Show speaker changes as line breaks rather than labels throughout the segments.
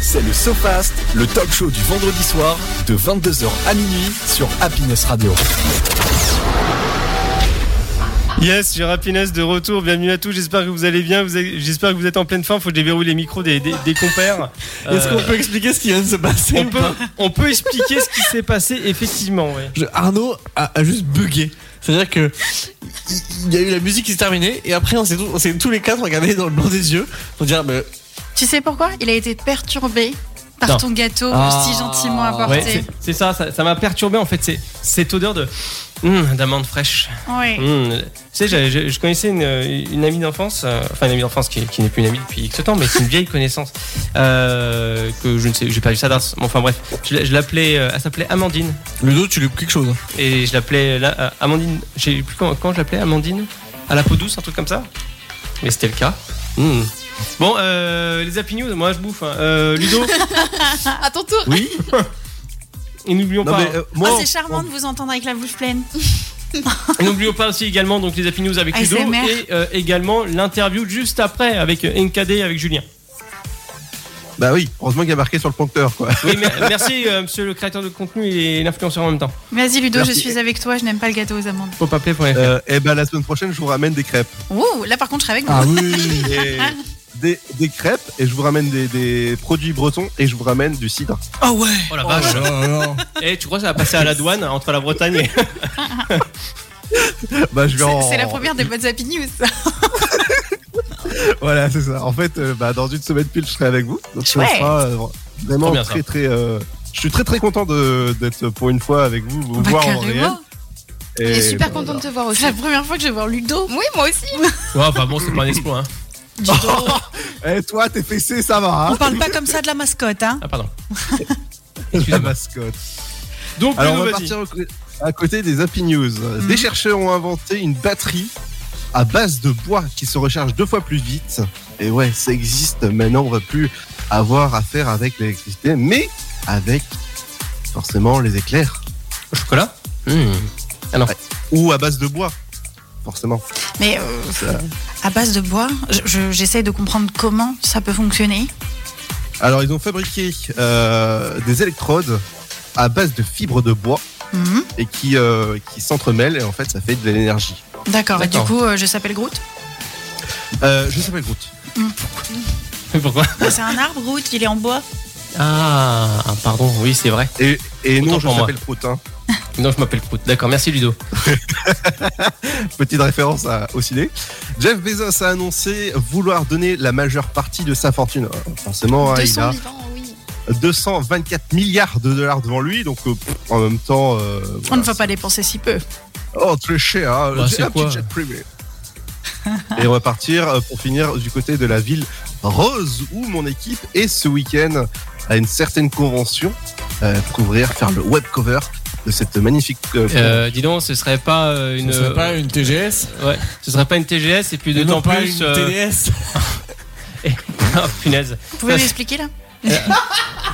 C'est le SoFast, le talk show du vendredi soir de 22h à minuit sur Happiness Radio.
Yes, j'ai Happiness de retour. Bienvenue à tous. J'espère que vous allez bien. Vous avez- J'espère que vous êtes en pleine forme. Faut déverrouiller les micros des, des, des compères.
Est-ce
Euh,
qu'on peut expliquer ce qui vient de se passer
on peut, on peut expliquer ce qui s'est passé effectivement. ouais.
Je- Arnaud a, a juste bugué. C'est-à-dire que il- il y a eu la musique qui s'est terminée et après on s'est tous, on s'est tous les quatre regardés dans le blanc des yeux pour dire mais
Tu sais pourquoi Il a été perturbé par
Non.
ton gâteau
Ah.
si gentiment
Ouais,
apporté.
c'est- c'est ça. Ça ça m'a perturbé en fait. C'est cette odeur de hum, d'amande fraîche.
Ouais.
Mmh. Tu sais, j'ai- j'ai- je connaissais une, une amie d'enfance, euh, enfin une amie d'enfance qui, qui n'est plus une amie depuis X temps, mais c'est une vieille connaissance euh, que je ne sais, j'ai pas vu ça d'ars. Bon, enfin bref, je, l'a- je l'appelais, euh, elle s'appelait Amandine
le dos tu lui quelque chose. hein.
et je l'appelais la- euh, Amandine. Je sais plus quand, quand je l'appelais Amandine à la peau douce, un truc comme ça. Mais c'était le cas. Mmh. Bon, euh, les Happy News, moi je bouffe. hein. Euh, Ludo,
Ah, À ton tour
Oui.
et n'oublions
Non
pas.
mais euh, moi
Oh, C'est charmant de vous entendre avec la bouche pleine.
euh,
Et N'oublions pas aussi également donc les Happy News avec Ludo
ASMR.
et euh, également l'interview juste après avec euh, NKD avec Julien.
Bah oui, heureusement qu'il y a marqué sur le prompteur quoi.
Oui, mer- merci, euh, monsieur le créateur de contenu et l'influenceur en même temps.
Vas-y Ludo,
Merci.
je suis avec toi, je n'aime pas le gâteau aux amandes.
Faut pas pour les
Euh, et ben la semaine prochaine je vous ramène des crêpes.
Ouh, là par contre je serai avec vous.
ah oui.
Et des, des crêpes et je vous ramène des, des produits bretons et je vous ramène du cidre.
Ah ouais.
Oh la vache. Eh, tu crois que ça va passer à la douane hein, entre la Bretagne et.
Bah je vais en-
C'est c'est la première des bonnes Happy News.
Voilà c'est ça. En fait euh, bah, dans une semaine pile je serai avec vous. Donc on
Chouette.
sera euh, vraiment
Trop bien, ça.
très très. euh, je suis très très content de- d'être pour une fois avec vous, vous
Bah,
voir en réel.
carrément.
On est
Et
super
bah,
content de te voir
C'est
aussi.
la première fois que je vais voir Ludo.
Oui, moi aussi.
Ouais, enfin bon, c'est pas un exploit. Hein.
voilà. Eh, toi tes fessé ça va.
On
Hein
parle pas comme ça de la mascotte, hein
Ah, pardon.
la
Excusez-moi.
mascotte.
Donc,
Alors on
Ludo,
va
vas-y. Hmm.
partir au cô- à côté des Happy News. Des chercheurs ont inventé une batterie à base de bois qui se recharge deux fois plus vite. Et ouais, ça existe. Maintenant, on va plus avoir affaire avec l'électricité, mais avec forcément les éclairs
Au chocolat
ou à base de bois. Forcément.
Mais euh, à base de bois, je- je- j'essaye de comprendre comment ça peut fonctionner.
Alors, ils ont fabriqué euh, des électrodes à base de fibres de bois
Mhm.
et qui, euh, qui s'entremêlent et en fait, ça fait de l'énergie.
D'accord, et du
D'accord.
coup euh, je s'appelle Groot.
Euh, je s'appelle Groot.
Pourquoi
Bah, C'est un arbre Groot, il est en bois.
Ah, pardon, oui, c'est vrai.
Et, et
Autant
non, je
pour moi.
s'appelle Groot. hein.
Non, je m'appelle Prout. D'accord, merci Ludo.
Petite référence à, au ciné. Jeff Bezos a annoncé vouloir donner la majeure partie de sa fortune. Euh, Forcément, hein, il
200
a
vivants, oui.
224 milliards de dollars devant lui. Donc, euh, pff, en même temps, euh,
On ne
voilà,
va pas dépenser si peu.
c'est- oh, très cher. hein.
Bah,
J'ai
c'est
un petit
quoi
jet privé. Et on va partir euh, pour finir du côté de la ville rose où mon équipe est ce week-end à une certaine convention euh, pour ouvrir, faire le web cover de cette magnifique. euh,
Euh, dis donc, ce serait pas euh, une. euh,
Ce serait pas une TGS
Ouais, ce serait pas une TGS et puis
et
d'autant
non pas
plus.
une
euh,
TDS.
Ah, punaise.
Vous pouvez
Ça,
m'expliquer là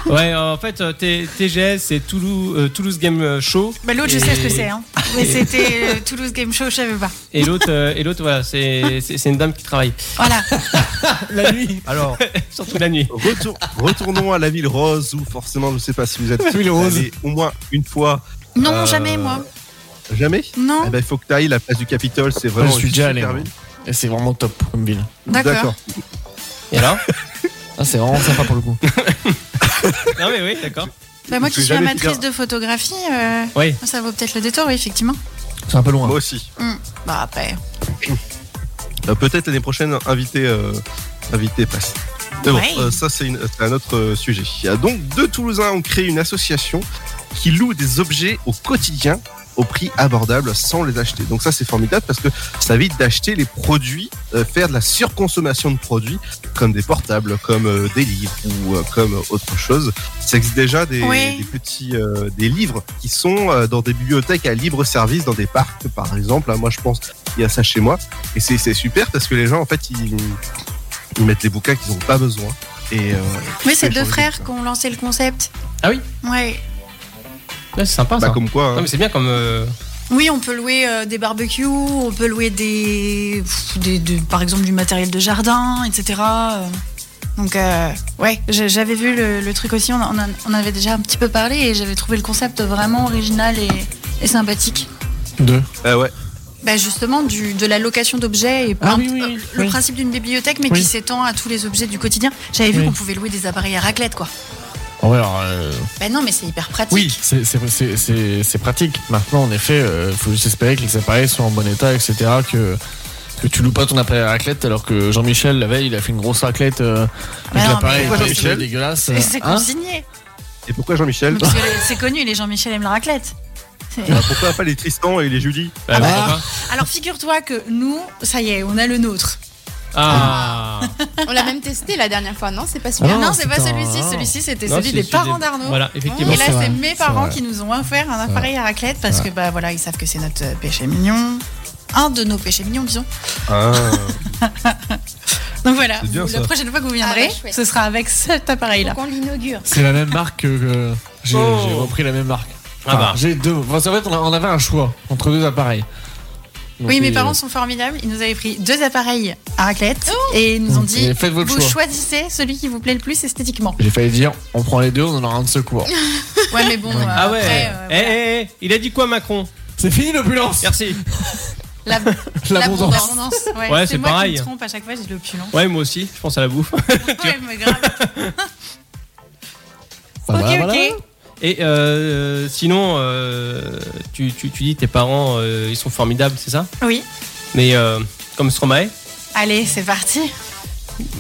Ouais, euh, en fait, euh, T- TGS, c'est Toulouse, euh, Toulouse Game Show.
Bah, L'autre, je
Et-
sais ce que c'est. Hein. Mais
et-
c'était euh, Toulouse Game Show, je savais pas.
Et l'autre, euh, et l'autre, voilà, c'est c'est- c'est une dame qui travaille,
Voilà.
La nuit.
Alors,
surtout la nuit.
Retour- retournons à la ville rose où forcément je sais pas si vous êtes
Ville rose.
allé au moins une fois.
Non,
Euh,
jamais moi.
Jamais Eh ben,
Non.
eh
Il
ben,
faut que tu ailles la place du Capitole, c'est vraiment.
je suis
une
déjà allé.
super
moi.
ville.
Et c'est vraiment top comme ville.
D'accord.
Et alors
Ah, c'est vraiment sympa pour le coup.
Non mais oui, d'accord.
Bah, moi
Je
qui
suis
suis
jamais
amatrice
fier.
de photographie, euh,
Oui.
ça vaut peut-être le détour, oui, effectivement.
C'est un peu hein. loin.
Moi aussi.
Bah, après.
Euh, Peut-être l'année prochaine, invité, euh, invité passe. Mais bon,
Ouais.
euh, ça c'est une- c'est un autre euh, sujet. Il y a Donc deux Toulousains ont créé une association qui loue des objets au quotidien au prix abordable sans les acheter. Donc ça c'est formidable parce que ça évite d'acheter les produits, euh, faire de la surconsommation de produits comme des portables, comme euh, des livres ou euh, comme autre chose. Ça existe déjà des,
Oui.
des petits euh, des livres qui sont euh, dans des bibliothèques à libre service, dans des parcs par exemple. Hein, Moi je pense il y a ça chez moi et c'est c'est super parce que les gens en fait ils, ils mettent les bouquins qu'ils n'ont pas besoin. Et euh,
Mais c'est
Ouais,
deux
j'ai envie
frères qui ont lancé le concept.
Ah oui
Ouais.
Ouais, c'est sympa
bah,
ça.
comme quoi, hein.
Non mais c'est bien comme. euh,
Oui, on peut louer euh, des barbecues, on peut louer des, pff, des- de- par exemple du matériel de jardin, etc. euh. Donc, euh, ouais, je- j'avais vu le, le truc aussi, on en, on en avait déjà un petit peu parlé et j'avais trouvé le concept vraiment original et, et sympathique.
Deux.
Ah ouais.
Bah justement, du, de la location d'objets et
Ah
un-
oui, oui, oui.
le
Oui.
principe d'une bibliothèque, mais
Oui.
qui s'étend à tous les objets du quotidien. J'avais vu
Oui.
qu'on pouvait louer des appareils à raclette, quoi.
Ah ouais, alors, euh,
Bah non, mais c'est hyper pratique.
oui, c'est- c'est- c'est c'est- c'est pratique. Maintenant, en effet, euh, faut juste espérer que les appareils soient en bon état, etc. Que, que tu loues pas ton appareil à raclette alors que Jean-Michel, la veille, il a fait une grosse raclette euh,
Mais
avec
non,
l'appareil
mais-
il était dégueulasse.
C'est- C'est
Hein
consigné.
Et pourquoi Jean-Michel
Parce que c'est connu, les Jean-Michel aiment la raclette. C'est-
Ah, Pourquoi pas les Tristan et les Julie
Bah,
bah.
pourquoi pas
Alors figure-toi que nous, ça y est, on a le nôtre.
Ah,
On l'a même testé la dernière fois, non C'est pas
Ah
celui-là.
non,
non,
c'est pas
c'est un- Ah.
celui-ci,
non.
celui-ci c'était
Non,
celui
c'est
des
celui
parents
des-
d'Arnaud.
Voilà, effectivement.
Et là,
C'est
c'est
vrai,
mes
c'est
parents
vrai.
qui nous ont offert un appareil à raclette parce que, bah voilà, ils savent que c'est notre euh, péché mignon. Un de nos péchés mignons, disons.
Ah.
Donc voilà,
C'est bien,
vous-
ça.
la prochaine fois que vous viendrez,
Ah bah, chouette.
ce sera avec cet appareil-là.
Faut qu'on l'inaugure.
C'est la même marque que. que j'ai
Oh.
j'ai repris la même marque.
Ah bah.
Enfin, J'ai deux. Enfin, en fait, on, a- on avait un choix entre deux appareils. Donc,
Oui, mes
il-
parents sont formidables. Ils nous avaient pris deux appareils à raclette
Oh.
et ils nous ont
Mm.
dit
Et faites votre
vous
choix.
choisissez celui qui vous plaît le plus esthétiquement.
J'ai failli dire, on prend les deux, on en aura un de secours.
Ouais, mais bon, euh,
Ah ouais.
après, euh,
Eh, eh, eh, il a dit quoi Macron
C'est fini l'opulence
Merci.
la-
L'abondance.
l'abondance. Ouais,
Ouais, c'est
c'est moi
pareil.
qui me trompe à chaque fois, j'ai l'opulent.
Ouais, moi aussi, je pense à la bouffe.
Ouais, mais grave.
Bah, voilà,
ok,
voilà.
ok. Ah,
Et euh, sinon, euh, tu, tu, tu dis tes parents, euh, ils sont formidables, c'est ça
Oui,
Mais euh, comme Stromae,
allez, c'est parti.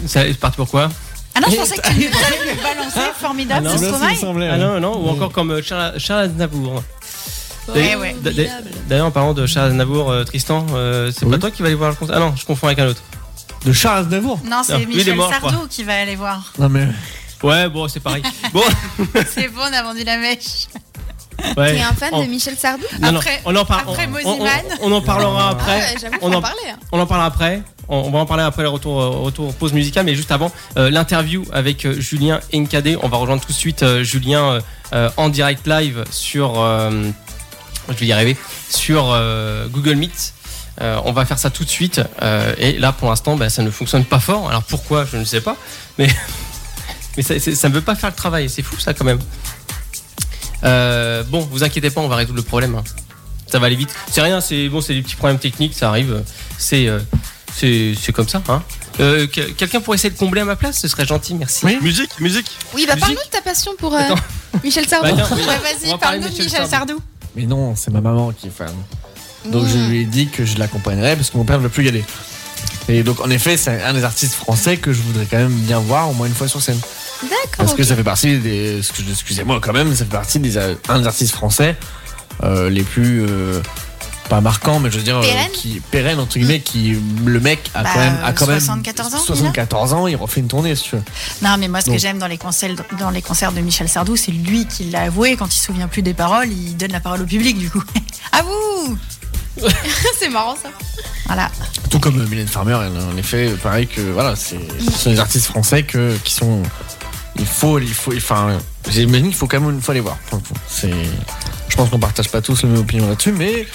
ça c'est parti pour quoi
Ah non, je pensais que tu nous allais nous balancer formidable
Ah non,
ce
C'est bien ce qui me
travail.
semblait,
Ah
ouais.
non, non, ou
Oui.
encore comme euh, Charles, Charles Aznavour.
Ouais, ouais.
D'a- d'a- D'ailleurs, en parlant de Charles Aznavour, euh, Tristan, euh, c'est
Oui.
pas toi qui vas aller voir le concert Ah non, je confonds avec un autre.
De Charles Aznavour
Non,
Non,
c'est
lui, Ah, il est
Michel
mort, je crois.
Sardou qui va aller voir.
Non mais.
Ouais, bon, c'est pareil. bon,
C'est bon, on a vendu la mèche.
ouais.
T'es un fan
Eh, On-
de Michel Sardou
non, non,
après-
on en parle.
après
on, on-
Moziman.
on en parlera après.
Ouais, J'avoue,
Eh, on
faut en
en-
parler. hein.
On en parlera après. On, on va en parler après le retour, euh, retour pause musicale, mais juste avant euh, l'interview avec euh, Julien Nkadé. On va rejoindre tout de suite euh, Julien euh, euh, en direct live sur. euh, je vais y arriver. Sur euh, Google Meet. Euh, on va faire ça tout de suite. Euh, et là, pour l'instant, bah, ça ne fonctionne pas fort. Alors pourquoi Je ne sais pas. Mais, mais ça, c'est- ça ne veut pas faire le travail. C'est fou, ça, quand même. Euh, bon, vous inquiétez pas, on va résoudre le problème. hein. Ça va aller vite. C'est rien, c'est bon, c'est des petits problèmes techniques, ça arrive. C'est euh, c'est c'est comme ça. Hein. Euh, que- Quelqu'un pourrait essayer de combler à ma place, ce serait gentil, merci.
Oui.
Musique, musique.
Oui, bah
Musique.
parle-nous de ta passion pour euh,
Attends.
Michel Sardou.
Bah, tiens, oui.
Ouais,
On va parler
Vas-y, parle-nous de
de Michel
Michel Sardou.
Mais non, c'est ma maman qui est fan. Donc
Mmh.
je lui ai dit que je l'accompagnerais parce que mon père ne veut plus y aller. Et donc en effet, c'est un des artistes français que je voudrais quand même bien voir au moins une fois sur scène.
D'accord.
Parce que
ok.
ça fait partie des. ce que je- Excusez-moi quand même, ça fait partie des euh, un des artistes français euh, les plus. euh, pas marquants, mais je veux dire. euh,
Pérenne
qui, pérenne, entre guillemets, qui. Le mec a
Bah,
quand même. A
euh,
quand même
74 ans, il a
74 ans, il refait une tournée, si tu veux.
Non, mais moi, ce que
Donc.
j'aime dans les concerts, dans les concerts de Michel Sardou, c'est lui qui l'a avoué. Quand il se souvient plus des paroles, il donne la parole au public, du coup. À vous
C'est marrant ça.
Voilà.
Tout comme euh, Mylène Farmer, elle, en effet, pareil que voilà, c'est ce sont des artistes français que, qui sont. Il faut, il faut, enfin, j'imagine qu'il faut quand même une fois les voir. pour le coup. C'est, je pense qu'on partage pas tous la même opinion là-dessus, mais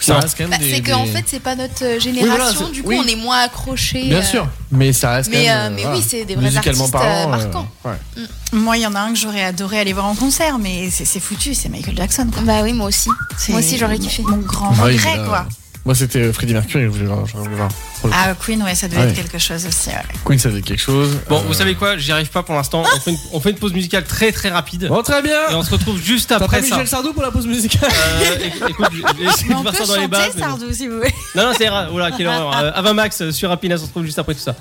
ça
Non.
reste quand même
Bah,
des.
c'est
des-
qu'en fait, c'est pas notre euh, génération,
c'est-
du coup,
oui.
on est moins euh, accroché.
Bien sûr, mais ça reste
Mais,
quand
euh,
même.
mais
voilà,
oui, c'est des vrais
musicalement
artistes euh,
parlant, euh,
marquants.
ouais.
Moi, il y en a un que j'aurais adoré aller voir en concert, mais c'est c'est foutu, c'est Michael Jackson. Quoi.
Bah oui, moi aussi.
C'est
Moi aussi, j'aurais kiffé.
Mon grand
Ah oui,
regret,
là,
quoi.
Moi, c'était euh, Freddie Mercury que je voulais voir. je voulais voir.
Ah, Queen, ouais, ça devait
Ah
être
oui.
quelque chose aussi. ouais.
Queen, ça faisait quelque chose.
Bon,
euh,
vous savez quoi, j'y arrive pas pour l'instant. On, fait une- on fait une pause musicale très très rapide.
Bon, très bien.
Et on se retrouve juste
Oh. T'as pas
après ça.
Michel Sardou pour la pause musicale.
Euh, éc- écoute, je- je vais essayer
Mais
de
on
faire
peut
ça dans les
chanter
bases. mais bon.
Sardou, si vous voulez.
Non, non, c'est rare. Oula, quelle horreur. Euh, Ava Max euh, sur Happiness, on se retrouve juste après tout ça.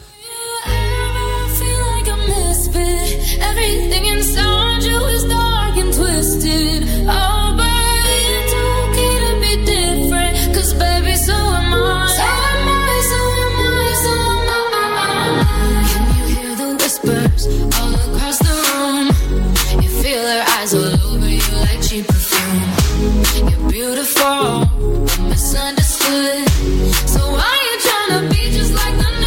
I feel like a misfit. Everything inside you is dark and twisted. Oh, baby, it's okay to be different. 'Cause baby, so am I. So am I, so am I, so am I. Can you hear the whispers all across the room? You feel her eyes all over you like cheap perfume. You're beautiful, but misunderstood. So why you tryna be just like the neighborhood?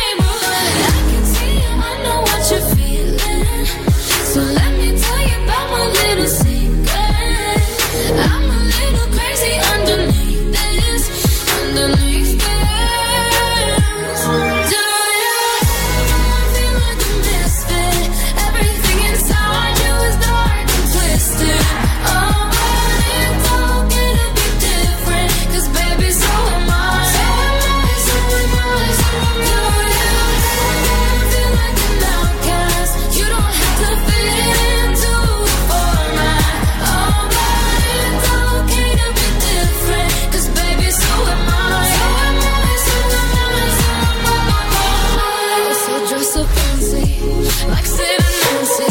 Nancy, like Sid and Nancy.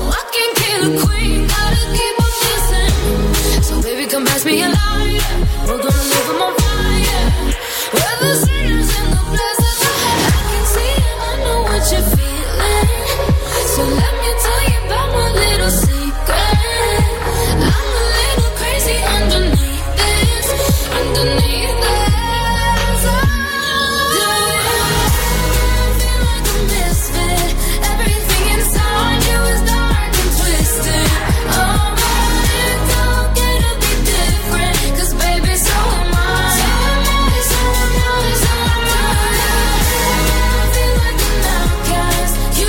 Oh, I can kill a queen, gotta keep on kissing. So baby, come pass me a lighter. We're gonna leave 'em on fire. We're the sinners and the blessed. I can see it, I know what you're feeling. So let me tell you about my little secret. I'm a little crazy underneath this, underneath this. I do. Oh,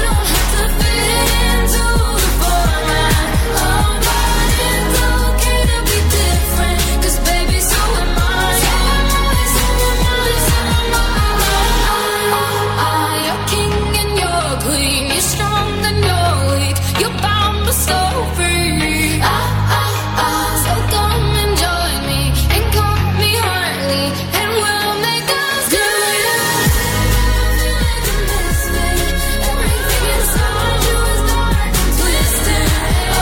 You're king and you're queen. You're strong and you're weak. You're bound to so free. Ah ah ah. So come and join me and call me Harley, and we'll make us do it. Feel like a misfit. Everything inside you is dark and twisted. Oh,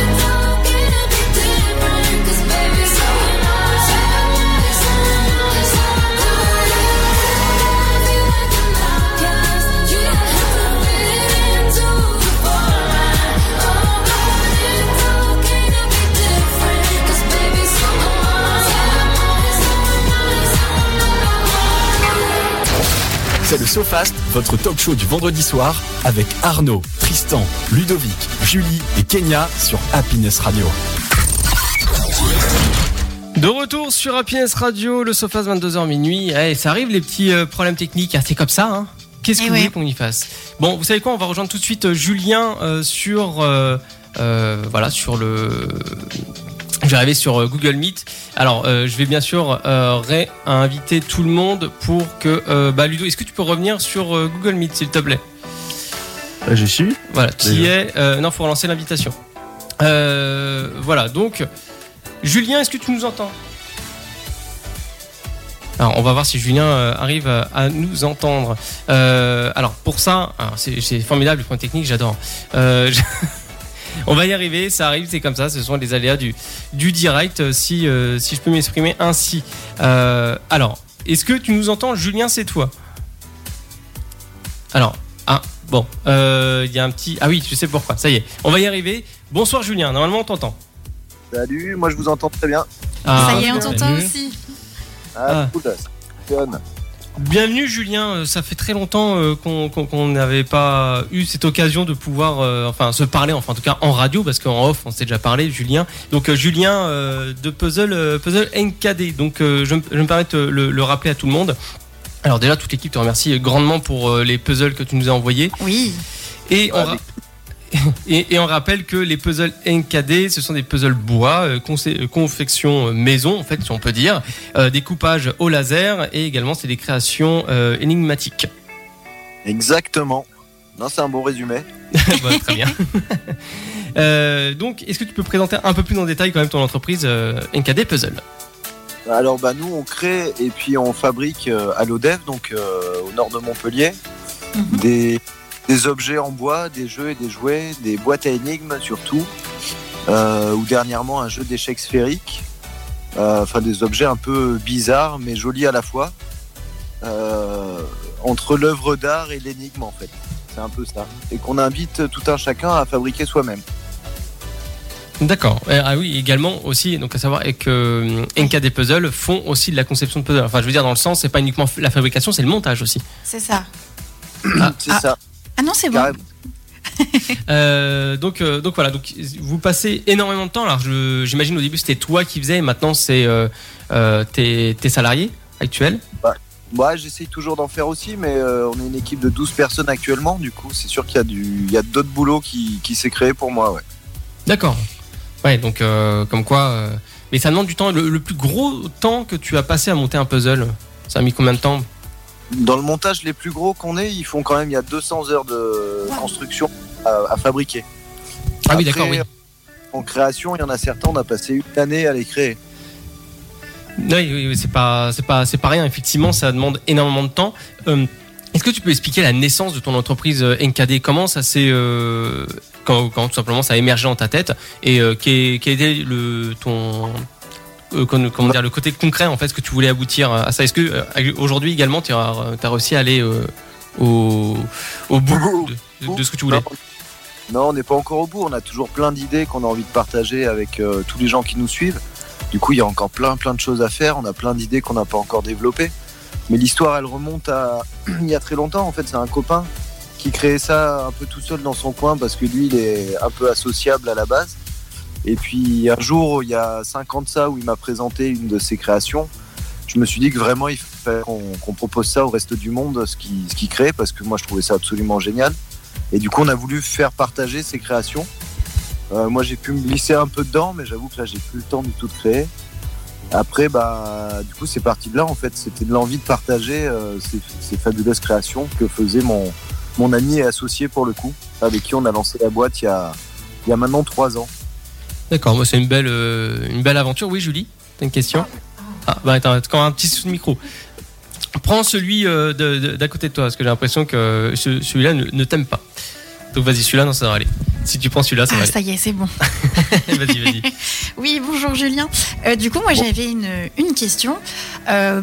it's okay to be different, 'cause baby, so am I. So am I. So am I. So am I. Feel like an outcast. You don't have to fit into the format. Oh, but it's okay to be different, 'cause baby, so am I. So am I. So am I. So am I.
C'est le SoFast, votre talk show du vendredi soir avec Arnaud, Tristan, Ludovic, Julie et Kenya sur Happiness Radio.
De retour sur APS Radio, le sofa 22h minuit. Eh, ça arrive les petits euh, problèmes techniques, Ah, c'est comme ça. Hein Qu'est-ce que
Eh
vous
ouais.
voulez qu'on y fasse Bon, vous savez quoi On va rejoindre tout de suite euh, Julien euh, sur euh, euh, voilà sur le. Je vais arriver sur euh, Google Meet. Alors, euh, je vais bien sûr euh, réinviter tout le monde pour que euh, bah, Ludo. Est-ce que tu peux revenir sur euh, Google Meet s'il te plaît
J'ai suivi.
voilà, qui est. euh, non, faut relancer l'invitation. Euh, voilà, donc. Julien, est-ce que tu nous entends alors, on va voir si Julien euh, arrive euh, à nous entendre. Euh, alors, pour ça, alors, c'est c'est formidable le point technique, j'adore. Euh, je- on va y arriver, ça arrive, c'est comme ça, ce sont les aléas du, du direct, euh, si, euh, si je peux m'exprimer ainsi. Euh, alors, est-ce que tu nous entends Julien, c'est toi Alors, ah, bon, euh, il y a un petit... Ah oui, je sais pourquoi, ça y est, on va y arriver. Bonsoir Julien, normalement on t'entend.
Salut, moi je vous entends très bien.
Ah,
Ça y est, on t'entend
bienvenue.
aussi.
Ah,
Ah.
cool, ça fonctionne.
Bienvenue Julien, Euh, ça fait très longtemps euh, qu'on qu'on- qu'on n'avait pas eu cette occasion de pouvoir euh, enfin se parler, enfin en tout cas en radio parce qu'en off on s'est déjà parlé Julien. Donc euh, Julien euh, de Puzzle euh, Puzzle NKD. Donc euh, je, me- je me permets de le, le rappeler à tout le monde. Alors déjà toute l'équipe te remercie grandement pour euh, les puzzles que tu nous as envoyés.
Oui.
Et on, ra- et, et on rappelle que les puzzles NKD, ce sont des puzzles bois, euh, conce- euh, confection euh, maison, en fait, si on peut dire, euh, des coupages au laser et également c'est des créations euh, énigmatiques.
Exactement. Non, c'est un bon résumé.
Bah, très bien. Euh, donc, est-ce que tu peux présenter un peu plus en détail quand même ton entreprise euh, NKD Puzzle
Alors, bah, nous, on crée et puis on fabrique euh, à l'ODEV, donc euh, au nord de Montpellier,
Mhm.
des, des objets en bois, des jeux et des jouets, des boîtes à énigmes surtout, euh, ou dernièrement un jeu d'échecs sphériques. Euh, Enfin, des objets un peu bizarres, mais jolis à la fois. Euh, entre l'œuvre d'art et l'énigme, en fait. C'est un peu ça. Et qu'on invite tout un chacun à fabriquer soi-même.
D'accord. Euh, Ah oui, également aussi, donc à savoir et que euh, NKD Puzzle font aussi de la conception de puzzle. Enfin, je veux dire, dans le sens, c'est pas uniquement f- la fabrication, c'est le montage aussi.
C'est ça.
C'est
Ah.
ça.
Ah non, c'est bon.
Carrément.
Euh, donc, euh, donc voilà, donc vous passez énormément de temps. Alors, je- j'imagine au début c'était toi qui faisais, et maintenant c'est euh, euh, tes, tes salariés actuels.
Moi, j'essaye toujours d'en faire aussi, mais euh, on est une équipe de 12 personnes actuellement. Du coup, c'est sûr qu'il y a, du, il y a d'autres boulots qui, qui s'est créé pour moi. Ouais.
D'accord. Ouais, donc euh, comme quoi. euh, mais ça demande du temps. Le, le plus gros temps que tu as passé à monter un puzzle, ça a mis combien de temps
Dans le montage, les plus gros qu'on ait, ils font quand même, il y a 200 heures de construction à, à fabriquer.
Ah oui,
Après, euh,
d'accord, oui.
En création, il y en a certains, on a passé une année à les créer.
Oui, oui, oui, c'est pas, c'est pas, c'est pas rien. Effectivement, ça demande énormément de temps. Euh, Est-ce que tu peux expliquer la naissance de ton entreprise euh, NKD Comment ça s'est. euh, quand, quand tout simplement ça a émergé dans ta tête Et euh, quel, quel était le, ton. euh, con- comment dire, le côté concret en fait, ce que tu voulais aboutir à ça Est-ce que euh, aujourd'hui également tu as, t'as réussi à aller euh, au, au bout de- de, de ce que tu voulais
Non, on n'est pas encore au bout. On a toujours plein d'idées qu'on a envie de partager avec euh, tous les gens qui nous suivent. Du coup, il y a encore plein, plein de choses à faire. On a plein d'idées qu'on n'a pas encore développées. Mais l'histoire, elle remonte à il y a très longtemps. En fait, c'est un copain qui créait ça un peu tout seul dans son coin parce que lui, il est un peu associable à la base. Et puis un jour, il y a 5 ans de ça, où il m'a présenté une de ses créations, je me suis dit que vraiment, il fallait qu'on qu'on propose ça au reste du monde, ce qu'il ce qu'il crée, parce que moi, je trouvais ça absolument génial. Et du coup, on a voulu faire partager ses créations. Euh, moi, j'ai pu me glisser un peu dedans, mais j'avoue que là, j'ai plus le temps du tout de créer. Après, bah, du coup, c'est parti de là, en fait. C'était de l'envie de partager euh, ces, ces fabuleuses créations que faisait mon, mon ami et associé, pour le coup, avec qui on a lancé la boîte il y a, il y a maintenant trois ans.
D'accord, moi c'est une belle, euh, une belle aventure. Oui, Julie, t'as une question Ah, bah attends, quand un petit sous de micro. Prends celui euh, de- de- d'à côté de toi, parce que j'ai l'impression que euh, ce- celui-là ne, ne t'aime pas. Donc vas-y, celui-là, non, ça va aller. Si tu prends celui-là, ça va
Ah, ça y est, c'est bon.
aller. vas-y, vas-y.
Oui, bonjour Julien. Euh, du coup, moi j'avais une, une question. Euh,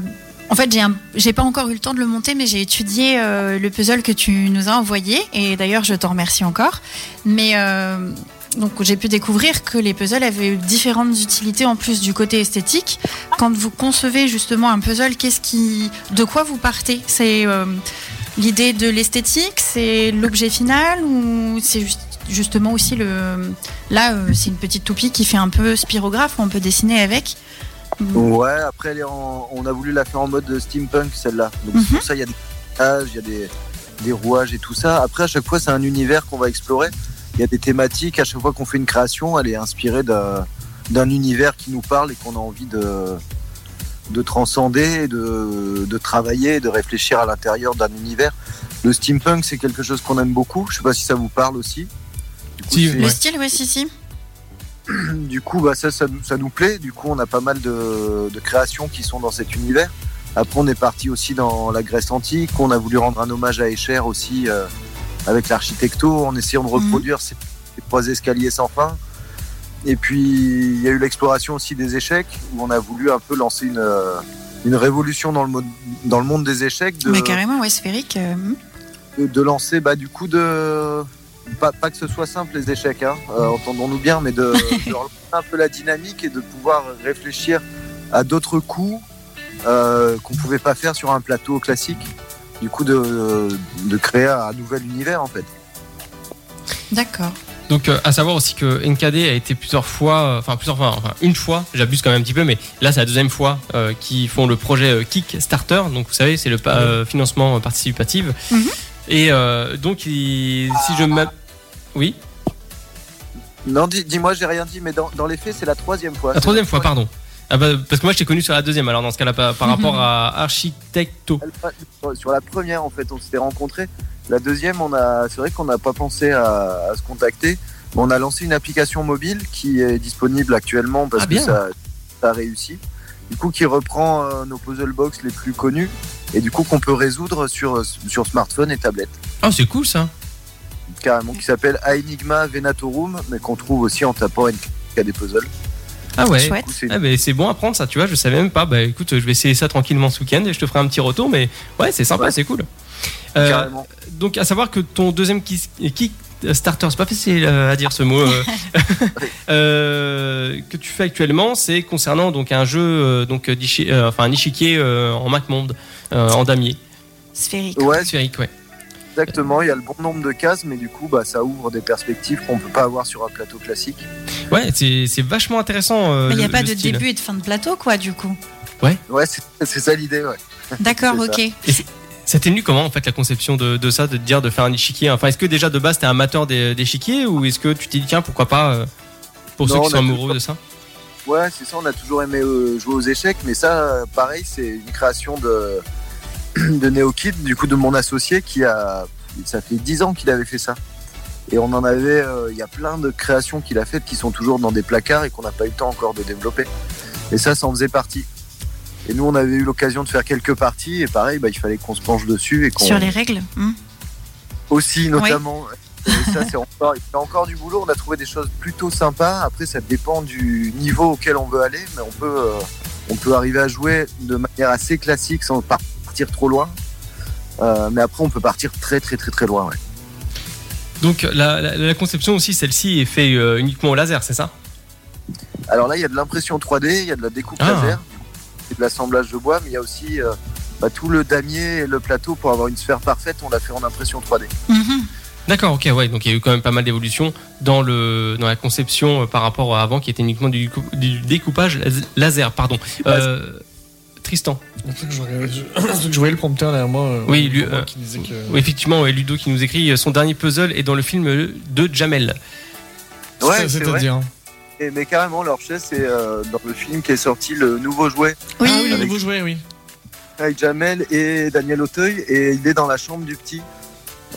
en fait, j'ai un- j'ai pas encore eu le temps de le monter, mais j'ai étudié euh, le puzzle que tu nous as envoyé. Et d'ailleurs, je t'en remercie encore. Mais euh, donc, j'ai pu découvrir que les puzzles avaient différentes utilités en plus du côté esthétique. Quand vous concevez justement un puzzle, qu'est-ce qui, de quoi vous partez C'est euh, l'idée de l'esthétique, c'est l'objet final, ou c'est juste- justement aussi le Là, euh, c'est une petite toupie qui fait un peu spirographe, on peut dessiner avec.
Ouais, après, elle est en- on a voulu la faire en mode steampunk, celle-là. Donc, c'est pour ça, il y a des rouages, il y a des, des rouages et tout ça. Après, à chaque fois, c'est un univers qu'on va explorer. Il y a des thématiques. À chaque fois qu'on fait une création, elle est inspirée d'un d'un univers qui nous parle et qu'on a envie de, de transcender, de, de travailler, de réfléchir à l'intérieur d'un univers. Le steampunk, c'est quelque chose qu'on aime beaucoup. Je sais pas si ça vous parle aussi. Du coup,
Si,
c'est-
Le style, ouais, si, si.
du coup, bah, ça, ça, nous- ça nous plaît. Du coup, on a pas mal de, de créations qui sont dans cet univers. Après, on est parti aussi dans la Grèce antique. On a voulu rendre un hommage à Escher aussi euh, avec l'architecto en essayant de
Mhm.
reproduire ces, ces trois escaliers sans fin. Et puis, il y a eu l'exploration aussi des échecs où on a voulu un peu lancer une, euh, une révolution dans le, mode- dans le monde des échecs. De,
Mais carrément, ouais, sphérique. euh, hmm.
de, de lancer bah, du coup de pas, pas que ce soit simple les échecs hein, euh, entendons-nous bien mais de, de relancer un peu la dynamique et de pouvoir réfléchir à d'autres coups euh, qu'on pouvait pas faire sur un plateau classique du coup de, de créer un nouvel univers en fait
D'accord.
Donc, euh, à savoir aussi que NKD a été plusieurs fois, euh, enfin plusieurs fois, enfin une fois, j'abuse quand même un petit peu, mais là c'est la deuxième fois euh, qu'ils font le projet euh, Kickstarter. Donc, vous savez, c'est le pa- euh, financement participatif.
Mhm.
Et euh, donc, il- si je m'a- Oui
non dis- dis-moi j'ai rien dit mais dans, dans les faits c'est la troisième fois
La troisième fois, pardon. Ah bah, parce que moi, je t'ai connu sur la deuxième, alors dans ce cas-là, par, par rapport à Architecto.
sur la première en fait on s'était rencontrés la deuxième on a c'est vrai qu'on n'a pas pensé à, à se contacter mais on a lancé une application mobile qui est disponible actuellement parce
Ah,
que
bien.
ça, ça a réussi du coup qui reprend euh, nos puzzle box les plus connus et du coup qu'on peut résoudre sur, sur smartphone et tablette
Ah, c'est cool ça.
carrément qui s'appelle Enigma Venatorum mais qu'on trouve aussi en tapant NK des puzzles
Ah ouais.
Du coup, c'est
Ah bah, c'est bon à prendre ça, tu vois, je savais même pas. Bah écoute, je vais essayer ça tranquillement ce week-end et je te ferai un petit retour, mais ouais, c'est sympa,
Ouais.
c'est cool. Euh,
carrément
donc, à savoir que ton deuxième kiss- Kickstarter, c'est pas facile euh, à dire ce mot, euh, euh, que tu fais actuellement, c'est concernant donc un jeu, euh, donc, d'ichi- euh, enfin un échiquier euh, en Macmonde, euh, en damier,
Sphérique.
Euh,
ouais
sphérique, ouais.
exactement il y a le bon nombre de cases mais du coup bah, ça ouvre des perspectives qu'on peut pas avoir sur un plateau classique
Ouais, c'est c'est vachement intéressant. euh,
Mais il n'y a
le-
pas
le
de
style.
début et de fin de plateau, quoi, du coup.
Ouais, c'est c'est ça l'idée, ouais.
D'accord,
C'est
ok.
Ça t'est venu comment en fait la conception de, de ça, de te dire de faire un échiquier Enfin, est-ce que déjà de base t'es amateur des- d'échiquier ou est-ce que tu t'es dit tiens pourquoi pas euh, pour
Non,
ceux qui
on
sont
a
amoureux
toujours-
de ça
Ouais, c'est ça, on a toujours aimé euh, jouer aux échecs, mais ça, euh, pareil, c'est une création de, de NeoKid, du coup de mon associé qui a. Ça fait 10 ans qu'il avait fait ça. Et on en avait. euh, Il y a plein de créations qu'il a faites qui sont toujours dans des placards et qu'on n'a pas eu le temps encore de développer. Et ça, ça en faisait partie. Et nous, on avait eu l'occasion de faire quelques parties. Et pareil, bah, il fallait qu'on se penche dessus et qu'on
Sur les règles. hmm.
aussi notamment. Et ça, c'est encore, il y a encore du boulot. On a trouvé des choses plutôt sympas. Après, ça dépend du niveau auquel on veut aller, mais on peut, euh, on peut arriver à jouer de manière assez classique sans par- partir trop loin. Euh, mais après, on peut partir très, très, très, très loin. ouais.
Donc la, la- la conception aussi, celle-ci est faite euh, uniquement au laser, c'est ça
Alors là, il y a de l'impression 3D, il y a de la découpe
Ah.
laser, et de l'assemblage de bois, mais il y a aussi euh, bah, tout le damier et le plateau pour avoir une sphère parfaite. On l'a fait en impression 3D.
Mhm.
D'accord, ok, ouais. Donc il y a eu quand même pas mal d'évolutions dans le dans la conception euh, par rapport à avant, qui était uniquement du, coup- du découpage las- laser, pardon. Euh, Tristan.
Je voyais le prompteur derrière moi. euh,
Oui, lui, euh,
qui disait que.
Oui, effectivement, ouais, Ludo qui nous écrit euh, son dernier puzzle est dans le film euh, de Jamel.
Ouais,
C'est- Ah
c'est vrai.
c'est-à-dire.
Et- mais carrément, leur chef, c'est euh, dans le film qui est sorti le nouveau jouet
Oui,
Ah oui, le
Avec-
nouveau jouet, oui.
avec Jamel et Daniel Auteuil, et il est dans la chambre du petit.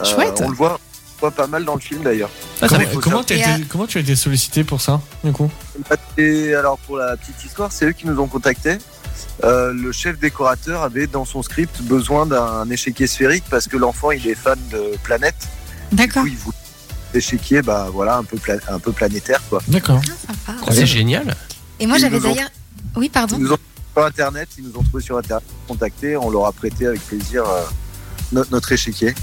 Euh,
Chouette.
On le voit, on le voit pas mal dans le film d'ailleurs.
Ah, ça
Comment,
va.
faut
comment t'as
Et,
été- comment tu as été sollicité pour ça, du coup
Et alors pour la petite histoire, c'est eux qui nous ont contactés. Euh, le chef décorateur avait dans son script besoin d'un échiquier sphérique parce que l'enfant il est fan de planète.
D'accord.
Oui, vous échiquier, bah voilà, un peu, pla- un peu planétaire quoi.
D'accord.
Sympa.
C'est génial.
Et moi,
Ils
j'avais
nous ont-
d'ailleurs. Oui,
Ils
pardon.
nous ont sur internet, ils nous ont trouvé sur internet, contactés, on leur a prêté avec plaisir euh, no- notre échiquier.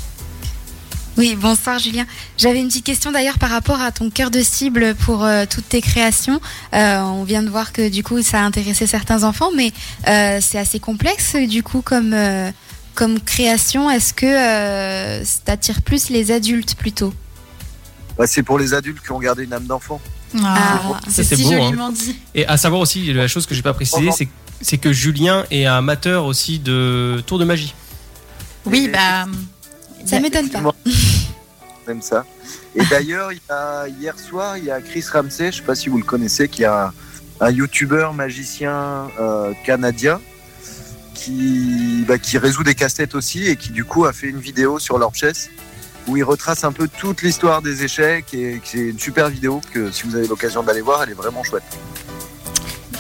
Oui, bonsoir Julien. J'avais une petite question d'ailleurs par rapport à ton cœur de cible pour euh, toutes tes créations. Euh, on vient de voir que du coup ça a intéressé certains enfants, mais euh, c'est assez complexe du coup comme, euh, comme création. Est-ce que euh, ça attire plus les adultes plutôt
Bah, c'est pour les adultes qui ont gardé une âme d'enfant.
Ah,
Ah,
ça,
c'est
c'est
si
beau, hein.
joliment dit.
Et à savoir aussi la chose que j'ai pas précisé, c'est c'est que Julien est un amateur aussi de tour de magie.
Oui, bah.
Ça
bah,
m'étonne pas.
On aime ça. Et d'ailleurs, il y a- hier soir, il y a Chris Ramsey, je sais pas si vous le connaissez, qui est un, un youtubeur magicien euh, canadien qui, bah, qui résout des casse-têtes aussi et qui du coup a fait une vidéo sur leur chess où il retrace un peu toute l'histoire des échecs et que c'est une super vidéo que si vous avez l'occasion d'aller voir, elle est vraiment chouette.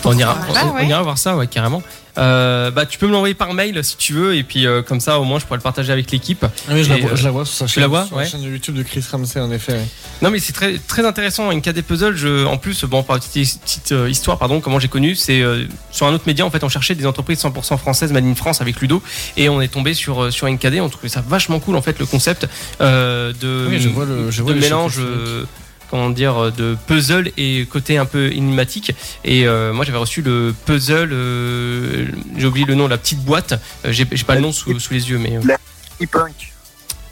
On ira,
Pourquoi pas,
on- on
Ah, ouais.
ira voir ça, ouais, carrément. Euh, bah, tu peux me l'envoyer par mail si tu veux, et puis euh, comme ça, au moins, je pourrais le partager avec l'équipe.
Ah oui, je, la
Et,
vois,
euh,
je la vois sur sa
tu
chaîne,
la vois,
sur
ouais.
la chaîne de YouTube de Chris Ramsey, en effet. ouais.
Non, mais c'est très, très intéressant. Une KD Puzzle, je, en plus, bon, par une petite, petite, euh, histoire, pardon, comment j'ai connu, c'est euh, sur un autre média, en fait, on cherchait des entreprises 100% françaises, Made in France, avec Ludo, et on est tombé sur, euh, sur NKD. On trouvait ça vachement cool, en fait, le concept euh, de,
Oui, je vois le- je vois
de
les
mélange.
chocolats.
euh, comment dire euh, de puzzle et côté un peu énigmatique et euh, moi j'avais reçu le puzzle euh, j'ai oublié le nom la petite boîte Euh, j'ai j'ai pas le nom sous, sous les yeux mais euh,
Et punk.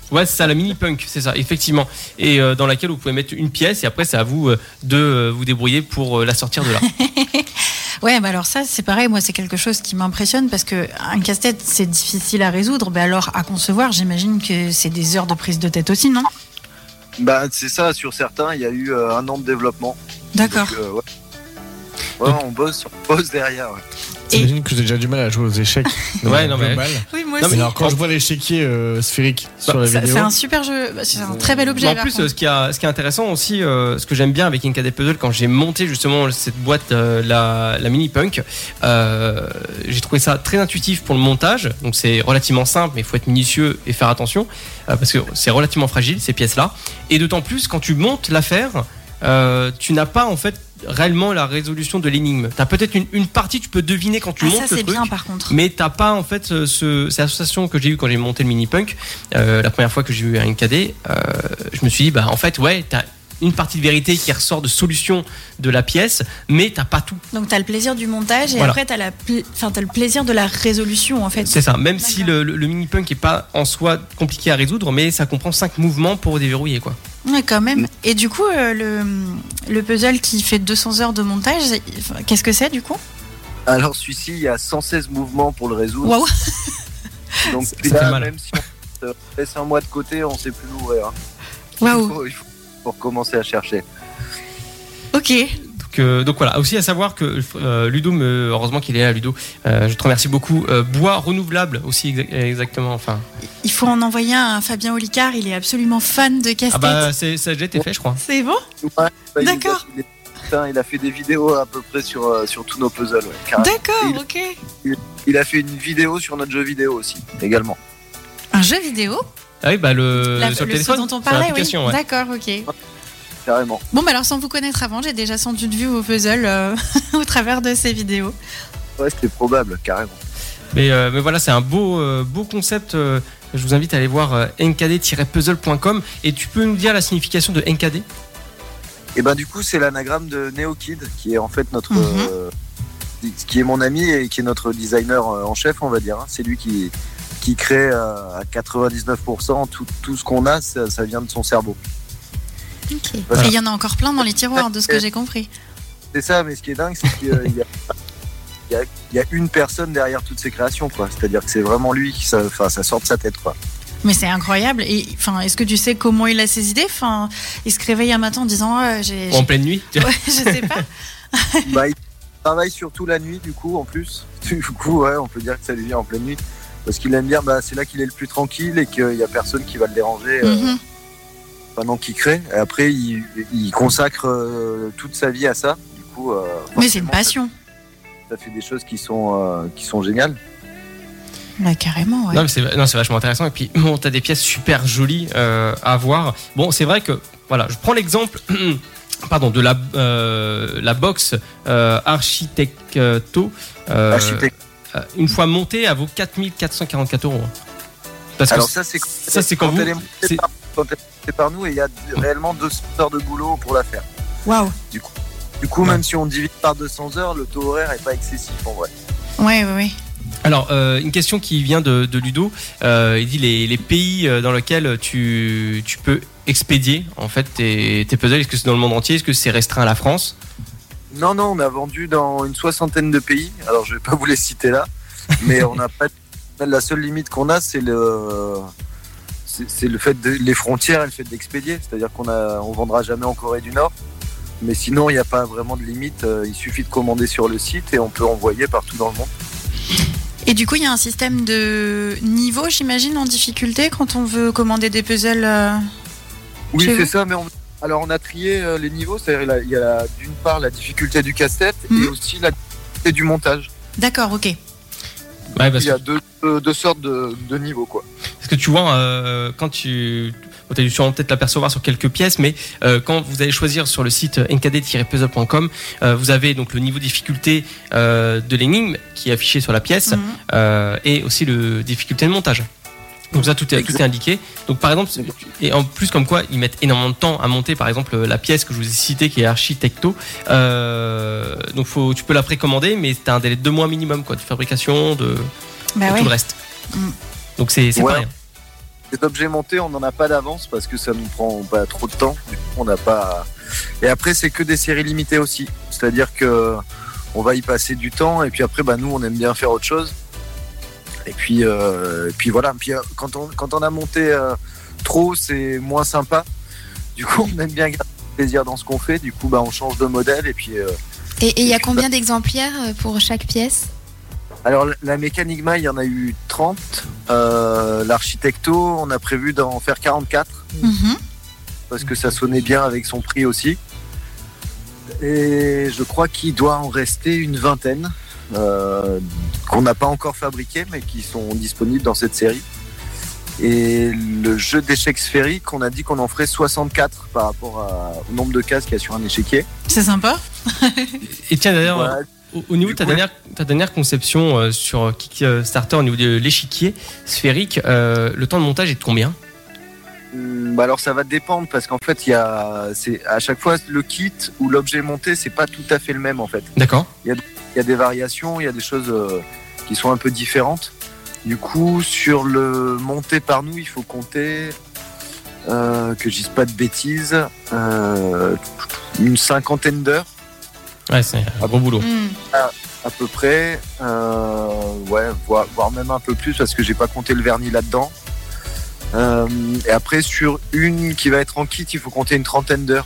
Ouais, c'est ça, la mini punk, c'est ça, effectivement. Et euh, dans laquelle vous pouvez mettre une pièce et après c'est à vous euh, de euh, vous débrouiller pour euh, la sortir de là.
Ouais, bah alors ça, c'est pareil. Moi, c'est quelque chose qui m'impressionne parce que un casse-tête, c'est difficile à résoudre. Mais alors, à concevoir, j'imagine que c'est des heures de prise de tête aussi, non
Bah, c'est ça, sur certains, il y a eu euh, un an de développement.
D'accord.
Donc, euh, ouais. Ouais,
Donc-
on bosse, on bosse derrière. ouais.
T'imagines que j'ai déjà du mal à jouer aux échecs. de
Ouais,
manière
non, mais- Bah,
globale.
Oui, moi
Non,
Mais
aussi.
alors, quand je vois l'échiquier euh, sphérique sur la
Ça-
vidéo.
C'est un super jeu. Bah, C'est un très bel objet.
Mais en
par
plus,
contre.
euh, ce qui, a- ce qui est intéressant aussi, euh, ce que j'aime bien avec Inkadé Puzzle, quand j'ai monté justement cette boîte, euh, la, la mini punk, euh, j'ai trouvé ça très intuitif pour le montage. Donc c'est relativement simple, mais il faut être minutieux et faire attention euh, parce que c'est relativement fragile ces pièces-là. Et d'autant plus quand tu montes l'affaire, euh, tu n'as pas en fait réellement la résolution de l'énigme. T'as peut-être une, une partie, tu peux deviner quand tu
Ah,
montes
ça,
le
c'est
truc.
bien, par contre.
Mais t'as pas en fait ce, ce- cette association que j'ai eu quand j'ai monté le mini punk, euh, la première fois que j'ai eu un NKD, euh, je me suis dit bah en fait ouais t'as une partie de vérité qui ressort de solution de la pièce, mais t'as pas tout.
Donc, t'as le plaisir du montage et
Voilà.
après, t'as la pl- enfin, t'as le plaisir de la résolution, en fait.
C'est ça. Même si
D'accord.
le, le- le mini punk est pas en soi compliqué à résoudre, mais ça comprend cinq mouvements pour déverrouiller quoi.
Ouais, quand même. Et du coup, euh, le, le puzzle qui fait 200 heures de montage, enfin, qu'est-ce que c'est, du coup
Alors celui-ci, il y a 116 mouvements pour le résoudre.
Waouh
Donc
ça
celui-là,
fait mal.
même si on se laisse un mois de côté, on sait plus l'ouvrir. hein. Il
Waouh
faut, il faut- pour commencer à chercher.
Ok.
Donc, euh, donc voilà, aussi à savoir que euh, Ludo, me- heureusement qu'il est là, Ludo, euh, je te remercie beaucoup. Euh, bois renouvelable aussi, exa- exactement. Enfin,
Il faut en envoyer un à Fabien Olicard, il est absolument fan de casse-tête.
euh, bah, ah bah, c'est- ça a déjà été fait, je crois.
C'est bon
Ouais, bah, il
D'accord.
nous a filé artiste, hein, il a fait des vidéos à peu près sur, euh, sur tous nos puzzles. ouais,
Ah,
carrément.
D'accord,
Il-
ok.
il a fait une vidéo sur notre jeu vidéo aussi, également.
Un jeu vidéo
Ah oui, bah le,
La-
sur le,
le
téléphone.
dont
sur
on parlait, oui.
l'application, ouais.
D'accord, ok.
Carrément.
Bon, bah alors sans vous connaître avant, j'ai déjà sans doute vu vos puzzles euh, au travers de ces vidéos.
Ouais, c'était probable, carrément.
Mais, euh, mais voilà, c'est un beau, euh, beau concept. euh, je vous invite à aller voir euh, nkd-puzzle.com. Et tu peux nous dire la signification de nkd
Et ben du coup, c'est l'anagramme de Neo Kid, qui est en fait notre,
Mhm.
euh, qui est mon ami et qui est notre designer euh, en chef, on va dire. hein. C'est lui qui qui crée euh, à 99% tout, tout ce qu'on a, ça, ça vient de son cerveau.
Ok. Et
Voilà.
il y en a encore plein dans les tiroirs, de ce que j'ai compris.
C'est ça, mais ce qui est dingue, c'est qu'il y a- il y a, il y a- il y a une personne derrière toutes ces créations, quoi. C'est-à-dire que c'est vraiment lui qui, ça, enfin, ça sort de sa tête, quoi.
Mais c'est incroyable. Et enfin, est-ce que tu sais comment il a ses idées Enfin, il se réveille un matin en disant Ah, j'ai,
en pleine nuit
j'ai- Ouais, je sais pas.
Bah, il travaille surtout la nuit, du coup, en plus. Du coup, ouais, on peut dire que ça lui vient en pleine nuit. Parce qu'il aime bien, bah, c'est là qu'il est le plus tranquille et qu'il n'y a personne qui va le déranger euh,
Mhm.
pendant qu'il crée. Et après, il, il consacre euh, toute sa vie à ça. Du coup, euh,
Mais c'est une
forcément,
passion.
Ça, ça fait des choses qui sont, euh, qui sont géniales.
Ouais, carrément, ouais.
Non, mais c'est non, c'est vachement intéressant. Et puis, bon, t'as des pièces super jolies euh, à voir. Bon, c'est vrai que, voilà, je prends l'exemple. Pardon, de la, euh, la box euh, Architecto, euh,
Architecte.
euh, une fois montée, elle vaut 4444 euros. Parce que
Alors ça, c'est
ça, c'est quand vous-
elle est
c'est-
montée par, quand elle est montée par nous et il y a réellement 200 heures de boulot pour la faire.
Waouh.
Du coup,
Ouais.
même si on divise par 200 heures, le taux horaire est pas excessif en vrai.
Ouais, ouais, ouais.
Alors, euh, une question qui vient de, de Ludo. Euh, il dit les, les pays euh, dans lesquels tu, tu peux expédier en fait tes, tes puzzles. Est-ce que c'est dans le monde entier Est-ce que c'est restreint à la France
Non, non, on a vendu dans une soixantaine de pays. Alors, je vais pas vous les citer là, mais on n'a pas. La seule limite qu'on a, c'est le, c'est c'est le fait de les frontières et le fait d'expédier. C'est-à-dire qu'on a, on vendra jamais en Corée du Nord. Mais sinon, il n'y a pas vraiment de limite. Euh, Il suffit de commander sur le site et on peut envoyer partout dans le monde.
Et du coup, il y a un système de niveau, j'imagine, en difficulté quand on veut commander des puzzles. euh,
Oui,
Chez
c'est
vous
ça. Mais on- alors, on a trié euh, les niveaux. C'est-à-dire, il y a- il y a la- d'une part la difficulté du casse-tête
Mhm.
et aussi la difficulté du montage.
D'accord, ok.
Ouais,
Il
parce,
y
que,
a deux, deux- deux sortes de, de niveaux, quoi.
parce que tu vois, euh, quand tu. Bon, t'as dû sûrement peut-être l'apercevoir sur quelques pièces, mais euh, quand vous allez choisir sur le site euh, nkd-puzzle.com, euh, vous avez donc le niveau de difficulté euh, de l'énigme qui est affiché sur la pièce.
Mhm.
euh, et aussi le difficulté de montage. Donc ça, tout est, tout est indiqué. Donc par exemple, et en plus comme quoi ils mettent énormément de temps à monter, par exemple euh, la pièce que je vous ai citée qui est Architecto, euh, donc faut, tu peux la précommander, mais tu as un délai de deux mois minimum quoi, de fabrication, de, de
Bah ouais.
tout le reste.
Mm.
Donc c'est c'est
Ouais.
pas rien.
cet objet monté, on n'en a pas d'avance parce que ça nous prend pas trop de temps. Du coup, On n'a pas. Et après, c'est que des séries limitées aussi. C'est-à-dire que on va y passer du temps et puis après, bah nous, on aime bien faire autre chose. Et puis, euh, et puis voilà. Puis euh, quand on quand on a monté euh, trop, c'est moins sympa. Du coup, on aime bien garder le plaisir dans ce qu'on fait. Du coup, bah on change de modèle et puis. euh,
Et et il y a combien d'exemplaires euh, pour chaque pièce
Alors la- la Mécanigma, il y en a eu 30. Euh, L'architecto, on a prévu d'en faire 44.
Mhm.
parce que ça sonnait bien avec son prix aussi. Et je crois qu'il doit en rester une vingtaine euh, qu'on n'a pas encore fabriqué mais qui sont disponibles dans cette série. Et le jeu d'échecs sphériques, on a dit qu'on en ferait 64 par rapport à- au nombre de cases qu'il y a sur un échiquier.
C'est sympa.
Et tiens d'ailleurs,
Voilà.
au, au niveau
Du
de ta
coup,
dernière, ta dernière conception euh, sur Kickstarter, au niveau de l'échiquier sphérique, euh, le temps de montage est de combien
Hum, bah alors ça va dépendre parce qu'en fait, il y a, c'est à chaque fois le kit ou l'objet monté, c'est pas tout à fait le même en fait.
D'accord
il y a des variations, il y a des choses euh, qui sont un peu différentes. Du coup, sur le monté par nous, il faut compter, euh, que je dise pas de bêtises, euh, une cinquantaine d'heures
Ouais, c'est un gros boulot.
Hmm.
Mhm.
à peu près, euh, ouais, voire, voire même un peu plus parce que j'ai pas compté le vernis là-dedans. Euh, et après, sur une qui va être en kit, il faut compter une trentaine d'heures.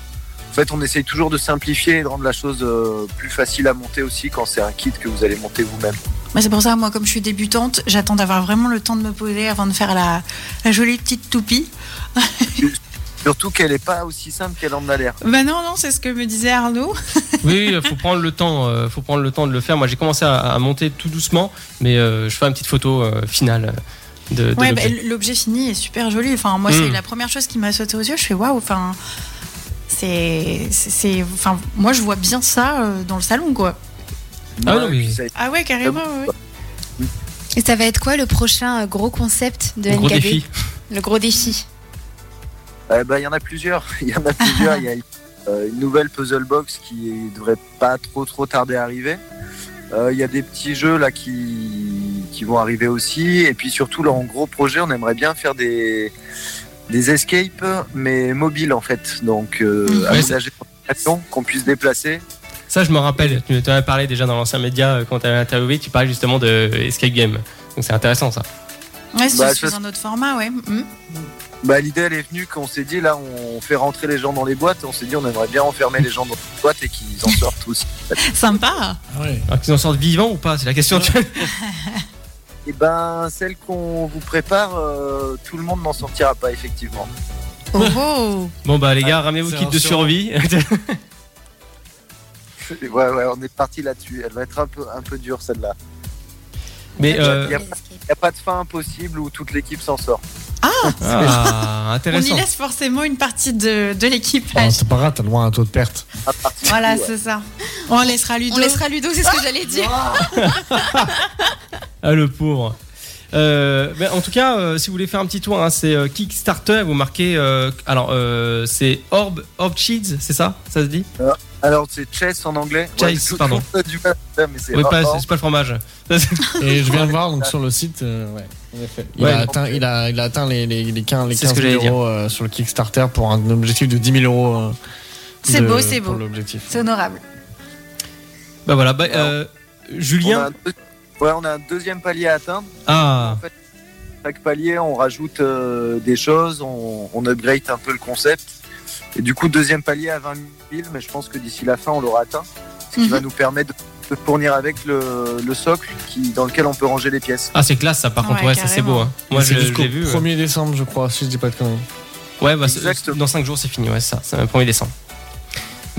En fait, on essaye toujours de simplifier et de rendre la chose euh, plus facile à monter aussi quand c'est un kit que vous allez monter vous-même.
Bah, c'est pour ça, moi, comme je suis débutante, j'attends d'avoir vraiment le temps de me poser avant de faire la, la jolie petite toupie.
Surtout qu'elle n'est pas aussi simple qu'elle en a l'air.
Bah non, non, c'est ce que me disait Arnaud.
Oui, il faut prendre le temps, euh, faut prendre le temps de le faire. Moi, j'ai commencé à, à monter tout doucement, mais euh, je fais une petite photo euh, finale euh, de, de
Ouais, bah,
l'objet.
l'objet fini est super joli. Enfin, moi, c'est
Mm.
la première chose qui m'a sauté aux yeux. Je fais waouh. Enfin, c'est, c'est- c'est, enfin, moi, je vois bien ça euh, dans le salon, quoi.
Ah
Ouais,
non, mais-
puis ça-
Ah ouais, carrément.
Euh,
ouais, ouais.
Et ça va être quoi le prochain euh, gros concept de
Gros
NKB
défi.
Le gros défi.
Eh ben, il y en a plusieurs. Il y en a plusieurs. Il y a euh, une nouvelle puzzle box qui devrait pas trop trop tarder à arriver. Euh, Il y a des petits jeux là qui, qui vont arriver aussi. Et puis surtout, là, en gros projet, on aimerait bien faire des, des escapes, mais mobiles en fait. Donc, euh,
Mhm.
aménager une station qu'on puisse déplacer.
Ça, je me rappelle. Tu en avais parlé déjà dans l'ancien média euh, quand tu avais interviewé. Tu parlais justement de Escape Game. Donc c'est intéressant ça.
Ouais, c'est
Bah,
sous
ça-
un autre format, ouais. Mm.
Bah, L'idée, elle est venue quand on s'est dit, là, on fait rentrer les gens dans les boîtes. On s'est dit, on aimerait bien enfermer les gens dans les boîtes et qu'ils en sortent tous.
Sympa.
Alors qu'ils en sortent vivants ou pas C'est la question. tu vois.
Eh ben, celle qu'on vous prépare, euh, tout le monde n'en sortira pas, effectivement.
Oh, oh.
Bon bah les gars, ramenez vos
c'est
kits de
rassurant.
survie.
Ouais, ouais, on est parti là-dessus. Elle va être un peu, un peu dure, celle-là.
mais
Il n'y
euh,
a, y a pas de fin impossible où toute l'équipe s'en sort.
ah,
on y
intéressant. Ah.
laisse forcément une partie de, de l'équipage.
ah, c'est pas grave, t'as le droit à un taux de perte.
À partir
Voilà,
du coup, ouais.
c'est ça. On laissera Ludo.
On laissera Ludo, c'est ce que j'allais dire.
Ah le pauvre. Euh, ben, en tout cas, euh, si vous voulez faire un petit tour, hein, c'est euh, Kickstarter. Vous marquez. euh, alors euh, c'est Orb Orb Cheats, c'est ça Ça se dit
Alors, c'est chess en anglais. Ouais,
Chase,
tout- tout
pardon.
le monde a du mal à dire, mais c'est
Oui,
hors-
pas,
hors-
c'est pas le fromage.
Et je viens de voir donc, sur le site, euh, ouais, en effet. Il,
Ouais. euh,
a atteint, il, a, il a atteint les, les, les 15, les
C'est ce
15
que
000
j'allais dire.
euros euh, sur le Kickstarter pour un objectif de 10 000 euros. euh,
C'est
de-
beau, c'est beau.
Pour l'objectif.
C'est honorable.
Bah voilà, bah,
Alors,
euh,
on a
Julien.
un deux- Ouais, on a un deuxième palier à atteindre.
Ah,
Chaque palier, on rajoute euh, des choses, on, on upgrade un peu le concept. Et du coup, deuxième palier à 20 000, mais je pense que d'ici la fin, on l'aura atteint. Ce qui
Mhm.
va nous permettre de fournir avec le, le socle qui, dans lequel on peut ranger les pièces.
ah c'est classe ça par contre,
Ouais,
ouais, ça c'est beau. hein. Moi je,
C'est
je
jusqu'au
l'ai vu. ouais.
1er décembre, je crois, si je dis pas de conneries.
Ouais, bah, c'est-
Exactement.
dans 5 jours c'est fini, ouais, c'est ça, c'est le 1er décembre.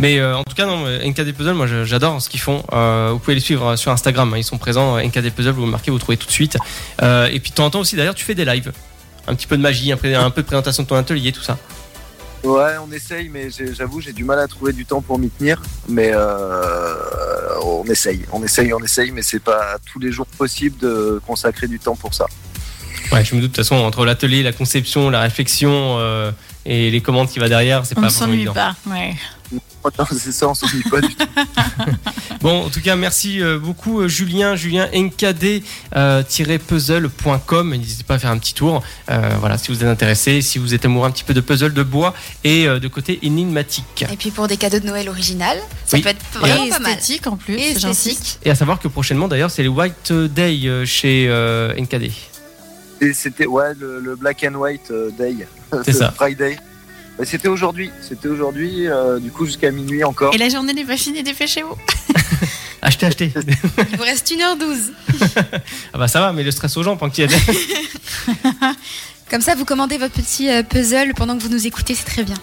Mais euh, en tout cas, non, euh, NKD Puzzle, moi je- j'adore ce qu'ils font. Euh, vous pouvez les suivre euh, sur Instagram, hein, ils sont présents. euh, NKD Puzzle, vous le marquez, vous le trouvez tout de suite. Euh, et puis de temps en temps aussi, d'ailleurs, tu fais des lives. Un petit peu de magie, un, pré- un peu de présentation de ton atelier, tout ça.
Ouais, on essaye, mais j'ai- j'avoue, j'ai du mal à trouver du temps pour m'y tenir. Mais euh, on essaye, on essaye, on essaye, mais c'est pas tous les jours possible de consacrer du temps pour ça.
Ouais, je me doute, de toute façon, entre l'atelier, la conception, la réflexion euh, et les commandes qui va derrière, c'est
On
pas
ne
forcément
s'ennuie
évident.
pas. Ouais.
Oh non, c'est ça, on s'oublie pas du tout.
Bon, en tout cas, merci euh, beaucoup, euh, Julien. Julien euh, nkd-puzzle.com. N'hésitez pas à faire un petit tour. Euh, voilà, si vous êtes intéressé, si vous êtes amoureux un petit peu de puzzle de bois et euh, de côté énigmatique.
Et puis pour des cadeaux de Noël original, ça
Oui.
peut être
Et
vraiment pas mal.
esthétique en plus.
Et
c'est gentil.
esthétique.
Et à savoir que prochainement, d'ailleurs, c'est les White Day euh, chez euh, NKD.
Et C'était ouais, le, le Black and White euh, Day,
C'est ça.
Friday. Mais C'était aujourd'hui, c'était aujourd'hui, euh, du coup jusqu'à minuit encore.
Et la journée n'est pas finie, dépêchez-vous.
Achetez, achetez.
Il vous reste 1h12.
ah bah ça va, mais le stress aux gens pendant qu'il y a des-
Comme ça, vous commandez votre petit euh, puzzle pendant que vous nous écoutez, c'est très bien.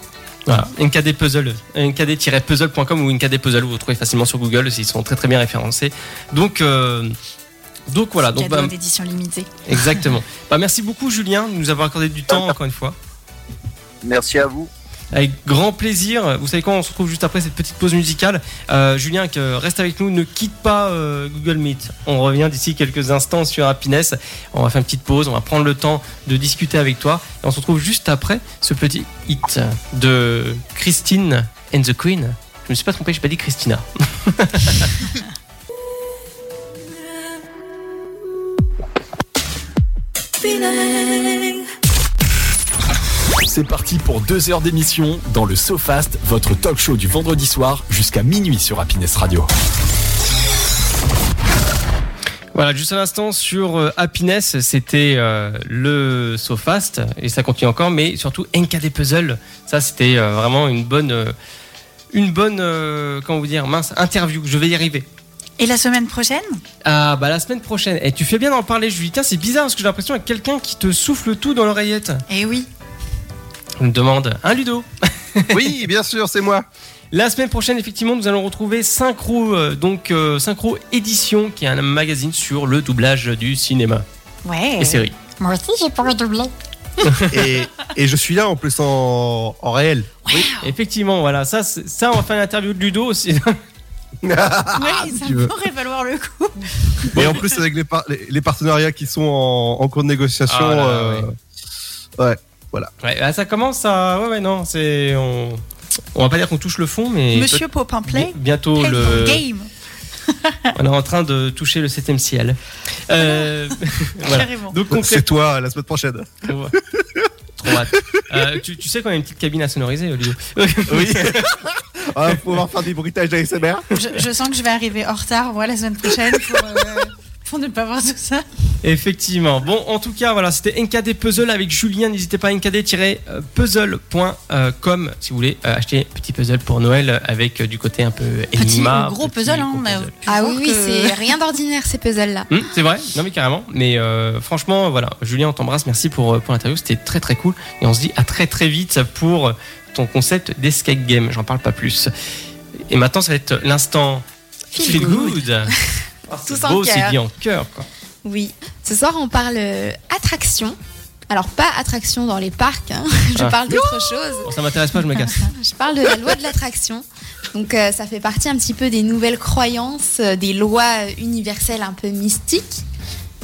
Voilà, NKD Puzzle, nkd-puzzle.com ou NKD Puzzle, vous, vous trouvez facilement sur Google, ils sont très très bien référencés. Donc, euh, donc voilà. Donc,
Cadeau
bah,
d'édition limitée.
Exactement. Bah, merci beaucoup Julien de nous avoir accordé du temps encore une fois.
Merci à vous.
Avec grand plaisir. Vous savez quoi, on se retrouve juste après cette petite pause musicale. Euh, Julien, que- reste avec nous, ne quitte pas euh, Google Meet. On revient d'ici quelques instants sur Happiness. On va faire une petite pause, on va prendre le temps de discuter avec toi. Et on se retrouve juste après ce petit hit de Christine and the Queen. Je me suis pas trompé, j'ai pas dit Christina.
C'est parti pour deux heures d'émission dans le SoFast, votre talk show du vendredi soir jusqu'à minuit sur Happiness Radio.
Voilà, juste à l'instant sur euh, Happiness, c'était euh, le SoFast et ça continue encore, mais surtout NKD Puzzle. Ça, c'était euh, vraiment une bonne, euh, une bonne, euh, comment vous dire, mince interview. Je vais y arriver.
Et la semaine prochaine
Ah bah la semaine prochaine. Et tu fais bien d'en parler, Julie. Tiens, c'est bizarre parce que j'ai l'impression qu'il y a quelqu'un qui te souffle tout dans l'oreillette.
Eh oui.
Je me demande, hein Ludo
Oui, bien sûr, c'est moi.
La semaine prochaine, effectivement, nous allons retrouver Synchro, euh, donc euh, Synchro Édition, qui est un magazine sur le doublage du cinéma
Ouais.
et séries.
Moi aussi, j'ai pas redoubler.
Et, et je suis là en plus en, en réel.
Effectivement, voilà, ça, c'est- ça, on va faire l'interview de Ludo aussi. Ah,
oui, ça
tu veux.
pourrait valoir le coup.
Et en plus, avec les, par- les, les partenariats qui sont en, en cours de négociation.
Ah là là,
euh,
ouais. Ouais, ah, ça commence à. Ouais, ouais, non, c'est. On... on va pas dire qu'on touche le fond, mais.
Monsieur Popin
Bi-
Play.
Bientôt,
play
le...
the game,
on est en train de toucher le 7 ciel. Euh, voilà.
carrément.
Donc,
C'est
concrètement.
toi la semaine prochaine.
Trop hâte. Euh, tu, tu sais qu'on a une petite cabine à sonoriser, euh, Olivier.
Oui. Ah, faut pouvoir faire du bruitage d'ASMR.
Je, je sens que je vais arriver en retard moi, la semaine prochaine pour, euh, pour ne pas voir tout ça.
Effectivement. Bon, en tout cas, voilà, c'était NKD Puzzle avec Julien. N'hésitez pas à nkd-puzzle.com si vous voulez euh, acheter un petit puzzle pour Noël euh, avec euh, du côté un peu
Petit
énigma.
gros
petit
puzzle, hein,
gros
on a
puzzle.
pu
Ah
voir
oui, oui,
que-
c'est rien d'ordinaire ces puzzles-là.
Hum, c'est vrai, non mais carrément. Mais euh, franchement, voilà, Julien, on t'embrasse, merci pour, euh, pour l'interview, c'était très très cool. Et on se dit à très très vite pour ton concept d'escape game, j'en parle pas plus. Et maintenant, ça va être l'instant
Feel
Ah, c'est
Tous en
beau, c'est
cœur.
dit en cœur. quoi.
Oui. Ce soir, on parle euh, attraction. Alors, pas attraction dans les parcs, hein. je
Ah.
parle d'autre chose.
Bon, ça m'intéresse pas, je me casse.
Je parle de la loi de l'attraction. Donc euh, ça fait partie un petit peu des nouvelles croyances, euh, des lois euh, universelles un peu mystiques.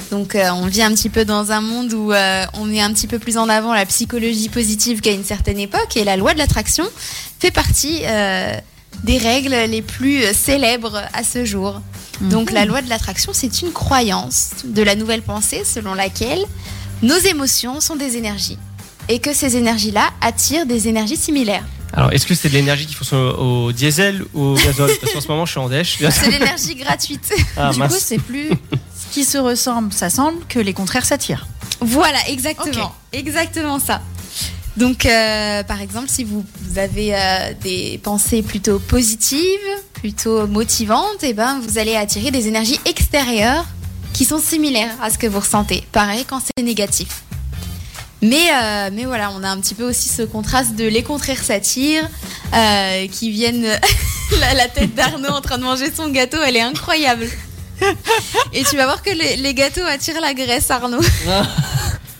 Donc euh, on vit un petit peu dans un monde où euh, on met un petit peu plus en avant la psychologie positive qu'à une certaine époque et la loi de l'attraction fait partie euh, des règles les plus euh, célèbres à ce jour. Donc la loi de l'attraction, c'est une croyance de la nouvelle pensée selon laquelle nos émotions sont des énergies et que ces énergies-là attirent des énergies similaires.
Alors, est-ce que c'est de l'énergie qui fonctionne au, au diesel ou au gazole Parce qu'en ce moment, je suis en dèche.
C'est l'énergie gratuite.
Ah
du coup,
mince.
c'est plus ce qui se ressemble, ça semble, que les contraires s'attirent.
Voilà, exactement. Exactement ça. Donc, euh, par exemple, si vous, vous avez euh, des pensées plutôt positives, plutôt motivantes, et ben, vous allez attirer des énergies extérieures qui sont similaires à ce que vous ressentez. Pareil quand c'est négatif. Mais, euh, mais voilà, on a un petit peu aussi ce contraste de les contraires s'attirent, euh, qui viennent... la, la tête d'Arnaud en train de manger son gâteau, elle est incroyable. Et tu vas voir que les, les gâteaux attirent la graisse, Arnaud.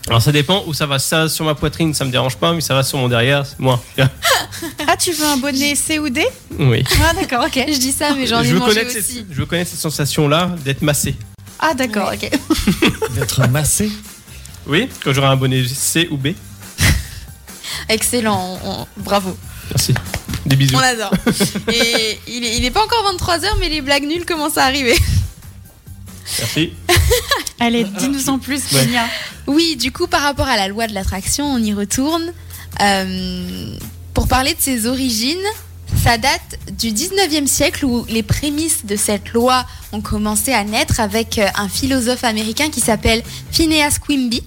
Alors, ça dépend où ça va. Ça sur ma poitrine, ça me dérange pas, mais ça va sur mon derrière, c'est moi.
Ah, tu veux un bonnet C ou D
Oui.
Ah, d'accord, ok.
Je dis ça, mais j'en ai
je, veux
mangé
connaître
aussi.
cette, je veux connaître cette sensation-là d'être massé.
Ah, d'accord,
Ouais.
ok.
D'être massé.
Oui, quand j'aurai un bonnet C ou B.
Excellent, on- bravo.
Merci. Des bisous.
On adore. Et il est, il est pas encore 23h, mais les blagues nulles commencent à arriver.
Merci.
Allez, dis-nous en plus,
Ouais.
Sonia.
Oui, du coup, par rapport à la loi de l'attraction, on y retourne. Euh, pour parler de ses origines, ça date du 19e siècle où les prémices de cette loi ont commencé à naître avec euh, un philosophe américain qui s'appelle Phineas Quimby.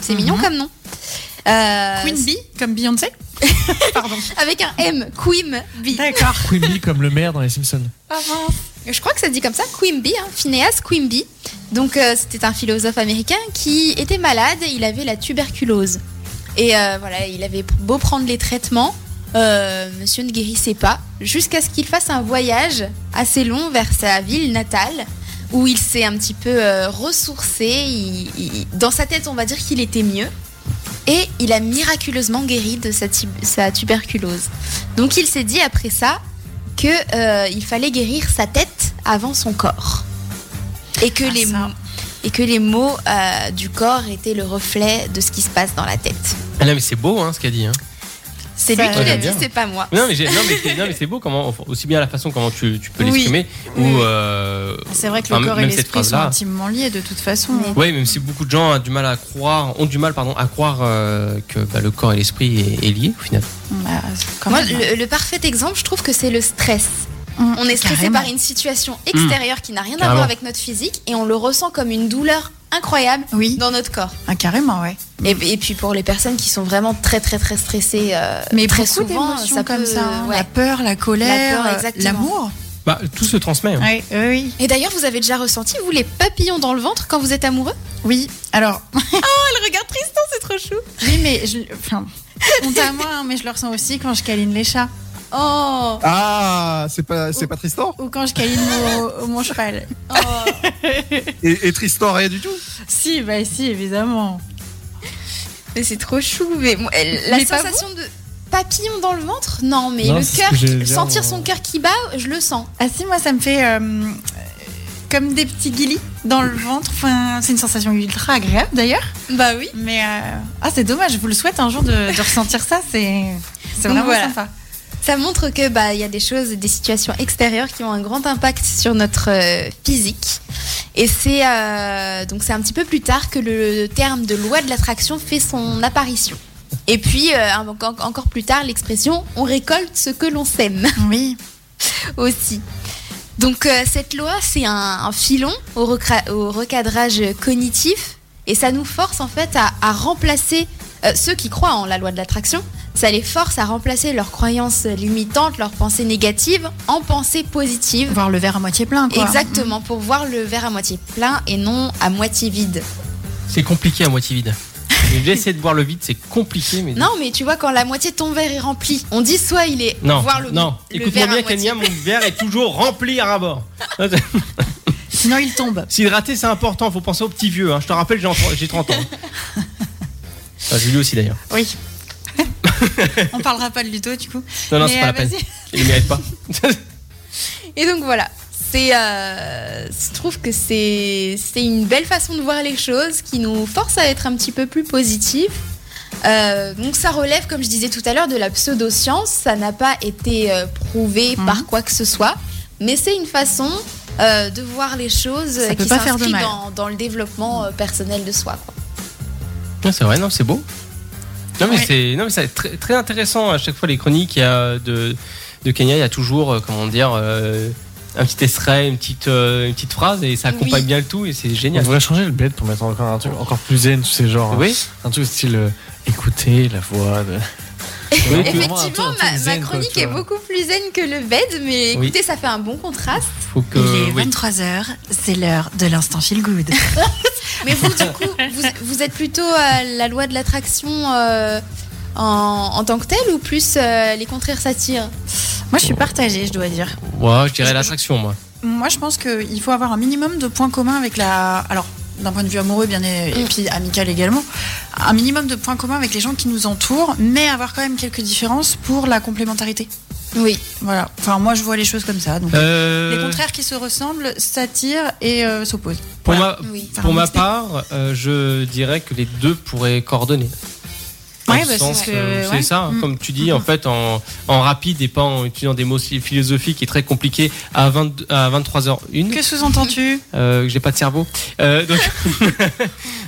C'est mignon
Mhm.
comme nom. Euh,
Queen Bee, comme Beyoncé Pardon.
Avec un M, Quimby.
D'accord.
Quimby comme le maire dans les Simpsons.
Je crois que ça se dit comme ça, Quimby, hein, Phineas Quimby. Donc euh, c'était un philosophe américain qui était malade, il avait la tuberculose. Et euh, voilà, il avait beau prendre les traitements, euh, monsieur ne guérissait pas, jusqu'à ce qu'il fasse un voyage assez long vers sa ville natale, où il s'est un petit peu euh, ressourcé, il- il- dans sa tête on va dire qu'il était mieux. Et il a miraculeusement guéri de sa, tib- sa tuberculose. Donc il s'est dit après ça, que euh, il fallait guérir sa tête avant son corps et que
Ah,
les
ça.
mots et que les mots euh, du corps étaient le reflet de ce qui se passe dans la tête.
Ah non, mais c'est beau hein, ce qu'elle dit. Hein.
C'est
Ça-
lui qui
Ouais,
l'a
j'aime
dit,
bien.
c'est pas moi.
Non, mais, j'ai- non, mais c'est- non, mais c'est beau comment, enfin, aussi bien la façon comment tu, tu peux
Oui.
l'exprimer ou. euh,
C'est vrai que
enfin,
le corps et
même cette
l'esprit sont
phrase-là.
intimement liés de toute façon.
Mais-
Oui, même si beaucoup de gens ont du mal à croire, ont du mal pardon, à croire euh, que bah, le corps et l'esprit est, est lié au final.
Bah, quand
Moi,
même.
le, le parfait exemple, je trouve que c'est le stress.
Mm,
On est stressé
carrément.
par une situation extérieure qui n'a rien à
Carrément.
voir avec notre physique et on le ressent comme une douleur incroyable
Oui,
dans notre corps.
ah, carrément, ouais.
Et, et puis pour les personnes qui sont vraiment très très très stressées, euh,
Mais
très
beaucoup
souvent,
d'émotions
ça
comme
peut-
ça. hein.
ouais.
La peur, la colère,
peur,
euh,
exactement.
l'amour.
Bah, tout se transmet. hein.
Oui, oui.
Et d'ailleurs, vous avez déjà ressenti vous les papillons dans le ventre quand vous êtes amoureux
Oui, alors, Ah,
Elle regarde Tristan, c'est trop trop chou.
Oui, mais je. Enfin, honte à moi, hein, mais je le ressens aussi quand je câline les chats.
Oh,
Ah, c'est pas, c'est pas Tristan
Ou quand je câline mon, mon cheval.
oh.
et, et Tristan, rien du tout
Si, bah si, évidemment.
Mais c'est trop chou. Mais bon, elle- la
Mais pas
sensation de papillon dans le ventre Non, mais
Non,
le
c'est ce
cœur,
que j'allais
qui-
dire, euh.
sentir
moi.
son cœur qui bat, je le sens.
Ah si, moi ça me fait euh, euh, comme des petits guilis dans le ventre. Enfin, c'est une sensation ultra agréable d'ailleurs.
Bah oui.
Mais euh, ah, c'est dommage. Je vous le souhaite un jour de, de ressentir ça. C'est c'est
Donc
vraiment
voilà.
sympa.
Ça montre que bah il y a des choses, des situations extérieures qui ont un grand impact sur notre euh, physique. Et c'est euh, donc c'est un petit peu plus tard que le terme de loi de l'attraction fait son apparition. Et puis euh, en- en- encore plus tard l'expression on récolte ce que l'on sème.
Oui.
aussi. Donc euh, cette loi, c'est un, un filon au, recra- au recadrage cognitif et ça nous force en fait à, à remplacer euh, ceux qui croient en la loi de l'attraction. Ça les force à remplacer leurs croyances limitantes, leurs pensées négatives en pensées positives.
Voir le verre à moitié plein. Quoi.
Exactement, pour voir le verre à moitié plein et non à moitié vide.
C'est compliqué à moitié vide. J'ai déjà essayé de boire le vide, c'est compliqué, mais.
Non, mais tu vois, quand la moitié de ton verre est remplie, on dit soit il est
non,
voir le,
non.
le
Écoute-moi
verre à
bien, Kenya,
moitié
mon verre est toujours rempli à rabord.
Sinon il tombe.
S'hydrater, c'est important, faut penser aux petits vieux. hein. Je te rappelle, j'ai entre- j'ai 30 ans. Enfin, Julie Ah, aussi d'ailleurs.
Oui. On parlera pas de Ludo du coup.
Non, non,
Mais,
c'est pas
euh,
la peine.
vas-y.
Il ne mérite pas.
Et donc voilà, c'est, euh, je trouve que c'est, c'est une belle façon de voir les choses qui nous force à être un petit peu plus positif. Euh, donc ça relève, comme je disais tout à l'heure, de la pseudo-science. Ça n'a pas été euh, prouvé
Mhm.
par quoi que ce soit, mais c'est une façon euh, de voir les choses
Ça
euh,
peut
qui
pas faire de
s'inscrit
mal.
dans, dans le développement euh, personnel de soi. quoi.
Non, c'est vrai, non, c'est beau. Non, mais
Ouais.
c'est non, mais c'est très, très intéressant à chaque fois les chroniques il y a de, de Kenya. Il y a toujours, euh, comment dire, euh, un petit extrait, une petite, euh, une petite phrase et ça accompagne
Oui.
bien le tout et c'est
On
génial.
devrait changer le bled pour mettre encore un truc encore plus zen, tous ces genres.
Oui,
Un truc style euh, écouter la voix de.
oui, tu-
Vraiment un truc-
Effectivement,
un truc
ma, ma
zen, quoi,
chronique
tu
est
vois.
beaucoup plus zen que le bed, mais
Oui.
écoutez, ça fait un bon contraste.
faut que.
il est
oui.
23h, c'est l'heure de l'instant feel good.
Mais vous, du coup, vous, vous êtes plutôt à la loi de l'attraction euh, en, en tant que telle ou plus euh, les contraires s'attirent
Moi je suis partagée, je dois dire.
Ouais, je dirais l'attraction, moi.
Moi, je pense qu'il faut avoir un minimum de points communs avec la. Alors, d'un point de vue amoureux, bien et, et
Mm.
puis amical également. Un minimum de points communs avec les gens qui nous entourent, mais avoir quand même quelques différences pour la complémentarité.
Oui.
Voilà. Enfin, moi, je vois les choses comme ça. Donc,
Euh,
les contraires qui se ressemblent s'attirent et euh, s'opposent.
pour
Voilà.
ma,
Oui.
Enfin,
pour ma
mixte.
part, euh, je dirais que les deux pourraient coordonner. Dans
Ouais,
le
bah, c'est
sens,
ce que-
euh, c'est
ouais.
ça,
Mm.
comme tu dis, en fait, en, en rapide et pas en utilisant des mots si- philosophiques et très compliqués à, 20 à 23h01.
Que sous-entends-tu
euh, que j'ai pas de cerveau. Euh, donc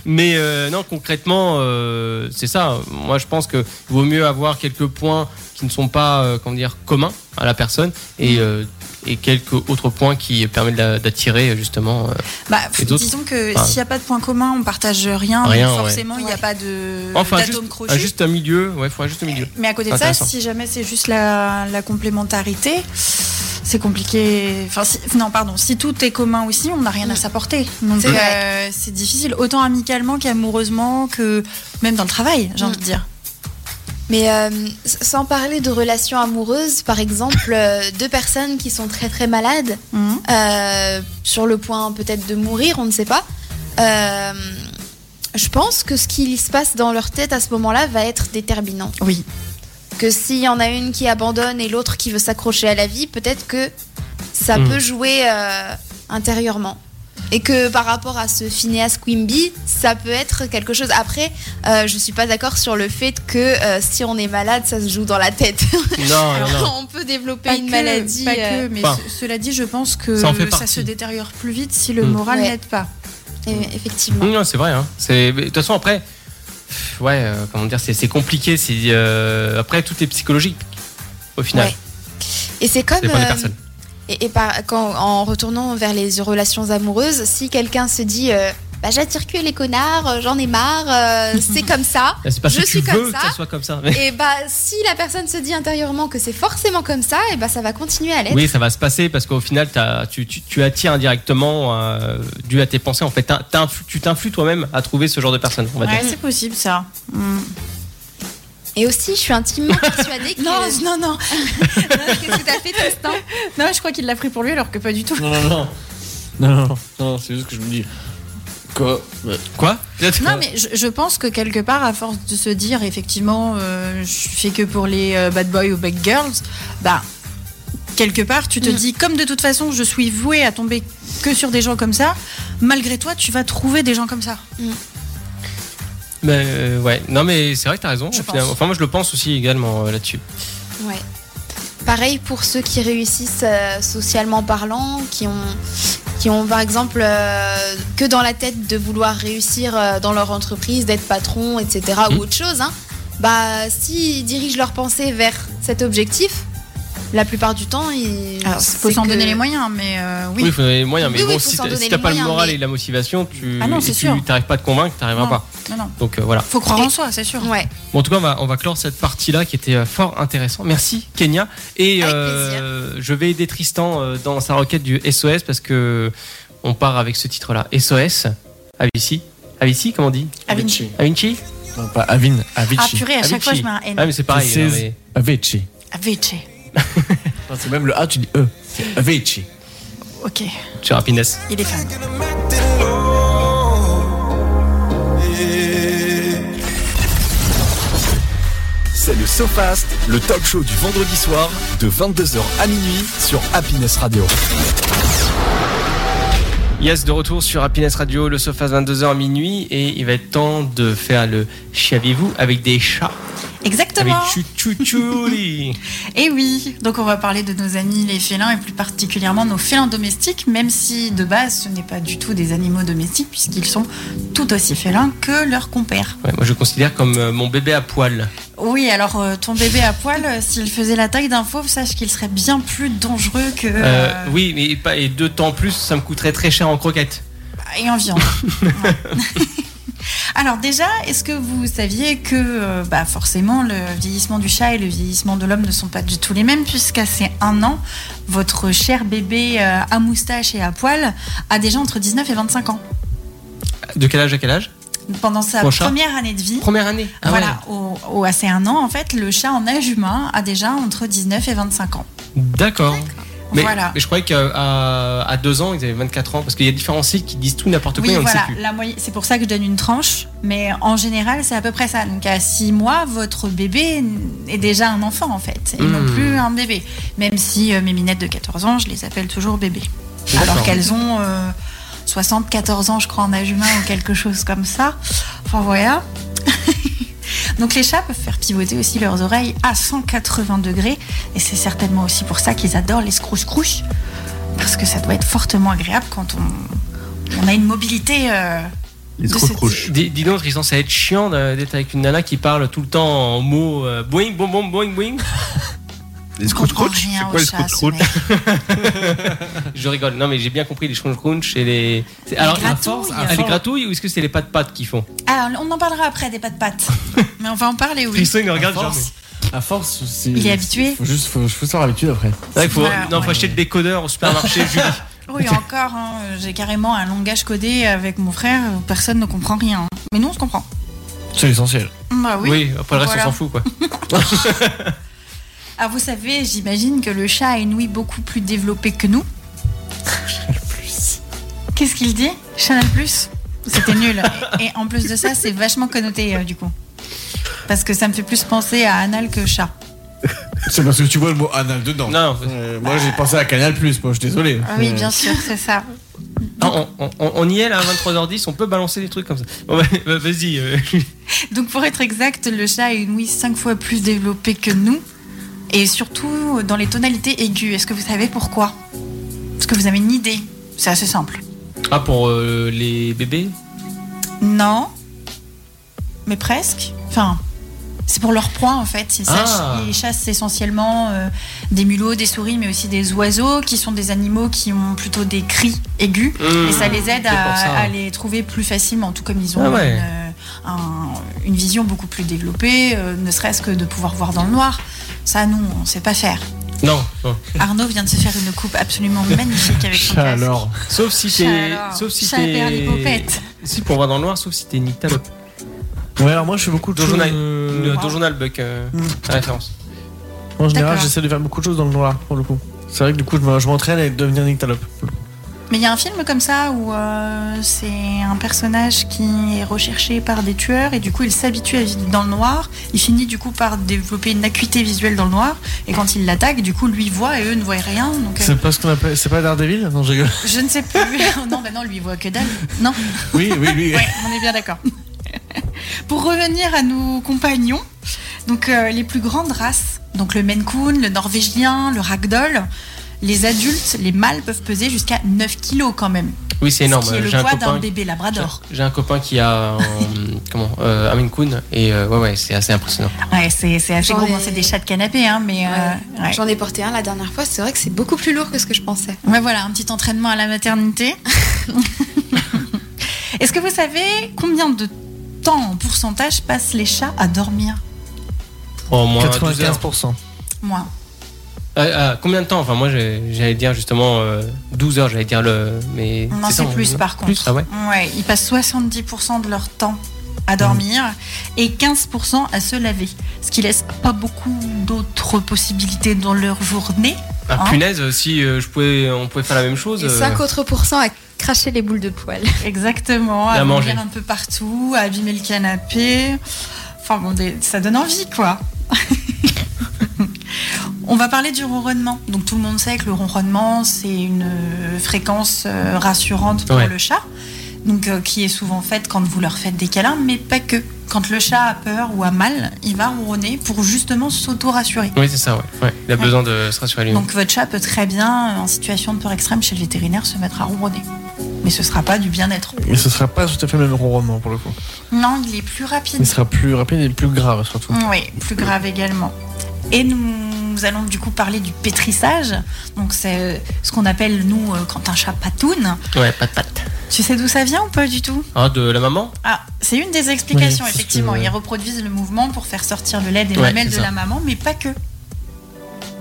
Mais euh, non, concrètement, euh, c'est ça. Moi, je pense que vaut mieux avoir quelques points qui ne sont pas, euh, comment dire, communs à la personne
Mm.
et, euh, et quelques autres points qui permettent de la- d'attirer justement. euh,
Bah, pff,
Et d'autres
disons que
Enfin,
s'il n'y a pas de points communs, on partage rien.
Rien,
donc
ouais.
forcément, il n'y a
Ouais.
pas de
Enfin,
d'atome
juste,
crochu.
un Ah, juste un milieu. Ouais, faut un juste milieu.
Mais à côté de ça,
Intéressant.
si jamais c'est juste la, la complémentarité, c'est compliqué. Enfin, si- non, pardon. Si tout est commun aussi, on n'a rien à s'apporter. Donc
Mm. C'est
euh,
vrai.
c'est difficile, autant amicalement qu'amoureusement, que même dans le travail, j'ai
Mm.
envie de dire.
Mais euh, s- sans parler de relations amoureuses, par exemple, euh, deux personnes qui sont très très malades,
Mm.
euh, sur le point peut-être de mourir, on ne sait pas. euh, je pense que ce qui se passe dans leur tête à ce moment-là va être déterminant.
Oui.
que s'il y en a une qui abandonne et l'autre qui veut s'accrocher à la vie, peut-être que ça
Mm.
peut jouer euh, intérieurement. Et que par rapport à ce Phineas Quimby, ça peut être quelque chose. Après, euh, je suis pas d'accord sur le fait que euh, si on est malade, ça se joue dans la tête.
Non, non, non.
on peut développer
Pas
une
que-
maladie.
pas que,
euh,
mais
Enfin,
ce- cela dit, je pense que
ça en fait
ça
partie.
se détériore plus vite si le
Mm.
moral
Ouais.
n'aide pas.
e- Effectivement.
Non, c'est vrai. Hein. C'est mais de toute façon après. pff, Ouais, euh, comment dire, c'est c'est compliqué. C'est euh, après tout est psychologique au final.
Ouais. Et c'est
Ça
comme.
dépend des
euh,
personnes.
Et, et par- quand, en retournant vers les relations amoureuses, si quelqu'un se dit euh,
bah, j'attire que les connards, euh, j'en ai marre, euh, c'est comme ça.
C'est parce
Je
que tu
suis comme
veux que
ça.
ça soit comme ça.
Et bah, si la personne se dit intérieurement que c'est forcément comme ça, et bah, ça va continuer à l'être.
Oui, ça va se passer parce qu'au final, t'as- tu, tu- tu attires indirectement, euh, dû à tes pensées, en fait, t'in- t'influ- tu t'influes toi-même à trouver ce genre de personne, on va
Ouais,
dire.
c'est possible ça. Mm.
Et aussi, je suis intimement persuadée que.
Non, non, non.
c'est tout à fait Tristan.
Non, je crois qu'il l'a pris pour lui alors que pas du tout.
Non, non, non. Non, non, non, non, c'est juste que je me dis. Quoi bah, Ouais.
Quoi
Non, mais je, je pense que quelque part, à force de se dire, effectivement, euh, je fais que pour les euh, bad boys ou bad girls, bah, quelque part, tu te
Mm.
dis, comme de toute façon, je suis vouée à tomber que sur des gens comme ça, malgré toi, tu vas trouver des gens comme ça.
Mais, euh, ouais. Non, mais c'est vrai que t'as raison.
Je
au final.
pense.
Enfin, moi, je le pense aussi également euh, là-dessus.
Ouais. Pareil pour ceux qui réussissent euh, socialement parlant, qui ont, qui ont par exemple euh, que dans la tête de vouloir réussir euh, dans leur entreprise, d'être patron, etc.
Mhm.
ou autre chose. hein. bah, s'ils dirigent leur pensée vers cet objectif, la plupart du temps, ils.
Alors,
c'est
faut s'en
que-
donner les moyens, mais euh,
Oui,
oui.
il faut donner les moyens. Mais
Oui, oui,
bon,
faut
si
s'en
t'as
donner
si t'as
les
pas le
moyens,
moral
mais-
et la motivation, tu
Ah non, c'est sûr.
n'arrives pas à te convaincre, t'arriveras
Non.
pas.
Non, non.
Donc euh, voilà.
Faut croire
Et-
en soi, c'est sûr.
Ouais.
Bon, en tout cas, on va, on va clore cette partie-là qui était euh, fort intéressant. Merci, Kenya. Et euh,
Avec
je vais aider Tristan euh, dans sa requête du SOS parce que on part avec ce titre-là. SOS, Avicii. Avicii, comment on dit
Avicii.
Avicii
Non, pas Avin,
Ah
Avicii.
purée, à chaque
Avicii.
fois je mets un N.
Ah, mais c'est pareil.
C'est-
hein, mais-
Avicii.
Avicii.
Non, C'est même le A, tu dis E. C'est Avicii.
Ok,
Sur Happiness.
il est fan.
C'est le SoFast, le talk show du vendredi soir de 22h à minuit sur Happiness Radio.
Yes, de retour sur Happiness Radio, le sofa 22h à minuit. Et il va être temps de faire le Chiavez-vous avec des chats. Avec
Exactement.
Chuchuchuli.
Et Eh oui, donc on va parler de nos amis les félins et plus particulièrement nos félins domestiques, même si de base ce n'est pas du tout des animaux domestiques puisqu'ils sont tout aussi félins que leurs compères.
Ouais, moi, je le considère comme euh, mon bébé à poil.
Oui, alors euh, ton bébé à poil, euh, s'il faisait la taille d'un fauve, sache qu'il serait bien plus dangereux que
Euh,
euh,
oui, mais pas, et deux temps plus, ça me coûterait très cher en croquettes.
et en viande. Ouais. Alors déjà, est-ce que vous saviez que euh, bah forcément le vieillissement du chat et le vieillissement de l'homme ne sont pas du tout les mêmes puisqu'à ses un an, votre cher bébé euh, à moustache et à poil a déjà entre 19 et 25 ans.
De quel âge à quel âge
Pendant sa
Mon chat
première année de vie,
Première année. Ah
voilà, au, au- à ses un an en fait, le chat en âge humain a déjà entre 19 et 25 ans.
ouais. D'accord. Mais,
voilà.
mais je croyais qu'à à- à deux ans, ils avaient 24 ans. Parce qu'il y a différents sites qui disent tout n'importe quoi
Oui,
et on
voilà,
ne sait
la moyenne- c'est pour ça que je donne une tranche, mais en général, c'est à peu près ça. Donc à 6 mois, votre bébé est déjà un enfant en fait, et non
Hmm.
plus un bébé. Même si euh, mes minettes de 14 ans, je les appelle toujours bébés.
plus.
Alors
D'accord.
qu'elles ont euh, 74 ans, je crois, en âge humain ou quelque chose comme ça. Enfin voilà. Donc les chats peuvent faire pivoter aussi leurs oreilles à 180 degrés. Et c'est certainement aussi pour ça qu'ils adorent les scrouches-crouches. Parce que ça doit être fortement agréable quand on, on a une mobilité. euh,
Les
De
trop
cette-
proches.
Dis, dis donc, Tristan, ça va être chiant de- d'être avec une nana qui parle tout le temps en mots euh, boing, boing, boing, boing, boing.
Les
on comprend
scrouch croches
rien
C'est
aux
quoi les
chats,
scrouch
ce
croches
mec.
Je rigole. Non, mais j'ai bien compris les crunch crunch et les. c'est- Alors, à
gratouilles.
force, à- les gratouilles ou est-ce que c'est les pattes pattes qui font
Ah, on en parlera après des pas de pattes. Mais on va en parler, oui.
Tristan, il me regarde
À
genre.
force.
mais-
À force, c'est.
Il est habitué.
Faut juste, faut, faut s'en habituer après.
C'est vrai qu'il faut,
Voilà,
non, faut
ouais.
acheter le décodeur au supermarché. Julie.
Oui, encore, hein, j'ai carrément un langage codé avec mon frère, personne ne comprend rien. Mais nous, on se comprend.
C'est l'essentiel.
Bah
oui.
oui.
après le reste,
Voilà.
on s'en fout quoi.
Ah, vous savez, j'imagine que le chat a une ouïe beaucoup plus développée que nous. Qu'est-ce qu'il dit Chanel Plus C'était nul. Et et en plus de ça, c'est vachement connoté euh, du coup. Parce que ça me fait plus penser à anal que chat.
C'est parce que tu vois le mot anal dedans.
Non, non,
Euh, moi j'ai pensé à Canal Plus, moi je suis désolé.
Ah oui, bien sûr, c'est ça.
Non, on, on- on y est là à 23h10, on peut balancer des trucs comme ça. Bon, bah, bah, vas-y. euh,
Donc pour être exact, le chat a une ouïe 5 fois plus développée que nous. Et surtout dans les tonalités aiguës. Est-ce que vous savez pourquoi Est-ce que vous avez une idée C'est assez simple.
Ah, pour euh, les bébés
Non. Mais presque. Enfin, C'est pour leur proie en fait. Ils, sachent-
Ah.
ils chassent essentiellement euh, des mulots, des souris, mais aussi des oiseaux qui sont des animaux qui ont plutôt des cris aigus. Et ça les aide
Mm. C'est pour
à,
ça.
à les trouver plus facilement, tout comme ils ont
Ah ouais.
une, euh, un- une vision beaucoup plus développée, euh, ne serait-ce que de pouvoir voir dans le noir. Ça, nous, on sait pas faire.
Non, non.
Arnaud vient de se faire une coupe absolument magnifique avec son casque.
Alors,
Sauf si t'es.
Chaleur.
Sauf si
Chaleur, les
t'es.
popettes.
Si pour voir dans le noir, sauf si t'es nyctalope.
ouais, alors moi je fais beaucoup de
Dans le
choses.
journal.
euh,
Le Ton journal Buck, euh,
Mm.
la référence.
En général,
D'accord.
j'essaie de faire beaucoup de choses dans le noir pour le coup. C'est vrai que du coup, je me- je m'entraîne à devenir nyctalope.
Mais il y a un film comme ça où euh, c'est un personnage qui est recherché par des tueurs et du coup il s'habitue à vivre dans le noir. Il finit du coup par développer une acuité visuelle dans le noir et quand il l'attaque, du coup lui voit et eux ne voient rien. Donc euh,
C'est pas ce qu'on appelle. C'est pas Daredevil Non, je rigole.
je ne sais plus. non, bah non, lui il voit que dalle. Non,
Oui, oui, oui.
ouais, on est bien d'accord. Pour revenir à nos compagnons, donc euh, les plus grandes races, donc le Maine Coon, le Norvégien, le Ragdoll. Les adultes, les mâles peuvent peser jusqu'à 9 kilos quand même.
Oui, c'est énorme.
Ce qui est le
J'ai un
poids d'un
copain.
bébé labrador.
J'ai un copain qui a. euh, comment euh, Un Maine Coon. Et euh, ouais, ouais, c'est assez impressionnant.
Ouais, c'est c'est assez
J'en
gros,
ai-
bon, c'est des chats de canapé, hein, mais euh, ouais.
J'en ai porté un la dernière fois, c'est vrai que c'est beaucoup plus lourd que ce que je pensais.
Ouais, voilà, un petit entraînement à la maternité. Est-ce que vous savez combien de temps en pourcentage passent les chats à dormir
Au moins 12 heures.
95%.
Moi,
Ah, ah, combien de temps Enfin, moi, j'ai- j'allais dire justement euh, 12 heures, j'allais dire le. Mais ça,
non, c'est
on-
plus par contre.
Plus, ah ouais
Ouais, ils passent 70% de leur temps à dormir et 15% à se laver, ce qui laisse pas beaucoup d'autres possibilités dans leur journée.
Ah,
Hein
punaise, si euh, je pouvais, on pouvait faire la même chose.
Et
euh,
5 autres pourcents à cracher les boules de poils.
Exactement,
Et
à
à manger.
manger un peu partout, à abîmer le canapé. Enfin bon, des- ça donne envie quoi. On va parler du ronronnement. Donc tout le monde sait que le ronronnement, c'est une euh, fréquence euh, rassurante pour
Ouais.
le chat. Donc euh, qui est souvent faite quand vous leur faites des câlins, mais pas que. Quand le chat a peur ou a mal, il va ronronner pour justement s'auto-rassurer.
Oui, c'est ça, ouais. Ouais, Il a besoin de se rassurer lui-même.
Donc votre chat peut très bien, euh, en situation de peur extrême chez le vétérinaire, se mettre à ronronner. Mais ce sera pas du bien-être.
Mais ce sera pas tout à fait le même ronronnement pour le coup.
Non, il est plus rapide.
Il sera plus rapide et plus grave surtout.
Oui, plus grave également. Et nous allons du coup parler du pétrissage. Donc c'est euh, ce qu'on appelle nous euh, quand un chat patoune.
Ouais, pas de patte.
Tu sais d'où ça vient ou pas du tout
Ah, de la maman
Ah, c'est une des explications
Oui, c'est ce
effectivement.
que-
Ils reproduisent le mouvement pour faire sortir le lait des
Ouais,
mamelles
c'est
de
ça.
la maman, mais pas que.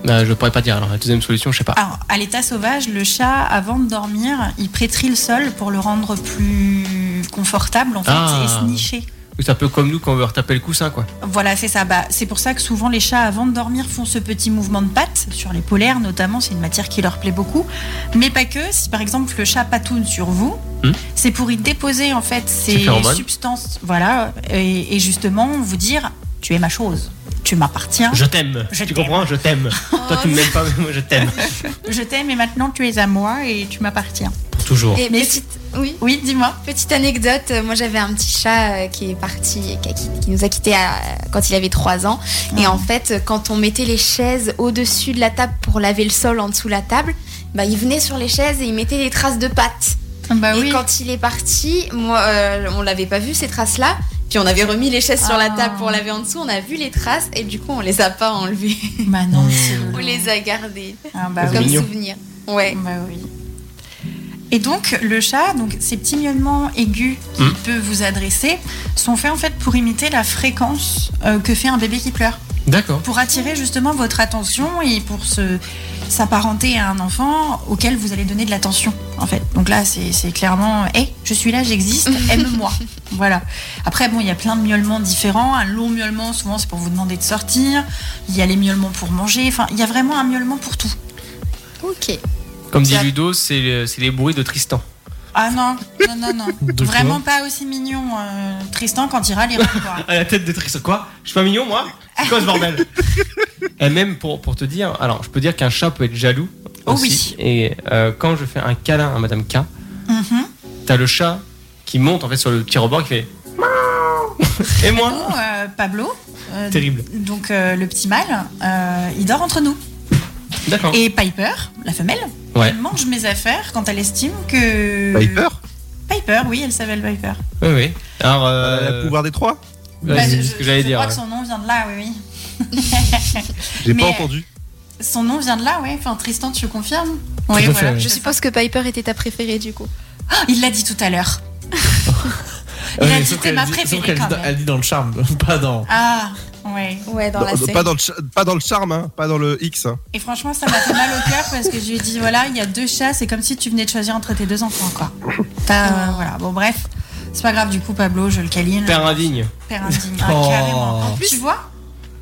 Bah, Je pourrais pas dire, alors la deuxième solution, je sais pas.
Alors, à l'état sauvage, le chat, avant de dormir, il pétrit le sol pour le rendre plus confortable en fait
Ah.
et se nicher.
C'est un peu comme nous quand on veut retaper le coussin, quoi.
Voilà, c'est ça. Bah, c'est pour ça que souvent les chats, avant de dormir, font ce petit mouvement de patte, sur les polaires notamment, c'est une matière qui leur plaît beaucoup. Mais pas que, si par exemple le chat patoune sur vous,
Hmm.
c'est pour y déposer en fait ces
phéromones.
substances, voilà, et, et justement vous dire tu es ma chose, tu m'appartiens,
Je t'aime.
Ah. Je
tu
t'aime.
comprends Je t'aime. Toi, tu ne m'aimes pas, mais moi, je t'aime.
je t'aime et maintenant tu es à moi et tu m'appartiens.
Pour toujours.
Et
Mais-
petite, oui,
Oui, dis-moi.
petite anecdote, euh, moi j'avais un petit chat euh, qui est parti, qui, a qui- qui nous a quittés à- quand il avait 3 ans.
Ah.
Et en fait, euh, quand on mettait les chaises au-dessus de la table pour laver le sol en dessous de la table, bah, il venait sur les chaises et il mettait des traces de pattes.
Ah
Bah
et quand il est parti, moi, euh, on l'avait pas vu ces traces-là. Puis on avait remis les chaises sur la
Ah.
table pour laver en dessous, on a vu les traces et du coup on les a pas enlevées.
Bah non, c'est
Hmm.
on les a gardées
Ah, bah
C'est
comme
oui.
mignon.
souvenir. Ouais.
Bah oui. Et donc le chat, donc ces petits miaulements aigus qu'il
Mm.
peut vous adresser, sont faits en fait pour imiter la fréquence euh, que fait un bébé qui pleure,
D'accord.
pour attirer justement votre attention et pour se s'apparenter à un enfant auquel vous allez donner de l'attention en fait. Donc là c'est c'est clairement, hé, je suis là, j'existe, aime-moi. voilà. Après bon, il y a plein de miaulements différents. Un long miaulement souvent c'est pour vous demander de sortir. Il y a les miaulements pour manger. Enfin, il y a vraiment un miaulement pour tout.
Ok.
Comme dit
Ça-
Ludo, c'est le- c'est les bruits de Tristan.
Ah non, non, non, non.
De quoi
Vraiment pas aussi mignon, euh, Tristan, quand il râle, il râle, quoi.
À la tête de Tristan. Quoi Je suis pas mignon, moi C'est quoi ce bordel Et même pour, pour te dire, alors je peux dire qu'un chat peut être jaloux.
Oh
aussi. Et euh, quand je fais un câlin à Madame K,
Mhm.
t'as le chat qui monte en fait sur le petit rebord qui fait. Et moi
Bon, euh, Pablo, euh,
Terrible.
donc euh, le petit mâle, euh, il dort entre nous.
Oh.
D'accord.
Et Piper, la femelle,
Ouais.
elle mange mes affaires quand elle estime que.
Piper
Piper, oui, elle s'appelle Piper.
Oui, oui. Alors.
euh,
Euh,
La pouvoir des trois
ouais,
Bah,
c'est
je
ce que j'allais
je
dire.
crois
ouais.
que son nom vient de là, oui,
J'ai pas
Mais-
entendu.
oui. Son nom vient de là, oui. Enfin, Tristan, tu confirmes Oui,
à
voilà.
fait, oui.
Je
Je
suis-
suppose que Piper était ta préférée du coup.
Ah, il l'a dit tout à l'heure. Il a
Ouais, mais
dit,
Euh, sauf
t'es
qu'elle
ma
dit- sauf
préférée,
qu'elle dit
quand
dans-
même.
Elle dit dans le charme, pas dans.
Ah, ouais.
Ouais, dans
Bah,
Non,
la série.
pas, dans le, ch- pas dans le charme, hein, pas dans le X. hein.
Et franchement, ça m'a fait mal au cœur parce que je lui ai dit voilà, il y a deux chats, c'est comme si tu venais de choisir entre tes deux enfants, quoi. T'as, euh, voilà, bon, bref. C'est pas grave, du coup, Pablo, je le câline.
Père indigne.
Père indigne. Ah,
Oh.
carrément. En plus,
Mais-
tu vois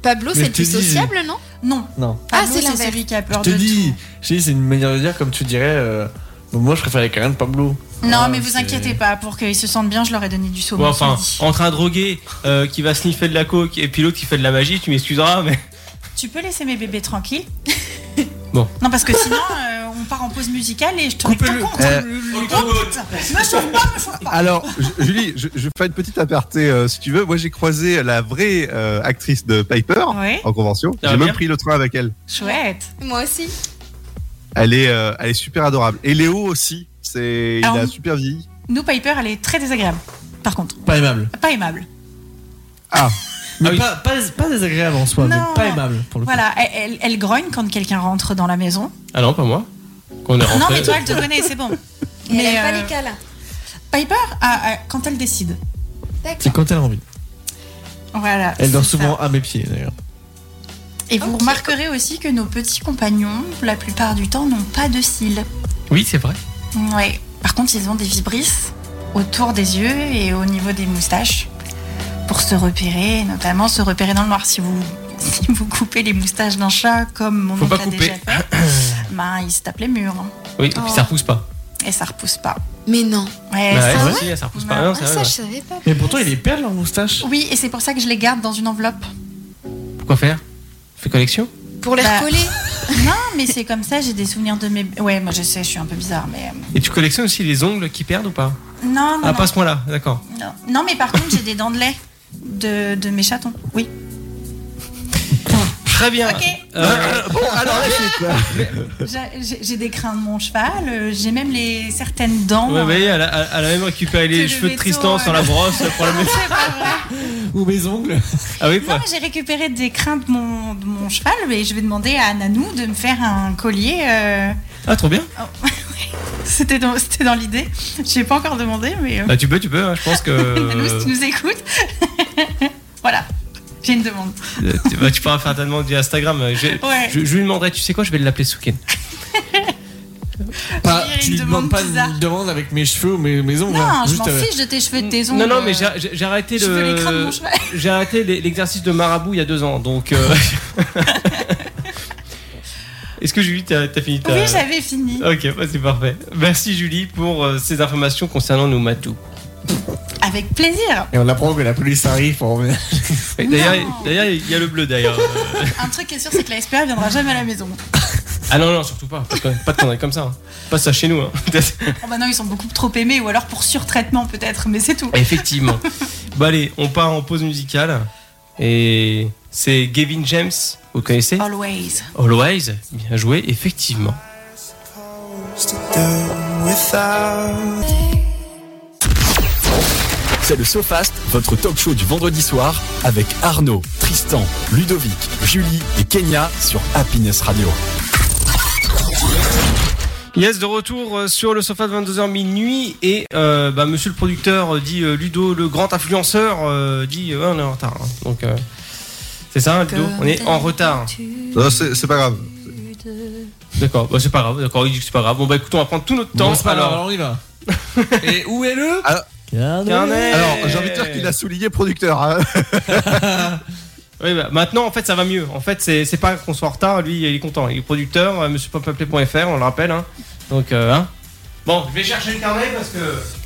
Pablo,
Mais
c'est le plus
je te dis-
sociable, non
Non.
Non.
Pablo,
Ah, c'est
c'est
l'inverse.
celui qui a peur
Je te
de
dis,
tout.
je te dis, c'est une manière de dire comme tu dirais. euh, donc moi, je préférais quand même Pablo.
Non,
Ouais,
mais vous
Ah, c'est-
inquiétez pas, pour qu'ils se sentent bien, je leur ai donné du saumon.
Ou enfin,
samedi.
entre un drogué euh, qui va sniffer de la coke et puis l'autre qui fait de la magie, tu m'excuseras, mais.
Tu peux laisser mes bébés tranquilles
Bon.
Non, parce que sinon, euh, on part en pause musicale et je te règle ton compte.
Euh,
Eh.
Oh, putain. Me chauffe pas, me chauffe pas.
Alors, Ju- Julie, je, je vais faire une petite aparté euh, si tu veux. Moi, j'ai croisé la vraie euh, actrice de
Ah.
Piper
Oui,
en convention.
Ça va
J'ai même
bien
pris le train avec elle.
chouette.
Moi aussi.
Elle est, euh, elle est super adorable. Et Léo aussi. C'est, il
Alors-
a super vieilli.
Nous, Piper, elle est très désagréable. Par contre,
Pas aimable.
pas aimable.
Mais
Ah oui.
pas, pas, pas désagréable en soi,
Non.
mais pas aimable pour le coup.
Voilà, elle, elle- elle grogne quand quelqu'un rentre dans la maison.
Ah non, pas moi. Qu'on est rentré.
Non, mais toi, elle te connaît, c'est bon.
Mais elle aime pas
euh,
les câlins.
Piper, ah, ah, quand elle décide.
C'est
D'accord.
quand elle a envie.
Voilà.
Elle dort
c'est ça.
souvent à mes pieds d'ailleurs.
Et vous
Ok.
remarquerez aussi que nos petits compagnons, la plupart du temps, n'ont pas de cils.
Oui, c'est vrai.
Ouais. Par contre, ils ont des vibrisses autour des yeux et au niveau des moustaches pour se repérer, notamment se repérer dans le noir. Si vous, si vous coupez les moustaches d'un chat, comme mon
Faut
oncle
pas
a
couper.
déjà fait, ben, il se tape les murs hein.
Oui, et puis ça repousse pas.
et ça repousse pas.
Mais non.
Ouais,
Bah
Eh, ça-
ouais, si, ça repousse pas.
Non,
Non,
Ah,
c'est
ça,
vrai,
je
ouais.
savais pas.
Mais pourtant, il est perle en moustache.
Oui, et c'est pour ça que je les garde dans une enveloppe.
Pourquoi faire Fais collection
Pour les
Bah.
recoller.
non, mais c'est comme ça, j'ai des souvenirs de mes. Ouais, moi je sais, je suis un peu bizarre, mais. euh,
Et tu collectionnes aussi les ongles qui perdent ou pas
Non, non,
Ah,
non,
pas à ce point-là, d'accord.
non. Non, mais par contre, j'ai des dents de lait de, de mes chatons. Oui.
Très bien.
Ok.
Euh,
J'ai- J'ai j'ai des crins de mon cheval, euh, j'ai même les certaines dents.
ouais,
euh,
ouais, elle, a, elle a même récupéré
Que
les
le
cheveux de
veto,
Tristan
euh,
sans la brosse. pour la mettre-
c'est pas vrai.
Ou mes ongles.
Ah oui,
Non,
quoi
mais j'ai récupéré des crins de mon, de mon cheval et je vais demander à Nanou de me faire un collier. euh,
Ah, trop bien.
C'était dans, c'était dans l'idée. Je n'ai pas encore demandé, mais. euh,
Bah, tu peux, tu peux. hein, Je pense
Nanou, si tu
que.
nous écoutes. voilà, j'ai une demande.
Euh, tu- bah, tu pourras faire ta demande via Instagram. Je,
Ouais.
je- je lui demanderai, tu sais quoi, je vais l'appeler Souken.
Pas,
Il y a
tu
une
lui
demande
demandes pas
bizarre.
une demande avec mes cheveux ou mes, mes ongles.
Non,
hein.
je
Juste,
m'en
euh,
fiche de tes cheveux et de tes ongles.
Non, non, mais j'ai
euh,
j'ai- j'ai arrêté
Je veux les crins de
le.
mon cheval.
J'ai arrêté l'e- l'exercice de marabout il y a deux ans, donc. euh, Est-ce que Julie, t'as t'as fini ta...
Oui, j'avais fini.
Ok, bah, c'est parfait. Merci Julie pour euh, ces informations concernant nos matous. Ah.
Avec plaisir.
Et on apprend que la police arrive pour revenir.
Et D'ailleurs, d'ailleurs, il y a le bleu d'ailleurs. Euh,
Un truc qui est sûr, c'est que la SPA viendra jamais à la maison.
Ah non, non, surtout pas. Pas de con- Pas de conneries comme ça. hein. Pas ça chez nous. hein.
Oh bah non, ils sont beaucoup trop aimés, ou alors pour surtraitement peut-être, mais c'est tout.
Effectivement. Bah allez, on part en pause musicale. Et c'est Gavin James, vous connaissez
Always.
Always, bien joué, effectivement.
C'est le SoFast, votre talk show du vendredi soir avec Arnaud, Tristan, Ludovic, Julie et Kenya sur Happiness Radio.
Yes, de retour euh, sur le sofa de 22h minuit et euh, bah, monsieur le producteur euh, dit euh, Ludo, le grand influenceur, euh, dit euh, on est en retard. hein. Donc euh, c'est ça, Ludo On est en retard.
Non, c'est, c'est pas grave.
D'accord, bah, c'est pas grave, d'accord, il dit que c'est pas grave. Bon bah écoute, on va prendre tout notre temps.
Bon, c'est pas grave, alors
alors,
on y va. Et où est le
Ah.
Carnet.
Alors, j'ai envie de dire qu'il a souligné producteur. hein.
Oui, bah, maintenant, en fait, ça va mieux. En fait, c'est c'est pas qu'on soit en retard, lui, il est content. Il est producteur, euh, monsieurpapaplay.fr, on le rappelle. hein. Donc, euh, hein. Bon, je vais chercher le carnet parce que.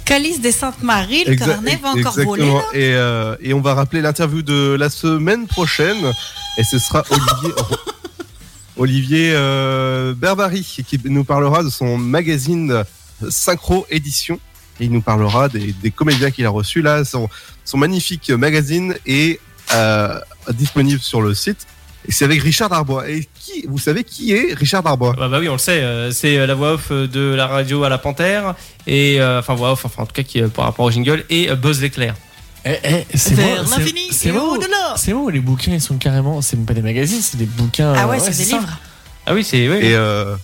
Calice des Saintes Marie, le
Exa-
cornet va encore voler.
Exactement. Et, euh, et on va rappeler l'interview de la semaine prochaine. Et ce sera Olivier. Olivier euh, Berbari qui nous parlera de son magazine Synchro Édition. Et il nous parlera des, des comédiens qu'il a reçus là. Son, son magnifique magazine est euh, disponible sur le site. Et c'est avec Richard Darbois. Et qui, vous savez qui est Richard Darbois
Bah, bah oui, on le sait, euh, c'est euh, la voix off euh, de la radio à la Panthère, et euh, enfin voix off, enfin en tout cas qui, euh, par rapport au jingle, et euh, Buzz l'éclair.
Eh, Eh, eh, c'est
Vers
moi, c'est-
l'infini
c'est
et
moi où-
au-delà.
C'est moi où les bouquins ils sont carrément. C'est même pas des magazines, c'est des bouquins.
Ah ouais,
euh,
c'est des
ça.
livres.
Ah oui, c'est. oui,
Et euh,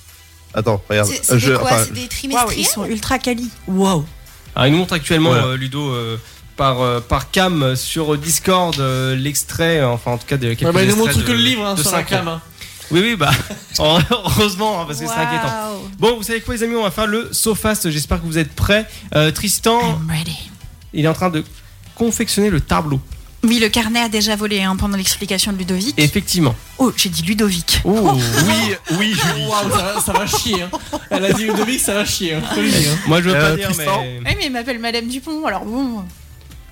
attends,
Ah,
regarde.
C'est c'est
Je-
des quoi
enfin,
C'est des
Waouh,
trimestriels
ils sont ultra quali. Waouh.
Alors, Ah, il nous montre actuellement,
Voilà.
euh, Ludo, euh, par, euh, par cam euh, sur Discord, euh, l'extrait, euh, enfin en tout cas de quelques
Ouais, bah, ils nous
extraits
montrent
de-
que le livre hein,
de
sur la
cinq
cam.
ans.
hein.
Oui, oui, bah heureusement, hein, parce que c'est inquiétant.
Waouh.
Bon, vous savez quoi, les amis, on va faire le SoFast. J'espère que vous êtes prêts. Euh, Tristan,
I'm ready.
il est en train de confectionner le tableau.
Oui, le carnet a déjà volé hein, pendant l'explication de Ludovic.
Effectivement.
Oh, j'ai dit Ludovic.
Oh.
oui, oui, Julie.
Waouh, ça, ça va chier. hein. Elle a dit Ludovic, ça va chier. hein, je te le dis, hein.
Moi, je veux
Euh,
pas dire,
Tristan
mais.
Oui, mais il m'appelle Madame Dupont, alors bon.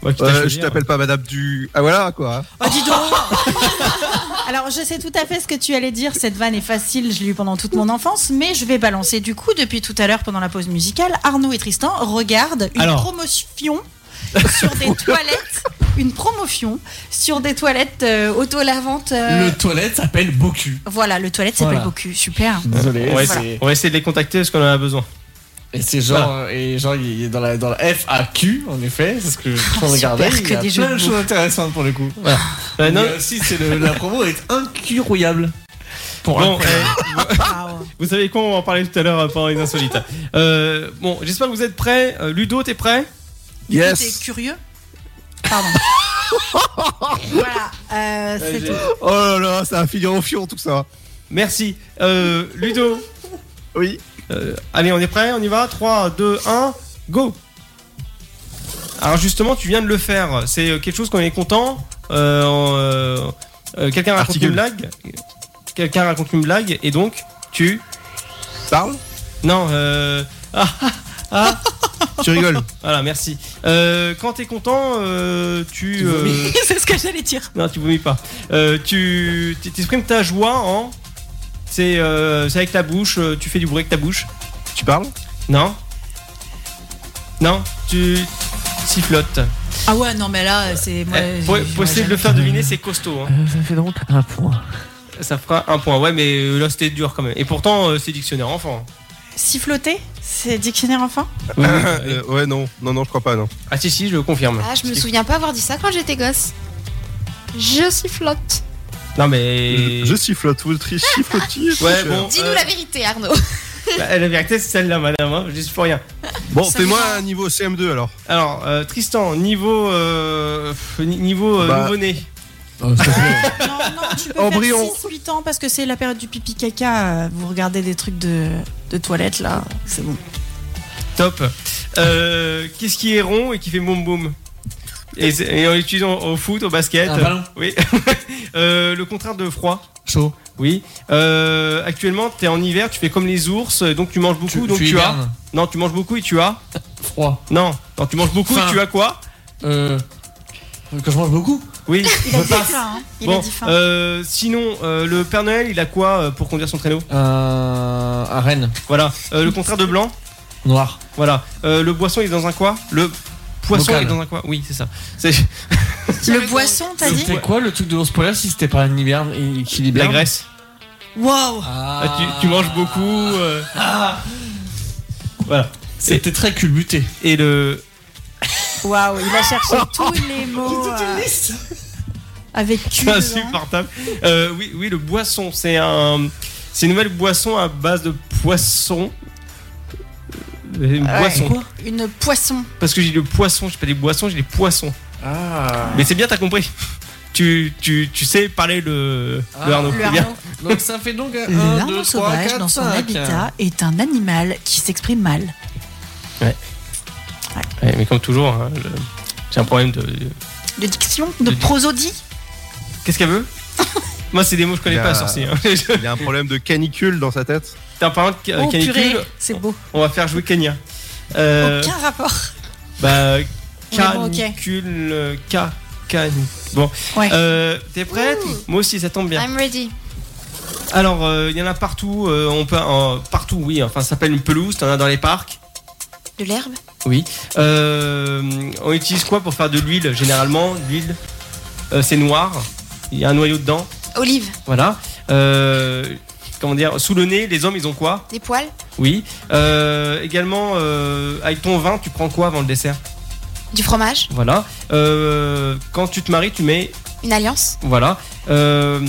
Ouais, quitte à
Euh, je
choisir.
t'appelle pas Madame du. Ah voilà quoi.
Oh, dis donc Alors, je sais tout à fait ce que tu allais dire. Cette vanne est facile, je l'ai eu pendant toute mon enfance, mais je vais balancer. Du coup, depuis tout à l'heure, pendant la pause musicale, Arnaud et Tristan regardent une
Alors.
promotion sur des toilettes. Une promotion sur des toilettes euh, auto-lavantes. euh,
Le toilette s'appelle Boku.
Voilà, le toilette s'appelle
Voilà.
Boku. Super.
Désolé.
On va,
c'est-
essayer, on va essayer de les contacter parce qu'on en a besoin.
Et c'est genre,
Bah.
euh, et genre, il est dans la, dans la FAQ, en effet, c'est ce que je suis en train de regarder.
super,
Il
que
y a
des jeux
plein
de
de choses intéressantes pour le coup. Voilà.
Euh, non,
Mais aussi, c'est le- la promo est incroyable. Pour
bon,
un-
euh,
Waouh.
Vous savez quoi, on va en parler tout à l'heure euh, pendant les insolites. Euh, bon, j'espère que vous êtes prêts. Euh, Ludo, t'es prêt
Du coup,
Yes.
t'es curieux Pardon. voilà, euh, c'est tout.
Oh là là, ça va finir au fion tout ça.
Merci. Euh, Ludo,
Oui.
euh, allez, on est prêt, on y va 3, 2, 1, go Alors justement, tu viens de le faire. C'est euh, quelque chose qu'on est content. Euh, on, euh, euh, Quelqu'un raconte
Articule.
une blague Quelqu'un raconte une blague et donc tu...
Parle.
Non, euh... Ah, ah, ah.
Tu rigoles.
Voilà, merci. Euh, quand t'es content, euh, tu.
Tu vomis.
euh,
C'est ce que j'allais dire.
non, tu vomis pas. Euh, tu t- t'exprimes ta joie en. C'est euh, c'est avec ta bouche, euh, tu fais du bruit avec ta bouche.
Tu parles.
Non Non Tu sifflotes.
Ah ouais, non, mais là, c'est. moi,
Eh, pour-
j'ai-
pour
j'aurais
essayer de le
jamais-
faire deviner, c'est costaud. hein.
Euh, ça fait donc un point.
Ça fera un point. Ouais, mais euh, là c'était dur quand même. Et pourtant, euh, c'est dictionnaire enfant.
Siffloter, c'est dictionnaire enfant
Euh, ouais non, non non, je crois pas non.
Ah si, si, je le confirme.
Ah, je me souviens pas avoir dit ça quand j'étais gosse. Je sifflote.
Non, mais.
Je, je sifflote, vous le tri- sifflotiez,
Ouais,
je-
bon.
Dis-nous
euh,
la vérité, Arnaud.
Bah, la- la vérité, c'est celle-là, madame. hein. Je dis pour rien.
Bon,
Ça
fais-moi
va.
un niveau CM2 alors.
Alors, euh, Tristan, niveau. euh, pff, ni- niveau euh,
Bah,
nouveau-né.
Non, non, tu peux
Embryon.
faire 6-8 ans parce que c'est la période du pipi caca. euh, Vous regardez des trucs de, de toilette là, c'est bon.
Top. Euh, Qu'est-ce qui est rond et qui fait boum boum et, c'est- et on l'utilise en- au foot, au basket.
Un ballon.
Oui. Euh, le contraire de froid.
Chaud.
Oui. Euh, actuellement, t'es en hiver, tu fais comme les ours, donc tu manges beaucoup, donc tu, as.
hibernes.
Non, tu manges beaucoup et tu as.
Froid.
Non, non, tu manges beaucoup
Faim.
et tu as quoi
Euh. Quand je mange beaucoup
Oui.
Il a
Je
dit
passe.
faim, hein. Il
bon.
a dit faim.
euh, sinon, euh, le Père Noël, il a quoi euh, pour conduire son traîneau
Euh. Un renne.
Voilà. Euh, le contraire de blanc.
Noir.
Voilà. Euh, le boisson il est dans un quoi Le poisson
Bocal.
est dans un quoi Oui, c'est ça. C'est
Le boisson, t'as dit
C'était quoi le truc de l'ours polaire si c'était pas un hiberne et qu'il
la
hiberne
graisse.
Waouh
Ah,
Ah, tu, tu manges beaucoup. euh, Voilà.
C'était très culbuté.
Et le.
Waouh, il a cherché
Ah.
tous les mots. euh, avec hein. cul.
C'est
dedans.
insupportable. Euh, oui, oui, le boisson, c'est un. C'est une nouvelle boisson à base de poisson. Euh, Une
Ouais.
boisson.
Une poisson.
Parce que j'ai le poisson, j'ai pas des boissons, j'ai des poissons. Mais c'est bien, t'as compris. Tu, tu, tu sais parler le, le
Ah.
Arnaud.
Le
C'est bien.
Arnaud.
Donc ça fait donc un,
Le
2,
larve
3,
sauvage
4,
dans son
5.
habitat est un animal qui s'exprime mal.
Ouais, mais comme toujours, hein, je- j'ai un problème de. de-
De diction De
De-
prosodie
Qu'est-ce qu'elle veut Moi, c'est des mots que je connais
Il y a-
Bah.
pas, sorcier. hein. Je-
Il y a un problème de canicule dans sa tête.
T'as parlé de ca-
Oh
canicule,
purée, c'est beau.
on va faire jouer Kenya. Euh,
Aucun rapport.
Bah,
On est bon, ok.
canicule, euh, ca, cani- Bon,
Ouais.
Euh, t'es prête Moi aussi, ça tombe bien.
I'm ready.
Alors, euh, il y en a partout. euh, on peut en- partout, oui. Enfin, ça s'appelle une pelouse. T'en as dans les parcs.
De l'herbe
Oui. on utilise quoi pour faire de l'huile Généralement, l'huile, euh, c'est noir. Il y a un noyau dedans.
Olive
Voilà. Euh, comment dire Sous le nez, les hommes, ils ont quoi
Des poils
Oui. Euh, également, euh, avec ton vin, tu prends quoi avant le dessert
du fromage,
Voilà. Euh, quand tu te maries, tu mets.
une alliance,
Voilà. Euh,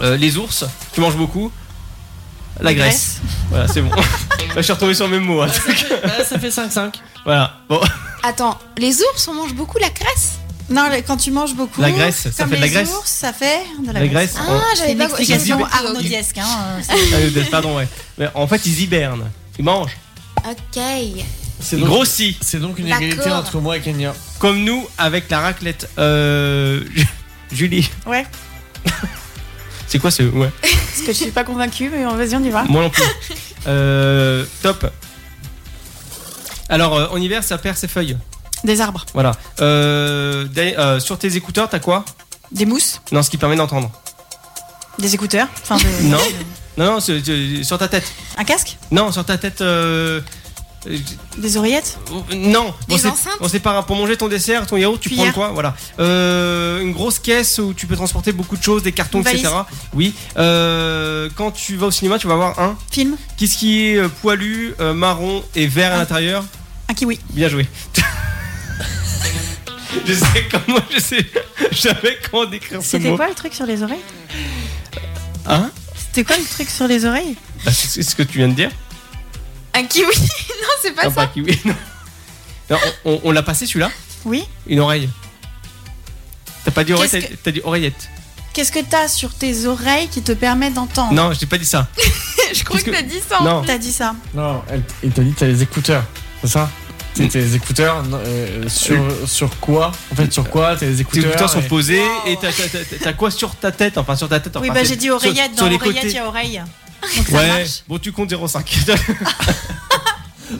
euh, les ours, tu manges beaucoup. La graisse. Voilà, c'est bon. Là, je suis retombé sur le même mot. hein.
ça fait 5-5.
Voilà. Bon,
Attends, les ours, on mange beaucoup la graisse
Non, le- quand tu manges beaucoup.
La graisse, ça
comme
fait de la
les
graisse.
ours, ça fait de la,
la graisse.
Ah,
C'est
j'avais
une
pas
explication
Ils-
arnaudiesque. Hein, euh,
on- Ah, euh, Pardon, ouais. Mais en fait, ils hibernent. Ils mangent.
Ok.
C'est
Ils
donc,
grossissent.
c'est donc une
D'accord.
égalité entre moi et Kenya.
Comme nous, avec la raclette. Euh, Julie.
Ouais.
C'est quoi ce. Ouais.
parce que je suis pas convaincue, mais vas-y, on y va.
Moi non plus. Euh, top. Alors, euh, en hiver, ça perd ses feuilles.
Des arbres,
Voilà. Euh, dé- euh, sur tes écouteurs, t'as quoi
des mousses,
Non, ce qui permet d'entendre.
des écouteurs, enfin des-
Non. Non, non, sur, sur ta tête.
un casque,
Non, sur ta tête. euh, euh,
des oreillettes,
non.
Des
on sait,
enceintes
on sait pas. Pour manger ton dessert, ton yaourt, tu
Cuillère.
prends quoi Voilà. Euh, une grosse caisse où tu peux transporter beaucoup de choses, des cartons,
Une valise.
etc. Oui. Euh, quand tu vas au cinéma, tu vas voir un.
film,
Qu'est-ce qui est euh, poilu, euh, marron et vert à l'intérieur
un kiwi.
Bien joué. je sais comment, je sais, je savais comment décrire ce
C'était
mot.
quoi le truc sur les oreilles
Hein
C'était quoi le truc sur les oreilles
Bah, c'est c'est ce que tu viens de dire.
Un kiwi Non, c'est pas
Ah,
ça.
pas kiwi, non. Non, on on- on l'a passé celui-là
Oui.
Une oreille. T'as pas dit oreille, t'as
Qu'est-ce
t'as dit oreillette.
Qu'est-ce que t'as sur tes oreilles qui te permet d'entendre
Non, je t'ai pas dit ça.
Je crois
Qu'est-ce
que
que-
t'as dit ça.
Non.
T'as dit ça.
Non, elle, il t'a dit que t'as les écouteurs, c'est ça T'as t'as les écouteurs euh, sur, sur quoi En fait, sur quoi T'as les
Tes
écouteurs
écouteurs sont
et-
posés
Wow.
et t'as- t'as- t'as t'as quoi sur ta tête Enfin, sur ta tête.
Oui,
enfin,
bah
c'est-
j'ai dit
sur-
oreillette.
sur
Dans
les
oreillette, il
côtés.
y a oreille.
Ouais, bon, tu comptes 0,5.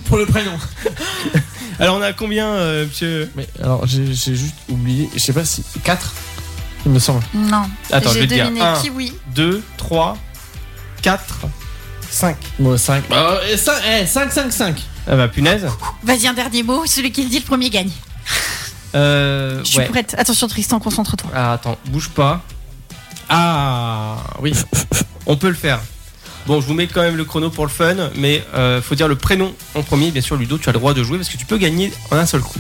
pour le prénom.
Alors, on a combien, euh, monsieur
Mais alors, j'ai j'ai juste oublié, je sais pas si 4 il me semble.
Non.
Attends, je
J'ai
vais te dire.
deviné
1,
kiwi.
2, 3, 4, 5.
Bon, 5. 5, 5, 5, 5.
Ah bah, punaise.
Vas-y, un dernier mot. Celui qui le dit le premier gagne.
Euh,
Je suis
ouais.
prête. Attention, Tristan, concentre-toi.
Ah, attends, bouge pas. Ah, oui, on peut le faire. Bon, je vous mets quand même le chrono pour le fun, mais euh, faut dire le prénom en premier. Bien sûr, Ludo, tu as le droit de jouer parce que tu peux gagner en un seul coup.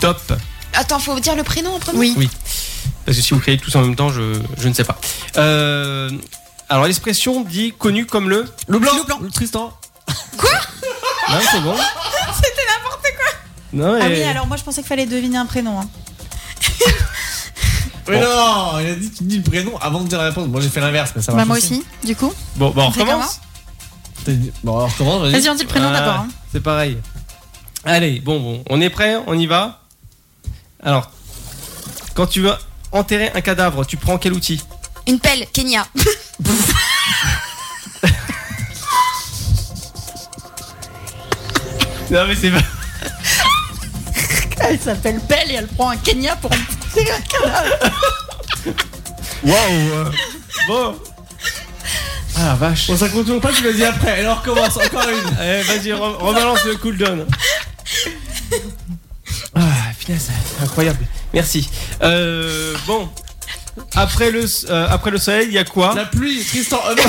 Top.
Attends, faut dire le prénom en premier
Oui.
Parce que si vous créez tous en même temps, je, je ne sais pas. Euh, alors, l'expression dit connu comme le.
Le blanc,
Le blanc.
Tristan.
Non, c'est bon. C'était n'importe quoi. Non,
Ah
mais-
oui, alors moi je pensais qu'il fallait deviner un prénom. hein.
Mais non, il a dit tu dis le prénom avant de dire la réponse. Moi j'ai fait l'inverse, mais ça
Bah,
marche
moi aussi, du coup.
Bon, bah, on
On fait
recommence.
T'as dit- Bon, alors comment vas-y. Euh,
Vas-y, on dit le prénom
Ah,
d'abord. hein.
C'est pareil. Allez, bon, bon, on est prêt, on y va. Alors, quand tu veux enterrer un cadavre, tu prends quel outil
Une pelle, Kenya.
Non mais c'est pas.
Elle s'appelle Belle et elle prend un Kenya pour
Waouh
Bon. Ah la vache.
On Oh. ça compte toujours pas, tu l'as dit après. Alors recommence, encore une.
Allez, vas-y, re- rebalance le cooldown. Ah, finesse, incroyable. Merci. Euh, bon. Après le, euh, après le soleil, il y a quoi
La pluie, Tristan. euh, merde.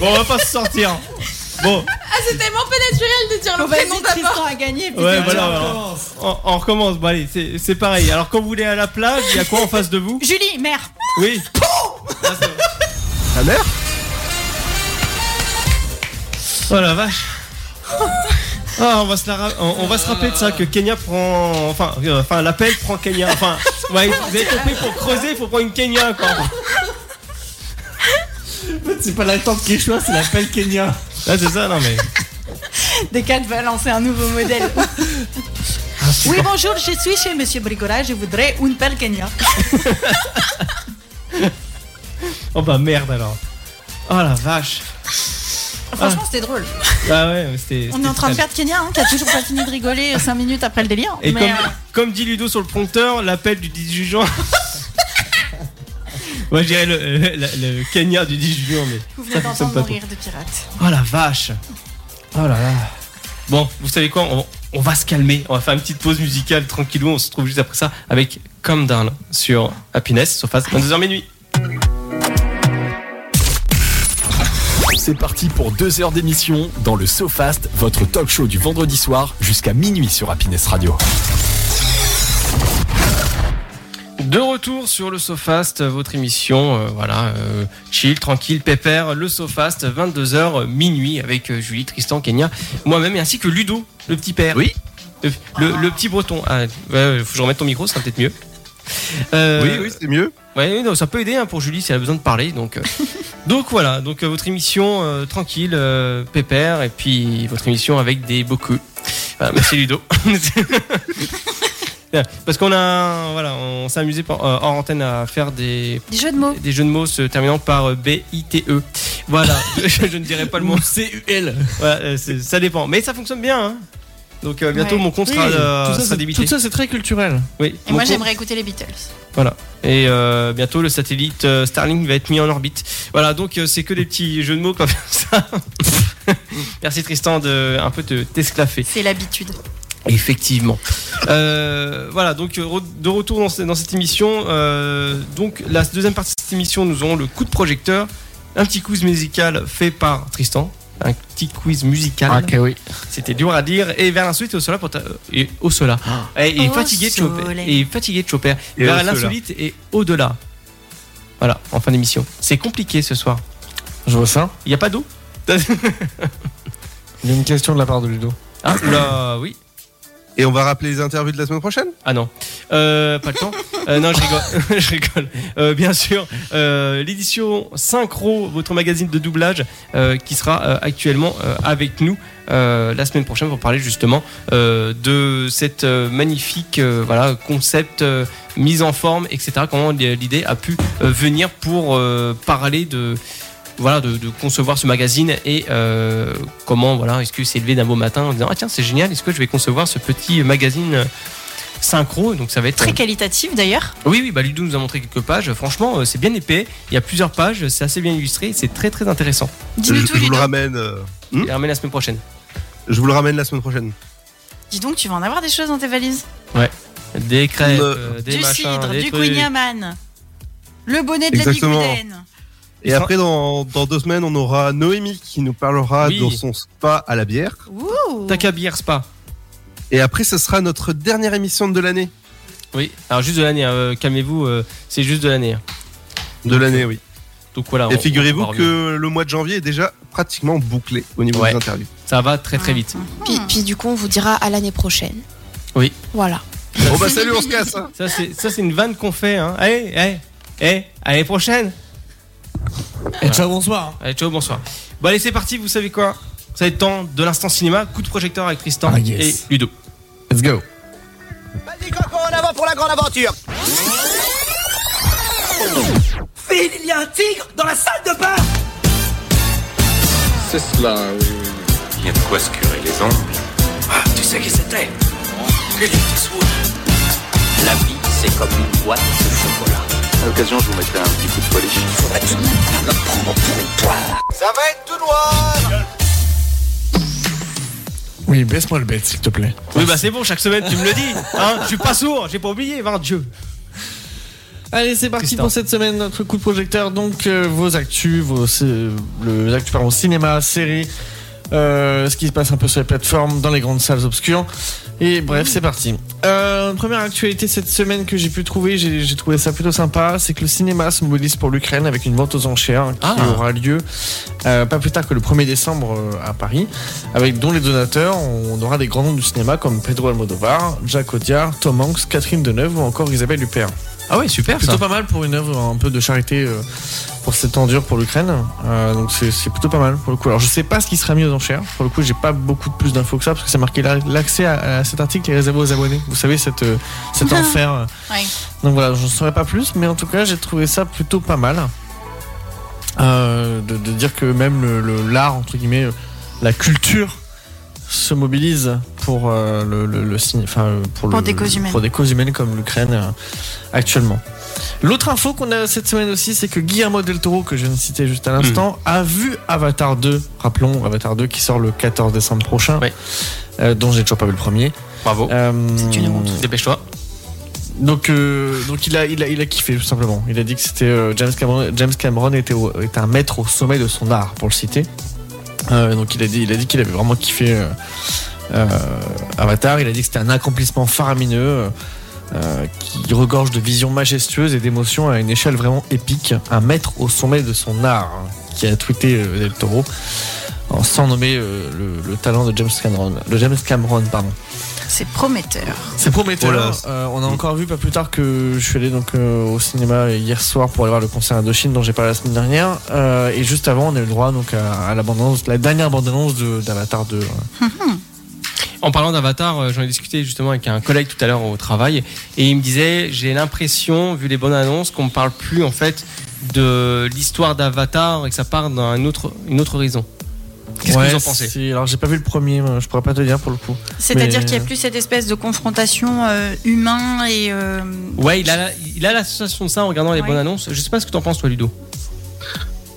Bon, on va pas se sortir. Bon,
C'est tellement pas naturel de dire le prénom d'abord.
Tristan a gagné. putain.
ouais, voilà.
Tiens,
voilà.
recommence.
On, on recommence. Bon, allez, c'est c'est pareil. Alors, quand vous voulez à la plage, il y a quoi en face de vous
Julie, mère.
Oui. Ah, c'est bon.
Ta mère
Oh la vache Ah, on va se la ra- on, on va se rappeler de ça que Kenya prend enfin euh, enfin l'appel prend Kenya enfin ouais, vous avez compris pour creuser il faut prendre une Kenya quoi.
En fait, c'est pas la tente Quechua, c'est la pelle Kenya.
Là Ah, c'est ça non mais
Descartes va lancer un nouveau modèle.
Ah,
oui, bonjour, je suis chez Monsieur Bricola, je voudrais une pelle Kenya.
oh bah merde alors. Oh la vache.
Franchement, c'était drôle.
Ah ouais, mais c'était
On
c'était
est en train de
très-
perdre Kenya, hein, qui a toujours pas fini de rigoler 5 minutes après le délire.
Et
mais,
comme,
euh,
comme dit Ludo sur le prompteur, l'appel du 18 juin. Moi je dirais le, le- le Kenya du 18 juin mais
vous
ça
venez
fonctionne
d'entendre
pas
mon
trop.
rire de pirate.
Oh la vache Oh là là Bon, vous savez quoi on, on va se calmer, on va faire une petite pause musicale tranquillou, on se retrouve juste après ça avec Calm Down sur Happiness, sauf à 22h minuit.
C'est parti pour deux heures d'émission dans le SoFast, votre talk show du vendredi soir jusqu'à minuit sur Happiness Radio.
De retour sur le SoFast, votre émission, euh, voilà, euh, chill, tranquille, pépère, le SoFast, 22h minuit avec euh, Julie, Tristan, Kenya, moi-même et ainsi que Ludo, le petit père.
Oui.
Le, le- le petit breton. Ah, ouais, faut que je remette ton micro, ça sera peut-être mieux. Euh,
Oui, oui, c'est mieux.
Ouais, oui, non, ça peut aider hein, pour Julie si elle a besoin de parler. Donc, euh, donc voilà, donc euh, votre émission euh, tranquille, euh, pépère, et puis votre émission avec des beaucoup. Voilà, merci Ludo. Parce qu'on a, voilà, on s'est amusé par- euh, hors antenne à faire des,
Des jeux de
Oh.
mots.
des jeux de mots se terminant par euh, B-I-T-E. Voilà, je, je ne dirai pas le mot.
C-U-L.
Voilà, euh, c'est- ça dépend, mais ça fonctionne bien. hein. Donc euh, bientôt
Ouais.
mon compte sera, euh, sera débité.
tout ça, c'est très culturel.
Oui,
Et
mon
moi,
compte-
j'aimerais écouter les Beatles.
et euh, bientôt le satellite euh, Starlink va être mis en orbite. Voilà, donc euh, c'est que des petits jeux de mots comme ça. Merci Tristan de un peu te t'esclaffer.
C'est l'habitude.
Effectivement. Euh, voilà, donc euh, re- de retour dans, ce- dans cette émission. euh, donc la deuxième partie de cette émission, nous aurons le coup de projecteur, un petit quiz musical fait par Tristan. Un petit quiz musical.
Ah, oui.
C'était dur à dire. Et vers l'insolite et au soleil pour ta- et au soleil.
Ah.
Et, et
Au
fatigué de choper.
soleil.
Et fatigué de choper.
Et au
vers
soleil.
l'insolite et au-delà. Voilà, en fin d'émission. C'est compliqué ce soir.
Je vois ça.
Il n'y a pas d'eau
Il y a une question de la part de Ludo.
Ah, là, oui.
Et on va rappeler les interviews de la semaine prochaine.
Ah non, Euh, pas le temps. Euh, non, je rigole. je rigole. Euh, bien sûr, euh, l'édition Synchro, votre magazine de doublage, euh, qui sera euh, actuellement euh, avec nous euh, la semaine prochaine pour parler justement euh, de cette euh, magnifique euh, voilà concept. euh, mise en forme, etc. Comment l'idée a pu euh, venir pour euh, parler de voilà de, de concevoir ce magazine et euh, comment voilà est-ce que s'est levé d'un beau matin en disant ah tiens c'est génial est-ce que je vais concevoir ce petit magazine euh, synchro donc ça va être
Très qualitatif d'ailleurs.
oui, oui, bah Ludo nous a montré quelques pages. Franchement, euh, c'est bien épais. Il y a plusieurs pages, c'est assez bien illustré, c'est très très intéressant.
Je,
Dis-nous tout,
je vous le
Ludo.
ramène. euh,
Et ramène la semaine prochaine.
je vous le ramène la semaine prochaine.
Dis donc, tu vas en avoir des choses dans tes valises.
Des crêpes,
Euh,
euh, des
du
machins,
cidre,
des
du
trucs.
Kunyaman, le bonnet de
Exactement.
la bigoudaine.
Et
sera-
après, dans, dans deux semaines, on aura Noémie qui nous parlera
Oui.
de son spa à la bière.
Ouh.
Taka Beer Spa.
Et après, ce sera notre dernière émission de l'année.
Oui. Alors juste de l'année. hein, euh, Calmez-vous. euh, c'est juste de l'année. hein.
De l'année, oui.
Donc voilà. on-
Et
on va
figurez-vous
revenir.
que le mois de janvier est déjà pratiquement bouclé au niveau
Ouais.
des interviews.
ça va très très vite.
Ah.
Puis, puis du coup, on vous dira à l'année prochaine.
Oui.
Voilà.
Bon bah salut, on se casse. hein.
Ça c'est ça c'est une vanne qu'on fait. Hein. Allez, allez, allez, à l'année prochaine.
Et ciao, bonsoir.
Allez, ciao, bonsoir. Bon allez, c'est parti. Vous savez quoi Ça va être temps de l'instant cinéma. Coup de projecteur avec Tristan
Ah, yes.
et Ludo.
Let's go.
Vas-y Coco, en avant pour la grande aventure Phil, il y a un tigre dans la salle de bain
C'est cela, oui, oui. Il y a de quoi se curer les ongles.
Ah, tu sais qui c'était Clint Eastwood. La vie, c'est comme une boîte de chocolat.
À l'occasion, je vous mettrai un petit coup de polish.
Il faudrait tout de même la prendre pour une poire.
Ça va être tout noir
Oui, baisse-moi le bête, s'il te plaît.
Oui, bah c'est bon, chaque semaine tu me le dis. Hein, je suis pas sourd, j'ai pas oublié, ben Dieu.
Allez, c'est parti
Tristan.
pour cette semaine, notre coup de projecteur. Donc, euh, vos actus, vos, sé- le, les actus, pardon, cinéma, séries, euh, ce qui se passe un peu sur les plateformes, dans les grandes salles obscures. Et bref, c'est parti. Euh, première actualité cette semaine que j'ai pu trouver, j'ai j'ai trouvé ça plutôt sympa, c'est que le cinéma se mobilise pour l'Ukraine avec une vente aux enchères qui
Ah.
aura lieu euh, pas plus tard que le 1er décembre euh, à Paris, avec dont les donateurs, on aura des grands noms du cinéma comme Pedro Almodovar, Jacques Audiard, Tom Hanks, Catherine Deneuve ou encore Isabelle Huppert.
Ah ouais, super
Plutôt pas mal pour une œuvre un peu de charité euh, pour cette endure pour l'Ukraine. Euh, donc c'est c'est plutôt pas mal pour le coup. Alors je sais pas ce qui sera mis aux enchères. Pour le coup, j'ai pas beaucoup de plus d'infos que ça parce que c'est marqué là- l'accès à, à cet article est réservé aux abonnés. Vous savez cette euh, cet enfer.
Ouais.
Donc voilà, je ne saurais pas plus, mais en tout cas, j'ai trouvé ça plutôt pas mal. Euh, de, de dire que même le- le- l'art entre guillemets, euh, la culture se mobilise pour euh, le, le- le ciné- enfin, euh, pour,
Pour
le-
des causes humaines.
pour des causes humaines comme l'Ukraine euh, actuellement. L'autre info qu'on a cette semaine aussi, c'est que Guillermo del Toro, que je viens de citer juste à l'instant, a vu Avatar 2. Rappelons, Avatar 2 qui sort le 14 décembre prochain,
Ouais.
euh, dont j'ai toujours pas vu le premier.
Bravo.
Euh,
Dépêche-toi.
Donc, euh, donc il, a, il, a, il a kiffé tout simplement. Il a dit que c'était euh, James Cameron, James Cameron était, au- était un maître au sommet de son art, pour le citer. Euh, donc il a dit il a dit qu'il avait vraiment kiffé euh, euh, Avatar. Il a dit que c'était un accomplissement faramineux euh, euh, qui regorge de visions majestueuses et d'émotions à une échelle vraiment épique. Un maître au sommet de son art, hein, qui a tweeté euh, Del Toro, en- sans nommer euh, le, le talent de James Cameron. Le James Cameron, pardon.
C'est prometteur.
C'est prometteur.
Oh là.
Euh,
mm.
on a encore vu pas plus tard que je suis allé donc euh, au cinéma hier soir pour aller voir le concert Indochine dont j'ai parlé la semaine dernière. Euh, et juste avant, on a eu le droit donc à, à la bande-annonce- la dernière bande-annonce de- d'Avatar 2.
En parlant d'Avatar, euh, j'en ai discuté justement avec un collègue tout à l'heure au travail et il me disait j'ai l'impression, vu les bonnes annonces, qu'on ne parle plus en fait de l'histoire d'Avatar et que ça part dans un autre, une autre horizon. Qu'est-ce
Ouais,
que vous en pensez
c'est- Alors j'ai pas vu le premier, moi, je pourrais pas te dire pour le coup.
C'est-à-dire
Mais-
qu'il n'y a plus cette espèce de confrontation euh, humain et. euh,
Ouais, il a, la- il a l'association de ça en regardant les bonnes annonces. Je sais pas ce que t'en penses toi, Ludo.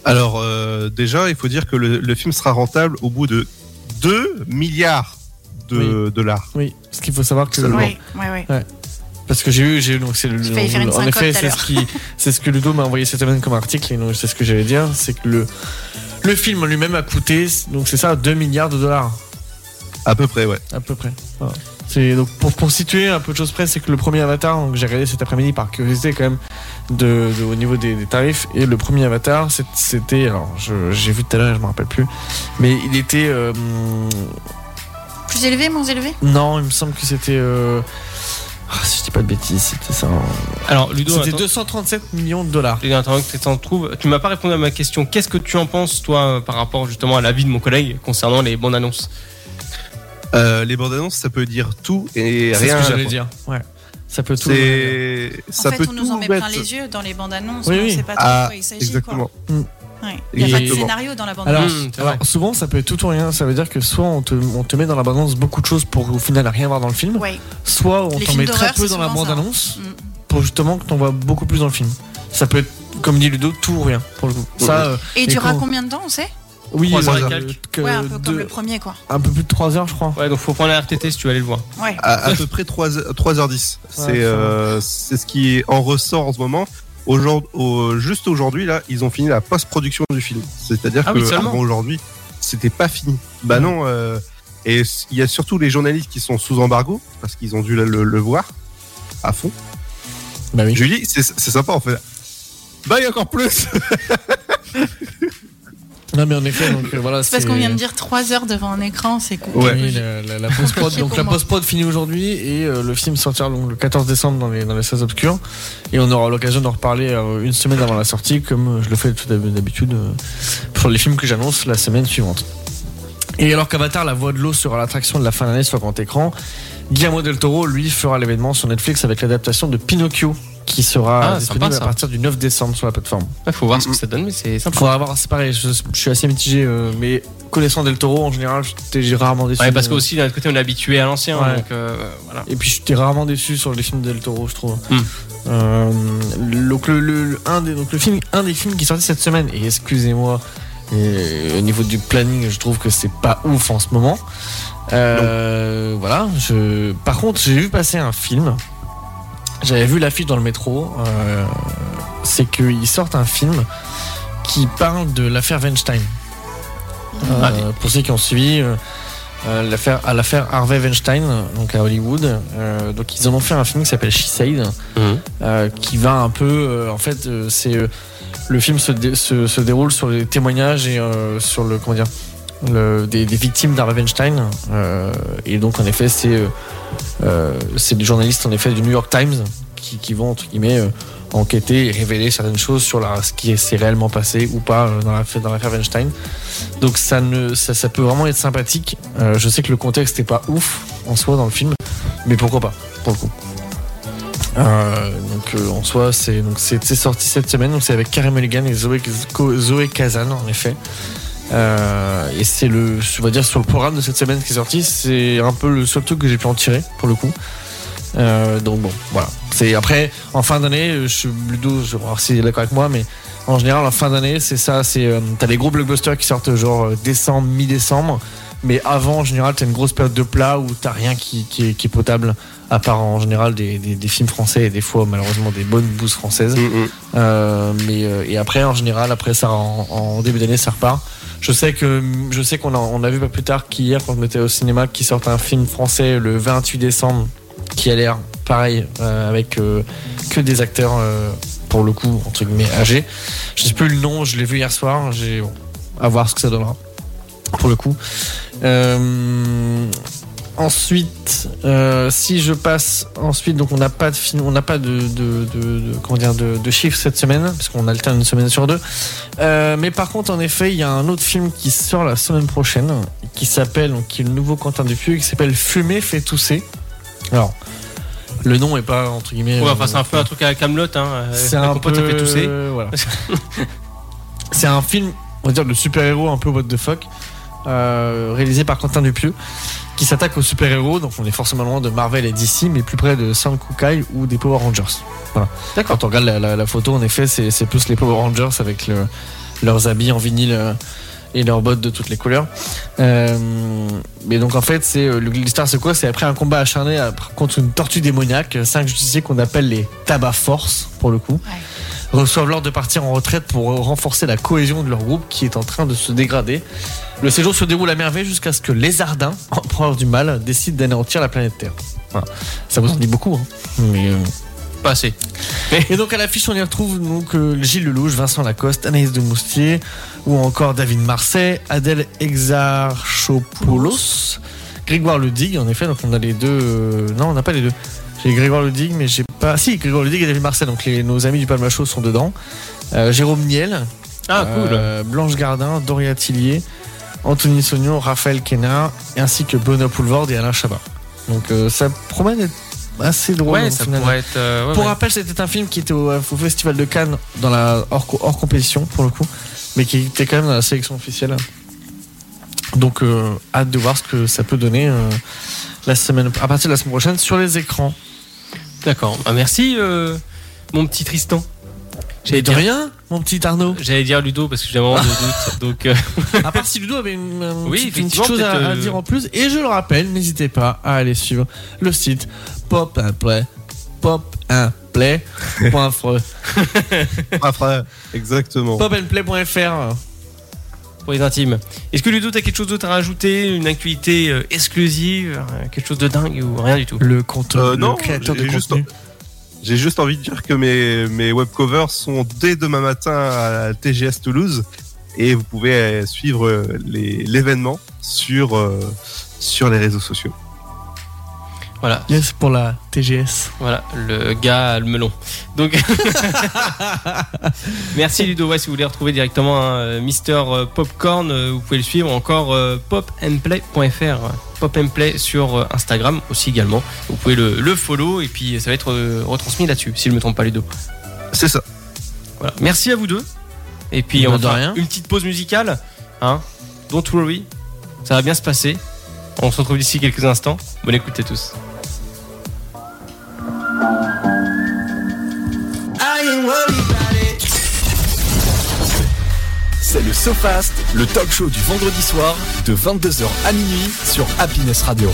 Alors, euh, déjà, il faut dire que le, le film sera rentable au bout de 2 milliards de dollars.
Oui, parce qu'il faut savoir que.
Seulement.
Ouais, ouais, ouais.
Ouais. Parce que j'ai eu, j'ai eu donc c'est le.
J'ai failli faire une
en
syncope
effet,
tout à
c'est
l'heure.
ce qui, c'est ce que Ludo m'a envoyé cette semaine comme article et donc c'est ce que j'allais dire, c'est que le le film en lui-même a coûté donc c'est ça 2 milliards de dollars.
À peu près, ouais.
À peu près. Voilà. C'est donc pour, pour situer un peu de choses près, c'est que le premier Avatar, donc j'ai regardé cet après-midi par curiosité quand même, de, de- au niveau des, des tarifs, et le premier Avatar, c'est- c'était, alors je- j'ai vu tout à l'heure, je me rappelle plus, mais il était, euh,
Plus élevé, moins élevé
non, il me semble que c'était, euh, ah, si je dis pas de bêtises, c'était ça. hein.
Alors, Ludo,
C'était
attends.
237 millions de dollars.
Ludo, attends que tu t'en trouves. Tu m'as pas répondu à ma question. Qu'est-ce que tu en penses toi euh, par rapport justement à l'avis de mon collègue concernant les bonnes annonces
Euh, les bandes annonces, ça peut dire tout et
C'est ce
rien.
que
à la
j'allais
fois.
dire. Ouais. Ça peut tout.
C'est.
En
Ça
fait,
peut
on nous en
tout
met plein
mettre.
les yeux dans les bandes annonces.
Oui,
on
oui.
sait pas trop
Ah,
de quoi il s'agit.
exactement.
quoi.
Mm.
Ouais. Il n'y a pas de
Et-
scénario dans la bande
Alors,
annonce.
alors, souvent, ça peut être tout ou rien. Ça veut dire que soit on te, on te met dans la bande-annonce beaucoup de choses pour au final rien voir dans le film,
Ouais.
soit on
Les
t'en
films
met très
d'horreur,
peu
c'est
dans la
souvent ça.
bande-annonce
Mm.
pour justement que t'en vois beaucoup plus dans le film. Ça peut être, comme dit Ludo, tout ou rien pour le coup. Ça, euh,
Et il durera
quand-
combien de temps, on sait
Oui,
Trois heures et
euh,
quelques.
que
Ouais, un
deux-
peu comme le premier, quoi.
un peu plus de 3 heures, je crois.
Ouais, donc faut prendre la RTT si tu veux aller le voir.
Ouais.
à, à peu près 3, 3h10.
Ouais,
c'est euh, c'est ce qui en ressort en ce moment. Aujourd'hui, au- juste aujourd'hui, là, ils ont fini la post-production du film. C'est-à-dire
Ah
que
oui, seulement.
avant aujourd'hui, c'était pas fini. Bah non. euh, et s- il y a surtout les journalistes qui sont sous embargo parce qu'ils ont dû le, le- le voir à fond.
Bah oui.
Julie, c'est c'est sympa en fait. Bah il y a encore plus.
Non, mais en effet, donc euh, voilà.
C'est parce qu'on vient de dire 3 heures devant un écran, c'est cool.
Ouais.
Oui, la, la- la post-prod.
C'est
donc
pour
la
moi.
post-prod finit aujourd'hui et euh, le film sortira donc, le 14 décembre dans les, dans les salles obscures. Et on aura l'occasion d'en reparler euh, une semaine avant la sortie, comme euh, je le fais tout d'hab- d'habitude euh, pour les films que j'annonce la semaine suivante. Et alors qu'Avatar, la voix de l'eau sera l'attraction de la fin d'année sur grand écran, Guillermo del Toro, lui, fera l'événement sur Netflix avec l'adaptation de Pinocchio qui sera
Ah,
disponible
sympa, ça.
à partir du 9 décembre sur la plateforme.
Ouais, faut voir ce que ça donne, mais c'est sympa.
Faudra voir, c'est pareil, je, je suis assez mitigé, euh, mais connaissant Del Toro en général, j'étais j'ai rarement déçu.
Ouais, parce que
euh,
aussi d'un autre côté on est habitué à l'ancien,
Ouais.
donc euh, voilà.
Et puis j'étais rarement déçu sur les films de Del Toro, je trouve.
Hmm.
Euh, donc, le, le- le- un des, donc le film, un des films qui est sorti cette semaine, et excusez-moi, et au niveau du planning, je trouve que c'est pas ouf en ce moment. Euh, voilà, je, par contre, j'ai vu passer un film. J'avais vu l'affiche dans le métro. euh, c'est qu'ils sortent un film qui parle de l'affaire Weinstein. Euh,
Allez.
pour ceux qui ont suivi, euh, euh, l'affaire à l'affaire Harvey Weinstein, euh, donc à Hollywood. Euh, donc ils en ont fait un film qui s'appelle She Said,
Mhm.
euh, qui va un peu, euh, en fait, euh, c'est euh, le film se, dé- se, se déroule sur les témoignages et euh, sur le comment dire, le, des, des victimes d'Harvey Weinstein. Euh, et donc en effet, c'est euh, euh, c'est des journalistes en effet du New York Times qui, qui vont entre guillemets euh, enquêter et révéler certaines choses sur la, ce qui s'est réellement passé ou pas euh, dans l'affaire dans l'affaire Weinstein. Donc ça, ne, ça, ça peut vraiment être sympathique. Euh, je sais que le contexte n'est pas ouf en soi dans le film, mais pourquoi pas, pour le coup. Euh, donc euh, en soi, c'est donc c'est c'est sorti cette semaine. Donc c'est avec Karim Mulligan et Zoé, Co- Zoé Kazan en effet. Euh, et c'est le, je vais dire sur le programme de cette semaine qui est sorti, c'est un peu le seul truc que j'ai pu en tirer pour le coup. Euh, donc bon, voilà. C'est après en fin d'année, euh, je suis Ludo, je vais voir s'il est d'accord avec moi, mais en général en fin d'année, c'est ça, c'est euh, t'as les gros blockbusters qui sortent genre euh, décembre, mi-décembre. Mais avant, en général, t'as une grosse période de plat où t'as rien qui, qui est, qui est potable, à part en général des, des- des films français et des fois, malheureusement, des bonnes bouses françaises. Euh, mais, euh, et après, en général, après ça, en, en début d'année, ça repart. Je sais que je sais qu'on a, on a vu pas plus tard qu'hier, quand on était au cinéma, qui sort un film français le 28 décembre, qui a l'air pareil, euh, avec euh, que des acteurs, euh, pour le coup, entre guillemets, âgés. Je sais plus le nom, je l'ai vu hier soir, j'ai, bon, à voir ce que ça donnera, pour le coup. Euh, ensuite, euh, si je passe ensuite, donc on n'a pas de film, on n'a pas de, de, de- de- comment dire de, de chiffres cette semaine, parce qu'on alterne une semaine sur deux. Euh, mais par contre, en effet, il y a un autre film qui sort la semaine prochaine, qui s'appelle, donc, qui est le nouveau Quentin Dupieux, qui s'appelle Fumer fait tousser. Alors, le nom est pas entre guillemets.
Ouais,
euh,
enfin, c'est un peu un truc à Camelot. Hein.
c'est
La
un
compote, ça
peu-
fait tousser.
voilà. c'est un film, on va dire, de super-héros un peu what the fuck, euh, réalisé par Quentin Dupieux, qui s'attaque aux super-héros. Donc, on est forcément loin de Marvel et DC, mais plus près de Sam Kukai ou des Power Rangers. Voilà. Quand on regarde la, la- la photo, en effet, c'est c'est plus les Power Rangers avec le- leurs habits en vinyle. euh, et leurs bottes de toutes les couleurs. Euh, mais donc en fait, c'est euh, l'histoire, c'est quoi C'est après un combat acharné après- contre une tortue démoniaque, euh, cinq justiciers qu'on appelle les tabac force pour le coup reçoivent l'ordre de partir en retraite pour euh, renforcer la cohésion de leur groupe qui est en train de se dégrader. Le séjour se déroule à merveille jusqu'à ce que Lézardin, empereur du mal, décide d'anéantir la planète Terre. Voilà. Ça vous en dit beaucoup, hein mais
pas assez.
Et donc à l'affiche, on y retrouve donc euh, Gilles Lelouch, Vincent Lacoste, Anaïs de Moustier, ou encore David Marseille, Adèle Exarchopoulos, Grégoire Ludig. En effet, donc on a les deux. euh, non, on n'a pas les deux. J'ai Grégoire Ludig, mais j'ai pas. Si, Grégoire Ludig et David Marseille. Donc les- nos amis du Palma Show sont dedans. Euh, Jérôme Niel. euh,
Ah, cool.
Blanche Gardin, Doria Tillier, Anthony Sognon, Raphaël Kenard, ainsi que Benoît Poulvord et Alain Chabat. Donc euh, ça promet d'être assez drôle. hein,
Ouais,
au
ça
final.
pourrait être. euh, ouais,
Pour
ouais.
rappel, c'était un film qui était au, au Festival de Cannes, dans la, hors, co- hors compétition pour le coup, mais qui était quand même dans la sélection officielle. Donc, euh, hâte de voir ce que ça peut donner euh, la semaine, à partir de la semaine prochaine sur les écrans.
D'accord. Ah, merci, euh, mon petit Tristan.
Mais de rien, mon petit Arnaud.
J'allais dire Ludo parce que j'ai vraiment de doute. Donc, euh,
À part si Ludo avait une, euh,
Oui,
petite- une petite
effectivement,
chose à,
peut-être,
à
euh,
dire en plus. Et je le rappelle, n'hésitez pas à aller suivre le site pop un play, pop un play. Point fre-
Après, exactement.
popandplay.fr.
pour les intimes. Est-ce que Ludo, t'as quelque chose d'autre à rajouter Une actualité euh, exclusive euh, Quelque chose de dingue ou rien du tout
Le compte,
Euh,
le
non,
créateur de
j'ai juste-
contenu.
J'ai juste envie de dire que mes, mes webcovers sont dès demain matin à la TGS Toulouse et vous pouvez euh, suivre euh, les- l'événement sur, euh, sur les réseaux sociaux.
Voilà,
Yes, pour la TGS.
voilà, le gars a le melon. Donc, merci Ludo. Ouais, si vous voulez retrouver directement hein, euh, Mister Popcorn, euh, vous pouvez le suivre encore euh, popandplay.fr. Popandplay sur euh, Instagram aussi également. Vous pouvez le, le follow et puis ça va être euh, retransmis là-dessus, si je ne me trompe pas, Ludo.
C'est ça.
Voilà. Merci à vous deux. Et puis
Bah,
on
de
va
rien.
faire une petite pause musicale. Hein Don't worry, ça va bien se passer. On se retrouve d'ici quelques instants. Bonne écoute à tous.
C'est le SoFast, le talk show du vendredi soir de 22h à minuit sur Happiness Radio.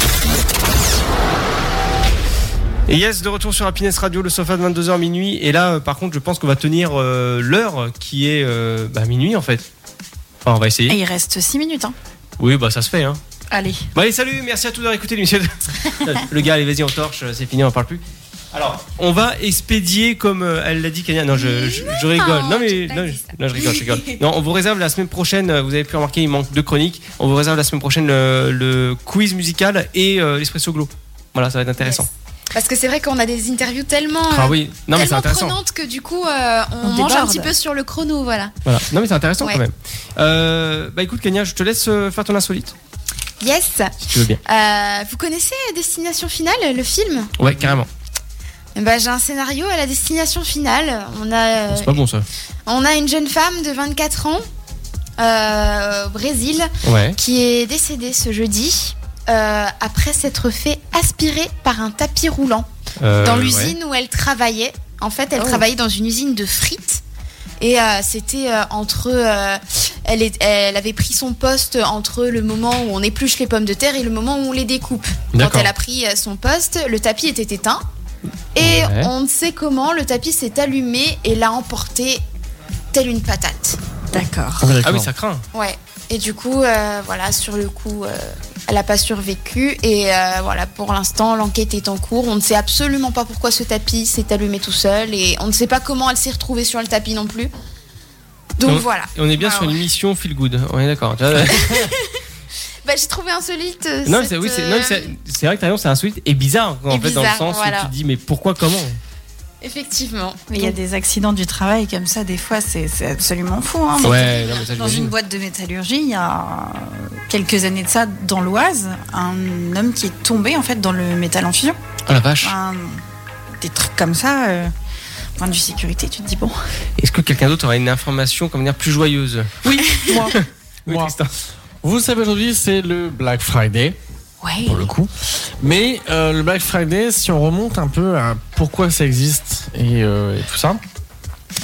Et yes, de retour sur Happiness Radio, le sofa de 22h minuit. Et là, euh, par contre, je pense qu'on va tenir euh, l'heure qui est euh, bah, minuit en fait. Enfin, on va
Et
essayer.
il reste 6 minutes. hein.
Oui, bah ça se fait. Hein.
Allez.
Bon, allez, salut, merci à tous d'avoir écouté l'émission. le gars, allez, vas-y, on torche, euh, c'est fini, on en parle plus. Alors, on va expédier comme euh, elle l'a dit, Kania. Non, je, je- je rigole. Non, mais
j'ai pas
non,
dit
je- non, je rigole, je rigole. Non, on vous réserve la semaine prochaine. euh, Vous avez pu remarquer, il manque deux chroniques. On vous réserve la semaine prochaine euh, le, quiz musical et euh, l'espresso glow. Voilà, ça va être intéressant.
Parce que c'est vrai qu'on a des interviews tellement, euh,
Ah oui, non, mais c'est
tellement
intéressant.
prenantes que du coup, euh, on,
On
mange un
déborde.
petit peu sur le chrono, voilà.
Voilà. Non, mais c'est intéressant
Ouais.
quand même. Euh, bah écoute, Kania, je te laisse euh, faire ton insolite,
Yes.
si tu veux bien.
Euh, vous connaissez Destination Finale, le film
Ouais, carrément.
Eh ben, J'ai un scénario à la destination finale. On a, euh,
C'est pas bon ça.
on a une jeune femme de 24 ans euh, au Brésil
Ouais.
qui est décédée ce jeudi euh, après s'être fait aspirer par un tapis roulant
euh,
Euh,
dans l'usine où elle travaillait. En fait, elle travaillait dans une usine de frites. Et euh, c'était euh, entre euh, elle, est- elle avait pris son poste entre le moment où on épluche les pommes de terre et le moment où on les découpe. Quand
D'accord.
elle a pris euh, son poste, le tapis était éteint. Et
Ouais.
on ne sait comment, le tapis s'est allumé et l'a emporté telle une patate.
D'accord.
Ah, oui, ça craint.
Ouais. Et du coup, euh, voilà, sur le coup, euh, elle n'a pas survécu. Et euh, voilà, pour l'instant, l'enquête est en cours. On ne sait absolument pas pourquoi ce tapis s'est allumé tout seul. Et on ne sait pas comment elle s'est retrouvée sur le tapis non plus. Donc
Et on-
voilà.
et On est bien sur une mission feel good. On est d'accord. Tu vois, euh,
Bah, j'ai trouvé insolite. euh,
non, mais
cette,
c'est oui, c'est-
euh,
non, mais c'est- c'est vrai que t'as raison, c'est insolite et bizarre en fait,
Et
dans le
bizarre,
sens
voilà.
où tu te dis, mais pourquoi, comment
Effectivement.
Mais il y a
Donc,
des accidents du travail comme ça, des fois, c'est c'est absolument fou. hein. Moi,
Ouais,
j'ai-
non, mais ça,
dans
j'imagine.
une boîte de métallurgie, il y a quelques années de ça, dans l'Oise, un homme qui est tombé en fait dans le métal en fusion.
Oh la vache.
Un- des trucs comme ça, euh, point de vue sécurité, tu te dis bon.
Est-ce que quelqu'un d'autre aurait une information comme dire plus joyeuse
Oui, moi.
Oui, Tristan.
Vous savez, aujourd'hui, c'est le Black Friday.
Ouais.
Pour le coup. Mais euh, le Black Friday, si on remonte un peu à pourquoi ça existe et, euh, et tout ça,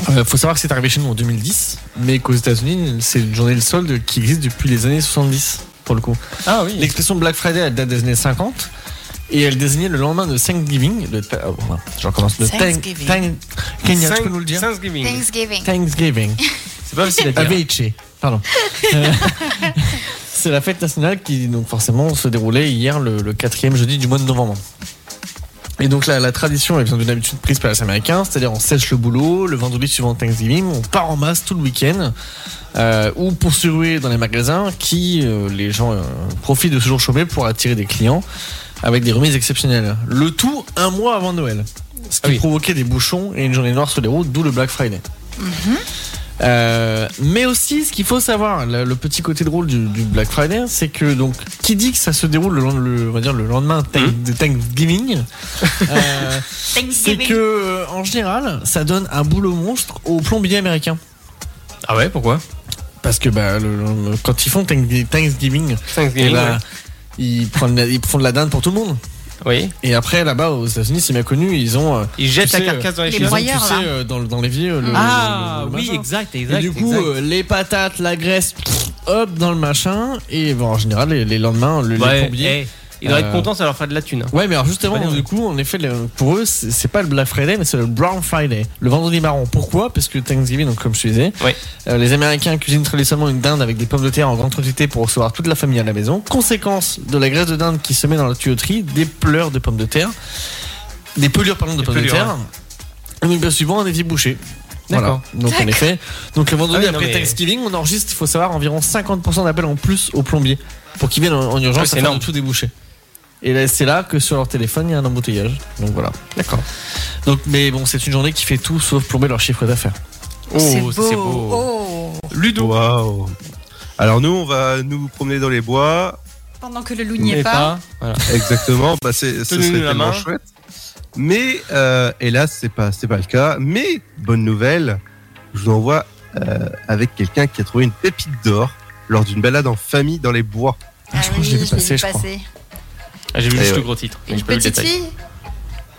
il faut savoir que c'est arrivé chez nous en 2010, mais qu'aux États-Unis, c'est une journée de solde qui existe depuis les années 70, pour le coup.
Ah oui.
L'expression Black Friday, elle date des années 50. Et elle désignait le lendemain de Thanksgiving. Le ta- oh, voilà, je recommence le
Thanksgiving.
Thank- Kenya, tu
Thank-
peux nous le dire
Thanksgiving.
Thanksgiving.
Thanksgiving.
C'est pas facile à dire.
Aveiche, pardon. Euh, C'est la fête nationale qui, donc forcément, se déroulait hier, le, le quatrième jeudi du mois de novembre. Et donc la, la tradition elle vient d'une habitude prise par les Américains, c'est-à-dire on sèche le boulot, le vendredi suivant Thanksgiving, on part en masse tout le week-end, euh, ou pour se ruer dans les magasins, qui euh, les gens euh, profitent de ce jour chômé pour attirer des clients avec des remises exceptionnelles. Le tout un mois avant Noël, ce qui provoquait des bouchons et une journée noire sur les routes, d'où le Black Friday. Euh, mais aussi, ce qu'il faut savoir, le, le petit côté drôle du, du Black Friday, c'est que donc qui dit que ça se déroule le, lend- le- on va dire le lendemain Thank- de Thanksgiving, euh, c'est que euh, en général, ça donne un boulot monstre aux plombiers américains.
Ah ouais, pourquoi
Parce que bah, le- le- quand ils font Thank- Thanksgiving,
Thanksgiving,
eh ben,
ouais.
ils, prennent la- ils font de la dinde pour tout le monde.
Oui.
Et après, là-bas, aux États-Unis, c'est bien connu, ils ont. euh,
Ils jettent
tu
la carcasse dans les
ils ont,
chiottes.
tu
Les broyeurs,
sais,
là.
euh, dans, le- dans l'évier. euh, le-
Ah,
le- le- le
oui,
machin.
exact,
Et
exact.
du coup,
exact.
euh, les patates, la graisse, hop, dans le machin. Et bon, en général, les, les lendemains, le,
Ouais,
les plombiers.
eh, ils devraient être
euh,
contents, ça leur fera de la thune. hein.
Ouais, mais alors justement,
Pas dire,
du coup, en effet, le- pour eux, c'est c'est pas le Black Friday, mais c'est le Brown Friday, le vendredi marron. Pourquoi Parce que Thanksgiving, donc comme je te disais,
Ouais.
euh, les Américains cuisinent traditionnellement une dinde avec des pommes de terre en grande quantité pour recevoir toute la famille à la maison. Conséquence de la graisse de dinde qui se met dans la tuyauterie, des pleurs de pommes de terre, des pelures pardon de pommes
pelures,
de terre. Et donc, bien suivant, on est bouché. Voilà.
D'accord.
Donc en effet, donc le vendredi
Ah oui, non,
après
mais-
Thanksgiving, on enregistre, il faut savoir, environ 50% d'appels en plus aux plombiers pour qu'ils viennent en, en
Ah,
urgence
c'est
afin
énorme.
de tout déboucher. Et là, c'est là que sur leur téléphone, il y a un embouteillage. Donc voilà.
D'accord.
Donc, mais bon, c'est une journée qui fait tout sauf plomber leur chiffre d'affaires.
Oh, c'est beau.
Oh.
Ludo.
Waouh. Alors nous, on va nous promener dans les bois.
Pendant que le loup n'y est pas.
Voilà.
Exactement. Bah, c'est, ce
Tenez-nous
serait
la
tellement
main.
chouette. Mais euh, hélas, c'est pas, c'est pas le cas. Mais bonne nouvelle, je vous envoie euh, avec quelqu'un qui a trouvé une pépite d'or lors d'une balade en famille dans les bois.
Ah
crois que je l'ai vu passer, je crois.
Ah, J'ai vu
Eh
juste
ouais.
le gros titre. mais j'ai
Une
pas vu le
petite
détail.
fille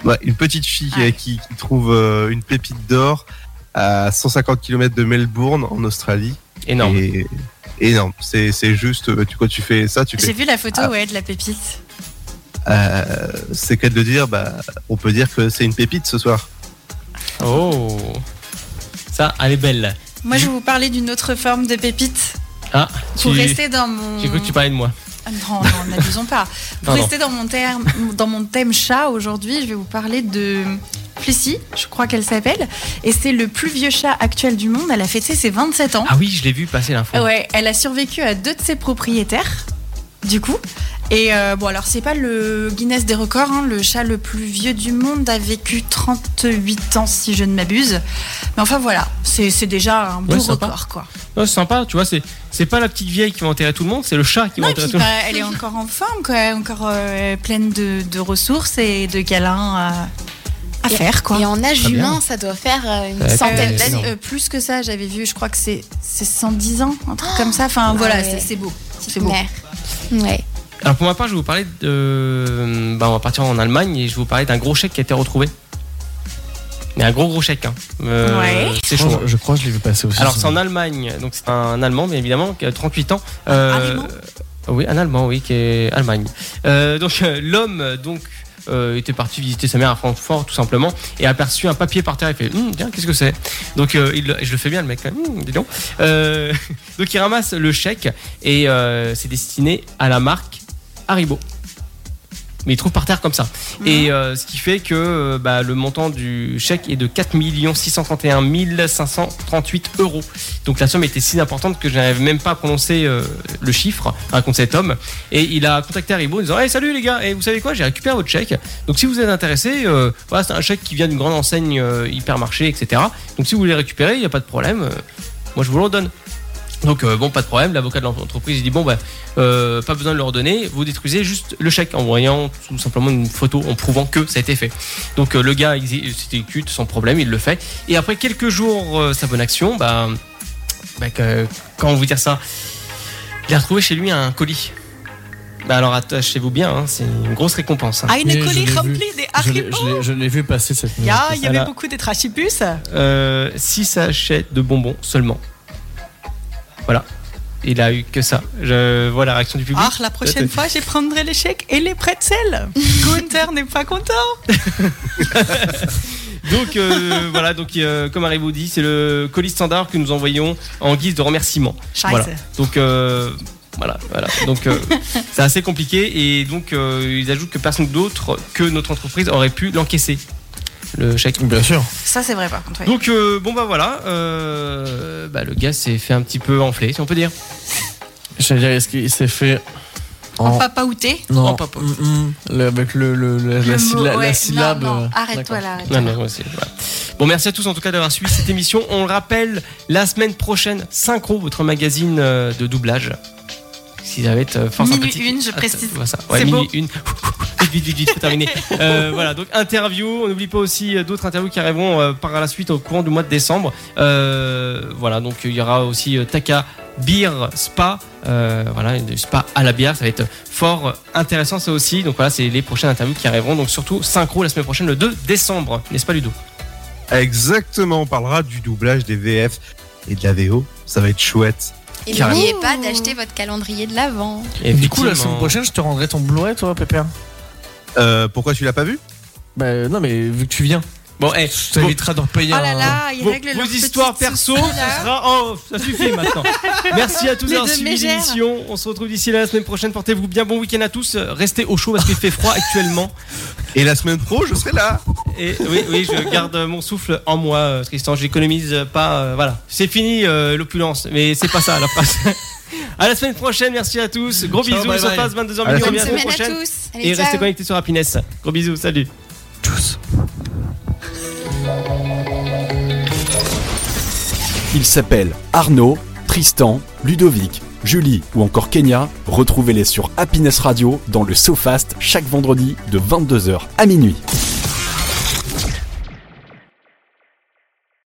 Ouais, une petite fille euh, qui, qui trouve euh, une pépite d'or à 150 km de Melbourne en Australie.
Énorme.
Et- énorme. C'est, c'est juste, euh, tu, quand tu fais ça, tu
J'ai
fais.
vu la photo, ouais, de la pépite.
euh, c'est qu'à de le dire, bah, on peut dire que c'est une pépite ce soir.
Oh. Ça, elle est belle.
Moi, je vais vous parler d'une autre forme de pépite.
Ah,
Pour
tu-
rester dans mon.
J'ai cru que tu parlais de moi.
Ah Non, non, n'abusons pas. Pour
Pardon.
rester dans mon, terme, dans mon thème chat aujourd'hui, je vais vous parler de Plessis, je crois qu'elle s'appelle. Et c'est le plus vieux chat actuel du monde. Elle a fêté ses 27 ans.
Ah oui, je l'ai vu passer l'info.
Ah Ouais, elle a survécu à deux de ses propriétaires, du coup. Et euh, bon, alors c'est pas le Guinness des records, hein. le chat le plus vieux du monde a vécu 38 ans si je ne m'abuse. Mais enfin voilà, c'est c'est déjà un beau
Ouais, sympa.
record quoi.
Non, Oh, c'est sympa, tu vois, c'est, c'est pas la petite vieille qui va enterrer tout le monde, c'est le chat qui
Non,
va
et
enterrer
puis
tout le
bah,
monde.
elle est encore en forme, quoi, encore euh, pleine de, de ressources et de câlins à, à
Et-
faire. Quoi.
Et en âge
Très bien.
humain, ça doit faire euh,
Ça
une
doit être
centaine
énorme.
d'années.
Euh, plus que ça, j'avais vu, je crois que c'est c'est 110 ans, un truc comme ça. Enfin
Ah
voilà,
ouais.
c'est- c'est beau. C'est beau.
Mère. Ouais.
Alors pour ma part, je vais vous parler euh, de. Bah, on va partir en Allemagne et je vais vous parler d'un gros chèque qui a été retrouvé. Mais un gros gros chèque. hein. Euh,
Ouais.
C'est
Je
chaud.
crois- je crois que je l'ai vu passer aussi,
Alors
ça.
c'est en Allemagne, donc c'est un Allemand, bien évidemment, qui a 38 ans. Euh, Oui, un Allemand, oui, qui est Allemagne. Euh, donc euh, l'homme, donc. euh, était parti visiter sa mère à Francfort tout simplement et a aperçu un papier par terre et fait Hum, tiens qu'est-ce que c'est donc euh, il, le- je le fais bien le mec Hum, dis donc Euh, donc il ramasse le chèque et euh, c'est destiné à la marque Haribo mais il trouve par terre comme ça. Et euh, ce qui fait que euh, bah, le montant du chèque est de 4 631 538 euros. Donc la somme était si importante que je n'arrive même pas à prononcer euh, le chiffre, raconte cet homme. Et il a contacté Haribo en disant Hey, Salut les gars, et vous savez quoi J'ai récupéré votre chèque. Donc si vous êtes intéressé, euh, voilà, c'est un chèque qui vient d'une grande enseigne euh, hypermarché, etc. Donc si vous voulez récupérer, il n'y a pas de problème. Euh, moi je vous le redonne. Donc euh, bon, pas de problème. L'avocat de l'entreprise il dit bon bah euh, pas besoin de le redonner. Vous détruisez juste le chèque en voyant tout simplement une photo en prouvant que ça a été fait. Donc euh, le gars il s'exécute sans problème, il le fait. Et après quelques jours euh, sa bonne action, bah, bah, que- comment vous dire ça Il a retrouvé chez lui un colis. Bah alors attachez-vous bien, hein, c'est une grosse récompense. hein.
Ah, une colis remplie des
Je l'ai-
haricots.
je l'ai- Je l'ai vu passer cette
Il y a- il y avait
Voilà.
beaucoup des trachipus.
Euh, six sachets de bonbons seulement. Voilà. Il a eu que ça. Je vois la réaction du public.
Ah, la prochaine fois, je prendrai les chèques et les pretzels. Gunther n'est pas content.
Donc euh, voilà, donc euh, comme Haribo dit, c'est le colis standard que nous envoyons en guise de remerciement.
Scheiße.
Voilà. Donc euh, voilà, voilà. Donc euh, c'est assez compliqué et donc euh, ils ajoutent que personne d'autre que notre entreprise aurait pu l'encaisser. Le chèque.
Bien sûr.
Ça, c'est vrai, par contre. oui.
Donc euh, bon bah voilà, euh, bah, le gars s'est fait un petit peu enfler, si on peut dire.
J'allais dire, est-ce qu'il s'est fait.
En
En...
papaouté.
Non,
En papa.
mm, mm, le- avec le, le- la, la
Le
sylla-
mot,
la
ouais. Non,
syllabe.
non,
euh,
Arrête-toi là.
Non,
arrête-toi
non,
là.
moi aussi, voilà. Bon, merci à tous en tout cas d'avoir suivi cette émission. On le rappelle, la semaine prochaine, Synchro, votre magazine euh, de doublage. Si ça va être euh, fort
Minuit
sympathique.
une, je
Att-
précise.
voilà ça. Ouais,
C'est
minuit
beau.
une. vite, vite, vite, vite, faut terminer. Euh, voilà, donc interview. On n'oublie pas aussi euh, d'autres interviews qui arriveront euh, par la suite au courant du mois de décembre. Euh, voilà, donc il y aura aussi euh, Taka Beer Spa. Euh, voilà, du spa à la bière, ça va être fort euh, intéressant ça aussi. Donc voilà, c'est les prochaines interviews qui arriveront. Donc surtout synchro la semaine prochaine, le 2 décembre, n'est-ce pas Ludo
Exactement, on parlera du doublage des VF et de la VO. Ça va être chouette.
Et
Carrément.
n'oubliez pas d'acheter votre calendrier de l'avant.
Et
du coup, la
effectivement.
semaine prochaine, je te rendrai ton Blu-ray, toi, Pépère
Euh, pourquoi tu l'as pas vu
Bah, euh, non, mais vu que tu viens,
Bon, eh,
je t'inviterai d'en payer
Oh là
un.
là, il
Vos,
règle
vos
leurs
histoires
petites
perso,
soucis,
ça
là.
sera. Oh, ça suffit maintenant. Merci à tous
Les
d'avoir
deux
suivi
mégères.
l'émission. On se retrouve d'ici là la semaine prochaine. Portez-vous bien. Bon week-end à tous. Euh, Restez au chaud parce qu'il fait froid actuellement.
Et la semaine pro, je serai là.
Et oui, oui, je garde mon souffle en moi, euh, Tristan. J'économise euh, pas. euh, voilà. C'est fini euh, l'opulence, mais c'est pas ça la phrase. à la semaine prochaine. Merci à tous. Gros
Ciao,
bisous.
bye
On se
bye.
passe 22h
À la
minuit. On
semaine
revient la semaine
Bonne semaine
prochaine.
à tous. Allez,
Et restez
ciao.
connectés sur Happiness. Gros bisous. Salut.
Ils s'appellent Arnaud, Tristan, Ludovic, Julie ou encore Kenya. Retrouvez-les sur Happiness Radio dans le SoFast chaque vendredi de 22h à minuit.